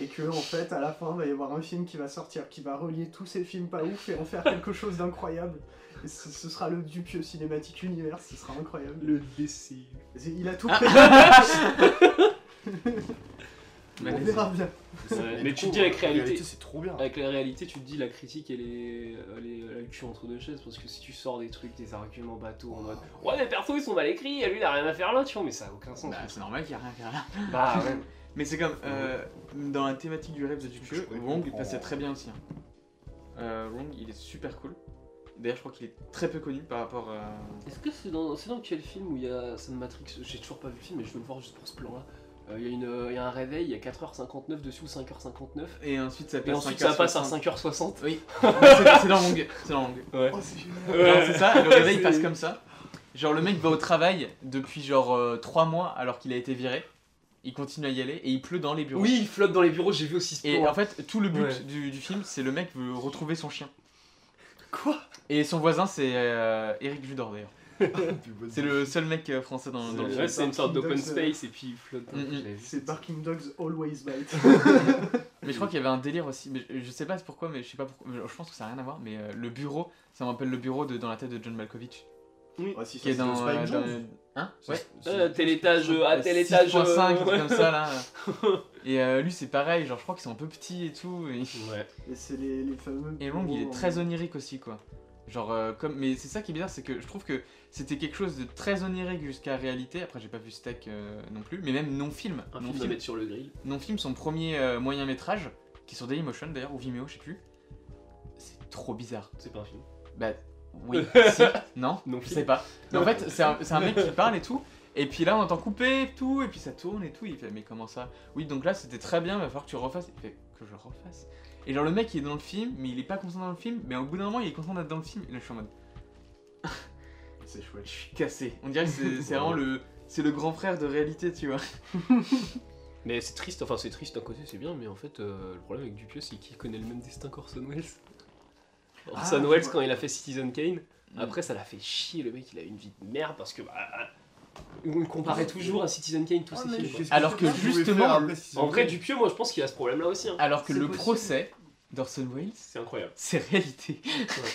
Et que, en fait, à la fin, il va y avoir un film qui va sortir, qui va relier tous ces films pas ouf et en faire quelque chose d'incroyable. Et Ce, ce sera le Dupieux Cinématique Universe, ce sera incroyable.
Le décès.
C'est- Il a tout
Ah,
prévu. On verra bien.
Ouais,
Et
mais
du
tu
coup,
dis avec
en
réalité.
c'est trop bien.
Avec la réalité, tu te dis la critique, elle est, elle est, elle a le cul entre deux chaises parce que si tu sors des trucs, des arguments bateaux en mode Ouais, les persos ils sont mal écrits, et lui il a rien à faire là, tu vois, mais ça a aucun sens.
Bah, c'est normal qu'il y a rien à faire là.
Bah ouais.
Mais c'est comme euh, dans la thématique du rêve de Dupieux,
Je
Wong
comprends.
passait très bien aussi. hein. Euh, Wong, il est super cool. D'ailleurs, je crois qu'il est très peu connu par rapport à.
Est-ce que c'est dans, c'est dans quel film où il y a. Ça me Matrix, j'ai toujours pas vu le film, mais je veux le voir juste pour ce plan là. Euh, Il y, a une- euh, il y a un réveil, il y a 4h59 dessus ou 5h59.
Et ensuite, ça
Et
passe
ensuite ça passe à
5h60.
5h60.
Oui, c'est c'est dans Wong. C'est dans Wong.
Ouais.
Oh, c'est génial.
Genre, C'est ça, le réveil
C'est-
passe comme ça. Genre, le mec va au travail depuis genre 3 mois alors qu'il a été viré. Il continue à y aller et il pleut dans les bureaux.
Oui, il flotte dans les bureaux, j'ai vu aussi ce
Et
plan.
en fait, tout le but
Ouais.
du, du film, c'est le mec veut retrouver son chien.
Quoi
Et son voisin, c'est euh, Eric Judor d'ailleurs. C'est le seul mec euh, français dans, dans le
Ouais,
film.
c'est une sorte d'open
Kingdoms, euh,
space et puis il flotte. hein,
Mm, mm.
je l'avais vu.
C'est Barking Dogs Always Bite.
Mais je crois qu'il y avait un délire aussi, mais je, je sais pas pourquoi, mais je sais pas pourquoi, je pense que ça n'a rien à voir, mais euh, le bureau, ça me rappelle le bureau de dans la tête de John Malkovich,
Ouais, si,
qui est
ça,
dans,
Spike
euh, dans-
Jones.
hein
Ouais, euh, tel étage, euh, à
Euh,
tel étage.
6.5, un
euh,
truc
ouais.
comme ça là. et euh, lui c'est pareil, genre je crois qu'ils sont un peu petits et tout. Et,
Ouais.
c'est- Et c'est les, les fameux.
et Long il est
bureaux
très
Oh.
en-
onirique aussi quoi. Genre euh, comme, mais c'est ça qui est bizarre, c'est que je trouve que c'était quelque chose de très onirique jusqu'à réalité. Après j'ai pas vu Steak euh, non plus, mais même non film,
Un
non
film à
film,
mettre sur le grill.
non film, son premier euh, moyen métrage, qui est sur Dailymotion d'ailleurs ou Vimeo, je sais plus. C'est trop bizarre.
C'est pas un film.
Bah oui, si, non,
Non,
je sais pas. Mais en fait, c'est un, c'est un mec qui parle et tout. Et puis là, on entend couper et tout, et puis ça tourne et tout. Il fait, mais comment ça Oui, donc là, c'était très bien, il va falloir que tu refasses. Il fait, que je refasse Et genre, le mec, il est dans le film, mais il est pas content dans le film, mais au bout d'un moment, il est content d'être dans le film. Et là, je suis en mode,
C'est
je
chouette.
suis cassé. On dirait que c'est c'est vraiment le. C'est le grand frère de réalité, tu vois.
Mais c'est triste, enfin c'est triste d'un côté, c'est bien, mais en fait, euh, le problème avec Dupieux, c'est qu'il connaît le même destin qu'Orson Welles. Orson
je
Welles,
vois.
quand il a fait Citizen Kane,
Mm.
après ça l'a fait chier, le mec, il a eu une vie de merde parce que. Bah, on le comparait toujours à Citizen Kane, tous
Oh,
ses
mais
films.
je
quoi.
sais ce
Alors que
tu pouvais
justement,
faire après, si
En
c'est
vrai,
ok.
Dupieux, moi je pense qu'il a ce problème là aussi. hein.
Alors que
C'est
le
possible.
procès Dorson Welles,
C'est incroyable.
c'est réalité.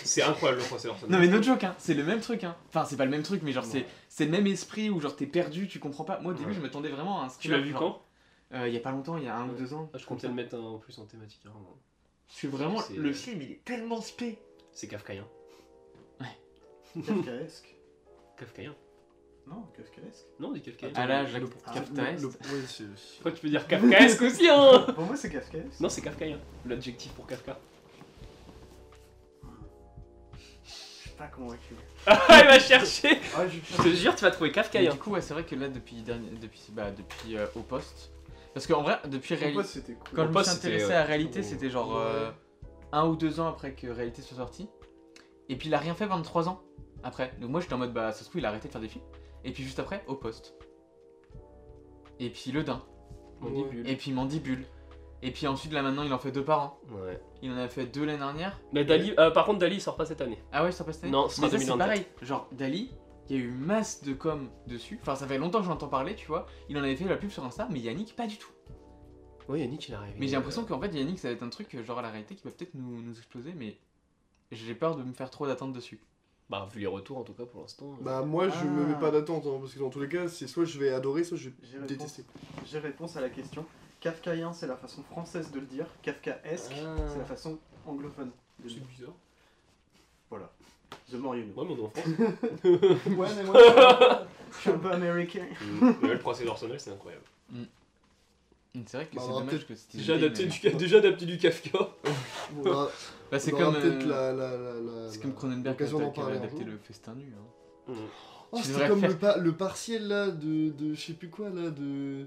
C'est incroyable le procès d'Orson
Non mais
Welles.
no joke hein, c'est le même truc hein. Enfin c'est pas le même truc mais genre c'est
Ouais.
c'est le même esprit où genre t'es perdu, tu comprends pas. Moi au début
Ouais.
je m'attendais vraiment à un
Tu l'as
thriller,
vu
genre,
quand
euh, Il y a pas longtemps, il y a un ou
Ouais.
deux ans.
Ah, Je comptais le mettre un- en plus en thématique. hein.
C'est vraiment
C'est-
le film il est tellement spé.
C'est kafkaïen.
Kafkaesque.
Kafkaïen
Non, kafkaesque.
Non, on dit kafkaïen.
Ah là, je la
le-
captaise.
le- ouais, c'est-
Toi, tu peux dire kafkaesque aussi, hein
Pour moi, c'est kafkaesque.
Non, c'est kafkaïen. L'adjectif pour Kafka.
Je suis pas convaincu.
Ah, il va chercher
Ah, je
Je te jure, tu vas trouver
Mais
kafkaïen.
du coup ouais, c'est vrai que là depuis dernier- depuis bah depuis euh, au poste parce qu'en vrai depuis
Pour moi,
réalité
c'était cool.
quand
Au
je me
Poste,
suis
c'était,
intéressé
euh,
à réalité
au-
c'était genre euh, un ou deux ans après que réalité soit sortie et puis il a rien fait 23 ans après donc moi j'étais en mode bah ça se trouve il a arrêté de faire des films et puis juste après au poste et puis le dain
Mandibule.
et puis mandibule et puis ensuite là maintenant il en fait deux par an
Ouais.
il en a fait deux l'année dernière
Mais Dali, euh, par contre, Dali il sort pas cette année.
ah ouais ça passe cette année
Non, c'est
mais ça, c'est
2024.
pareil. Genre, Dali, il y a eu masse de com dessus. Enfin, ça fait longtemps que j'en entends parler, tu vois. Il en avait fait la pub sur Insta, mais Yannick, pas du tout.
Oui, Yannick, il est arrivé.
Mais j'ai l'impression qu'en fait, Yannick, ça va être un truc, euh, genre à la réalité, qui va peut-être nous, nous exploser, mais j'ai peur de me faire trop d'attentes dessus.
Bah, vu les retours en tout cas pour l'instant. euh,
Bah, moi, je
Ah.
me mets pas d'attente, hein, parce que dans tous les cas, c'est soit je vais adorer, soit je vais
J'ai réponse,
détester.
j'ai réponse à la question. Kafkaïen, c'est la façon française de le dire. Kafkaesque,
Ah.
c'est la façon anglophone. de le
C'est
dire.
bizarre.
Voilà. The more you know.
Moi, mon enfant.
Ouais, mais moi, je suis un peu américain.
Mais le procès d'Orson Welles, c'est incroyable.
Mais C'est vrai que
Bah,
c'est
on aura
dommage que c'était.
Déjà
une idée,
adapté,
mais-
du, déjà adapté du Kafka.
On aura-
Bah, c'est
on aura
comme.
peut-être la-
euh,
la- la- la-
C'est
la-
comme Cronenberg qui
l'occasion d'en
a- qui avait
parler un
adapté
jour.
le festin nu. hein.
Mm.
Oh,
Tu
c'était
devrais
comme
faire-
le, pa- le partiel là de, de je sais plus quoi là de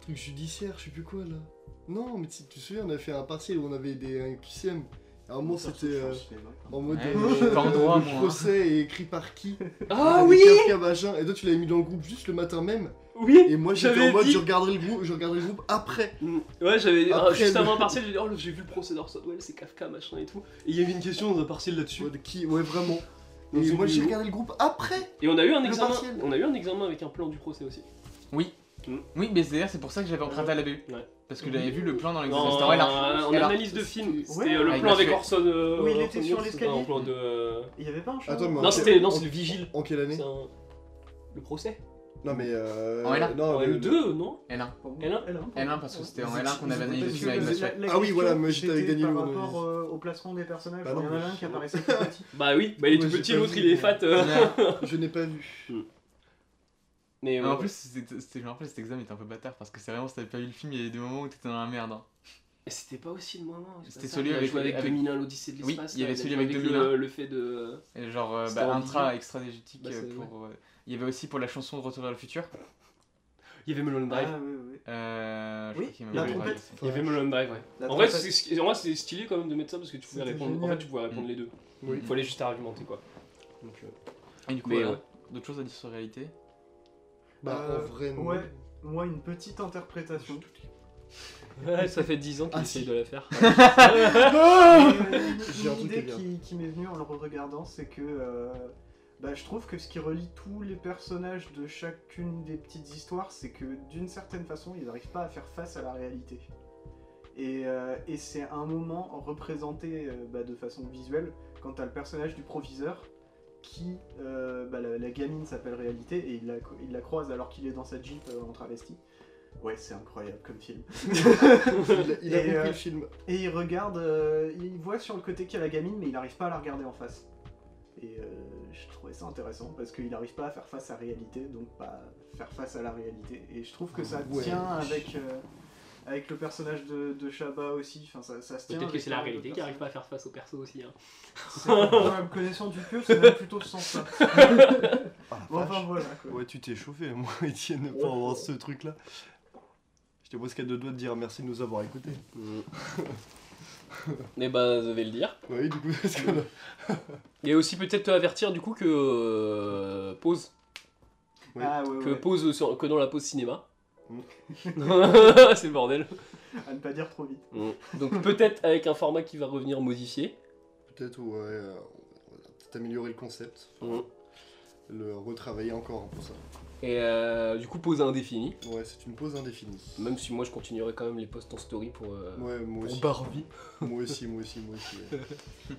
truc judiciaire, je sais plus quoi là. Non, mais tu, tu te souviens, on a fait un partiel où on avait des un QCM. À un moment, c'était euh, en mode
Ouais,
euh,
je suis pas en
euh,
droit,
le
moi, hein.
procès est écrit par qui
Ah
avec
oui
Kafka, machin. Et toi, tu l'avais mis dans le groupe juste le matin même.
Oui
Et moi, j'étais
J'avais
en mode,
dit.
je regarderai le groupe, je regarderai le groupe après.
Mm. Ouais, j'avais
Après,
euh, juste
le-
avant un partiel, j'ai dit oh, j'ai vu le procès d'Orson Welles, c'est Kafka, machin et tout. Et il y avait une question dans un partiel
Tu
là-dessus.
vois de qui Ouais, vraiment.
Dans
Et
une
moi, j'ai
vidéo.
regardé le groupe après.
Et on a eu un
Le
examen.
partiel.
On a eu un examen avec un plan du procès aussi.
Oui, mais d'ailleurs, c'est pour ça que j'avais emprunté à la BU.
Ouais.
Parce que j'avais vu le plan dans les
Non,
Ah,
euh,
C'était ouais, là.
on
C'était là.
analyse de film.
C'était-
C'était
Ouais.
euh, le
Avec
plan avec
Mathieu.
Orson. euh,
Oui, il était
Orson
sur
Welles,
l'escalier.
c'était un plan de. euh,
Il y avait pas un chat
Attends, mais
Non,
en-
c'était non,
en-
c'est le vigile.
En quelle année
C'est un- Le procès.
Non, mais euh.
En L1.
non,
Ouais,
le-
le 2, non
L1.
L1.
L1 parce que c'était en
C'est-
L1 qu'on avait
c'est-
analysé le
c'est-
film avec
c'est-
Mathieu.
Ah oui, voilà, mais j'étais avec Daniel
Par
Lewis.
rapport euh, au placement des personnages,
Bah
il y
non,
en avait
mais
un qui
je-
apparaissait tout petit.
Bah oui, bah il est
Ouais,
tout
j'ai
petit,
pas
l'autre
vu,
il est
mais-
fat. euh.
hein.
Je n'ai pas vu.
Mais
Mais en
ouais.
plus, c'était- c'était- je me rappelle, cet examen était un peu bâtard parce que c'est vraiment, si t'avais pas vu le film, il y a des moments où t'étais dans la merde. hein.
Et C'était pas aussi le moment. c'est
C'était
ça,
celui
il a
avec-
joué avec,
avec-
2001, l'Odyssée de
Oui,
l'espace.
il y
là,
avait
a
celui
joué
avec
le-
2001.
Le, fait de.
Et genre, euh,
C'était
bah,
en
intra extra diégétique
Bah, c'est-
pour. euh, il y avait aussi pour la chanson de Retour vers le futur.
Il y avait Melon Drive.
Ah, oui, oui.
Euh, je
Oui,
crois qu'il y
la
avait-
trompette.
Il y avait Melon Drive, ouais.
La
En vrai,
trompette.
c'est- c'est- en vrai, c'est stylé quand même de mettre ça parce que tu pouvais
C'était
répondre. En
génial.
fait, tu pouvais répondre
Mm.
les deux.
Oui.
Il fallait juste argumenter quoi. Donc, euh,
Et du coup,
Mais
voilà.
ouais.
d'autres choses à dire sur réalité.
Bah,
Euh,
en vrai, non.
ouais. Moi, une petite interprétation.
Ouais, ça fait 10 ans qu'il
Ah,
essaye
si.
de la faire.
Euh,
J'ai un
une
truc
idée
à dire.
qui, qui m'est venue en le regardant, c'est que euh, bah, je trouve que ce qui relie tous les personnages de chacune des petites histoires, c'est que d'une certaine façon, ils n'arrivent pas à faire face à la réalité. Et, euh, et c'est un moment représenté euh, bah, de façon visuelle quand t'as le personnage du proviseur qui, euh, bah, la, la gamine s'appelle Réalité et il la, il la croise alors qu'il est dans sa jeep euh, en travesti. Ouais, c'est incroyable comme film.
Il a, il a
Et,
compris
euh,
le film.
Et il regarde, euh, il voit sur le côté qu'il y a la gamine, mais il n'arrive pas à la regarder en face. Et euh, je trouvais ça intéressant parce qu'il n'arrive pas à faire face à la réalité, donc pas faire face à la réalité. Et je trouve que ça
Ouais.
tient avec, euh, avec le personnage de, de Shabba aussi. Enfin, ça, ça se tient.
Peut-être que
avec
c'est la
un autre
réalité qui arrive
personnage.
pas à faire face au perso aussi. Hein.
C'est pas me connaissant du peu, c'est même plutôt ce sens-là. Bon, enfin voilà. Quoi.
Ouais, tu t'es chauffé, moi, Étienne, pour avoir ce truc-là. Je te pose qu'à deux doigts de dire merci de nous avoir écoutés.
Mm. Mais bah, je vais le dire.
Bah oui, du coup, parce que là-
Et aussi peut-être te avertir du coup que euh, pause,
Ouais.
Ah ouais,
que
ouais.
pause sur- que dans la pause cinéma.
Mm.
c'est le bordel.
à ne pas dire trop vite.
Mm. Donc peut-être avec un format qui va revenir modifié.
peut-être, ouais, euh, on va peut-être améliorer le concept.
Mm.
le retravailler encore pour ça.
Et euh, du coup, pause indéfinie.
Ouais, c'est une pause indéfinie.
Même si moi, je continuerai quand même les posts en story pour, euh,
Ouais, moi
pour
aussi.
Barbie.
Moi aussi, moi aussi, moi aussi. ouais.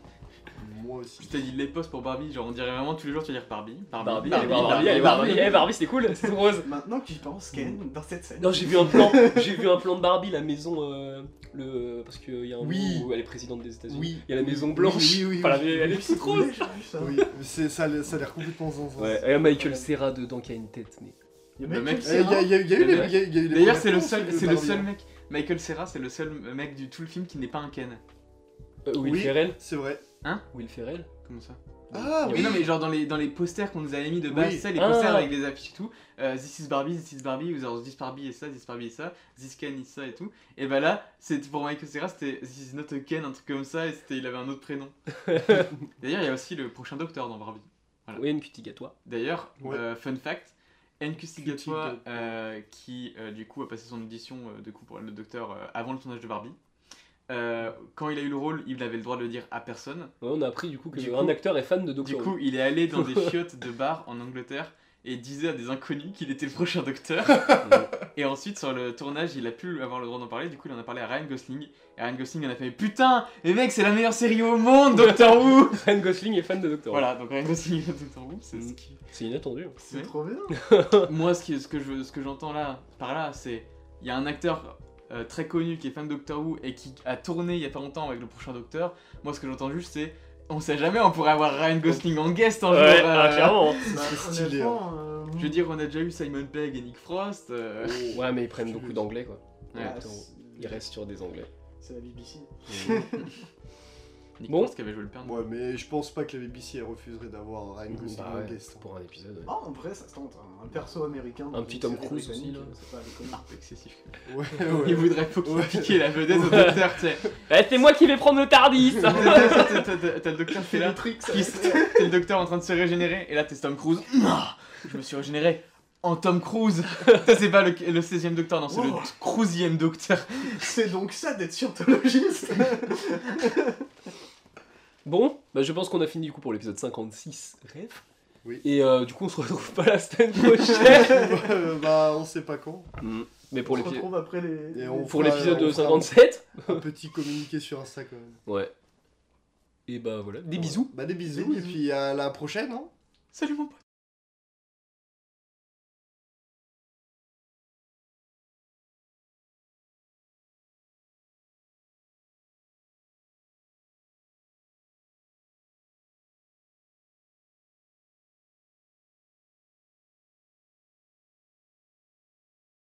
moi
Je
aussi.
t'ai dit les posts pour Barbie, genre on dirait vraiment tous les jours tu vas dire Barbie,
Barbie,
Ah, Barbie,
allez, Barbie,
Barbie,
allez, Barbie,
Barbie.
allez, Barbie, c'était cool, c'est tout rose.
Maintenant que j'y pense,
Mm.
Ken, dans cette scène.
Non, j'ai vu un plan, j'ai vu un plan de Barbie, la maison, euh, le, parce qu'il y a un
Oui.
moment où elle est présidente des États-Unis.
Oui.
Il y a la
oui,
maison
oui,
blanche.
Oui, oui,
Enfin, la-
oui.
elle est petite
Oui,
rose.
j'ai vu ça.
Oui, c'est- ça, a l'air- ça a l'air complètement sans sens.
Ouais, et il y a Michael Serra dedans qui a une tête, mais.
Il y a
Le
même
mec,
Kelsey,
Eh, Il y a, il y a- il y a eu les- il y a- il y a eu les
D'ailleurs c'est le
premières
seul,
réponses,
c'est le
Barbie,
seul
hein.
mec, Michael Serra c'est le seul mec du tout le film qui n'est pas un Ken.
Euh, Will
Oui.
Ferrell
C'est vrai.
Will Ferrell
Comment ça
Ah
Il y
Mais
oui.
non mais genre dans les, dans les posters qu'on nous avait mis de base,
Oui.
tu sais, les
Ah.
posters avec les affiches et tout, euh, This is Barbie, This is Barbie, ou genre This Barbie et ça, This Barbie et ça, This Ken et ça et tout, et bah là, c'est pour Michael Serra c'était This is not a Ken, un truc comme ça, et c'était, il avait un autre prénom. D'ailleurs il y a aussi le prochain docteur dans Barbie. Voilà.
Oui, une petite gatoie.
D'ailleurs,
Ouais.
euh, fun fact, NQC
Gatwa.
Gatwa, euh, qui euh, du coup a passé son audition euh, de coup pour le docteur euh, avant le tournage de Barbie. euh, quand il a eu le rôle, il n'avait le droit de le dire à personne.
Ouais, on a appris du coup que
Du
un
coup-
acteur est fan de
Du
Doctor Who.
coup, il est allé dans des chiottes de bar en Angleterre et disait à des inconnus qu'il était le prochain docteur. et ensuite, sur le tournage, il a pu avoir le droit d'en parler. Du coup, il en a parlé à Ryan Gosling. Et Ryan Gosling en a fait Putain, mais mec, c'est la meilleure série au monde, Doctor Who
Ryan Gosling est fan de Doctor Who.
Voilà, donc Ryan Gosling est Doctor Who, c'est ce qui.
C'est inattendu. hein.
C'est trop bien.
Moi, ce, qui- ce que je- ce que j'entends là, par là, c'est il y a un acteur euh, très connu qui est fan de Doctor Who et qui a tourné il y a pas longtemps avec le prochain Docteur. Moi, ce que j'entends juste, c'est on sait jamais, on pourrait avoir Ryan Gosling en guest un jour. euh,
ah, clairement.
Bah,
serait stylé, hein.
honnêtement, euh,
je veux dire, on a déjà eu Simon Pegg et Nick Frost. euh,
Ouais, mais ils prennent beaucoup d'anglais quoi.
Ouais,
bah,
attends,
c'est-
Ils restent sur des anglais.
C'est la BBC.
Nick
Bon.
Frost qui avait joué le père.
Oh. Ouais, mais je pense pas que la BBC elle refuserait d'avoir
Ah,
Ryan Gosling
Bah
en
ouais,
guest. hein.
pour un épisode.
Ah, en vrai, ça se tente. hein. Un perso américain. dans
Un
une
petit Tom
série
Cruise aussi,
britannique, euh,
là.
c'est pas des connards.
C'est excessif.
Ouais, ouais.
Il voudrait faut qu'il
Ouais.
pique la vedette au docteur, tu sais.
Eh, c'est moi qui vais prendre le Tardis
T'as t'as- t'as- t'as le docteur qui est là,
Tricks,
Qui se- T'es le docteur en train de se régénérer et là t'es Tom Cruise. Ah, Je me suis régénéré en Tom Cruise. Ça c'est pas le, le 16e docteur, non, c'est
Wow.
le Cruisième docteur.
C'est donc ça d'être scientologiste
Bon, bah je pense qu'on a fini du coup pour l'épisode 56. Rêve.
Oui.
Et euh, du coup, on se retrouve pas la semaine prochaine.
Euh, bah, on sait pas quand.
Mm. Mais pour
On se
l'épisode.
retrouve après les.
Et on-
Pour
Ouais,
euh,
l'épisode
on
de
fera-
57
Un petit communiqué sur Insta quand même.
Ouais. Et bah voilà. Des bisous.
Bah, des bisous,
Des
et
bisous.
puis à la prochaine, hein.
Salut mon pote.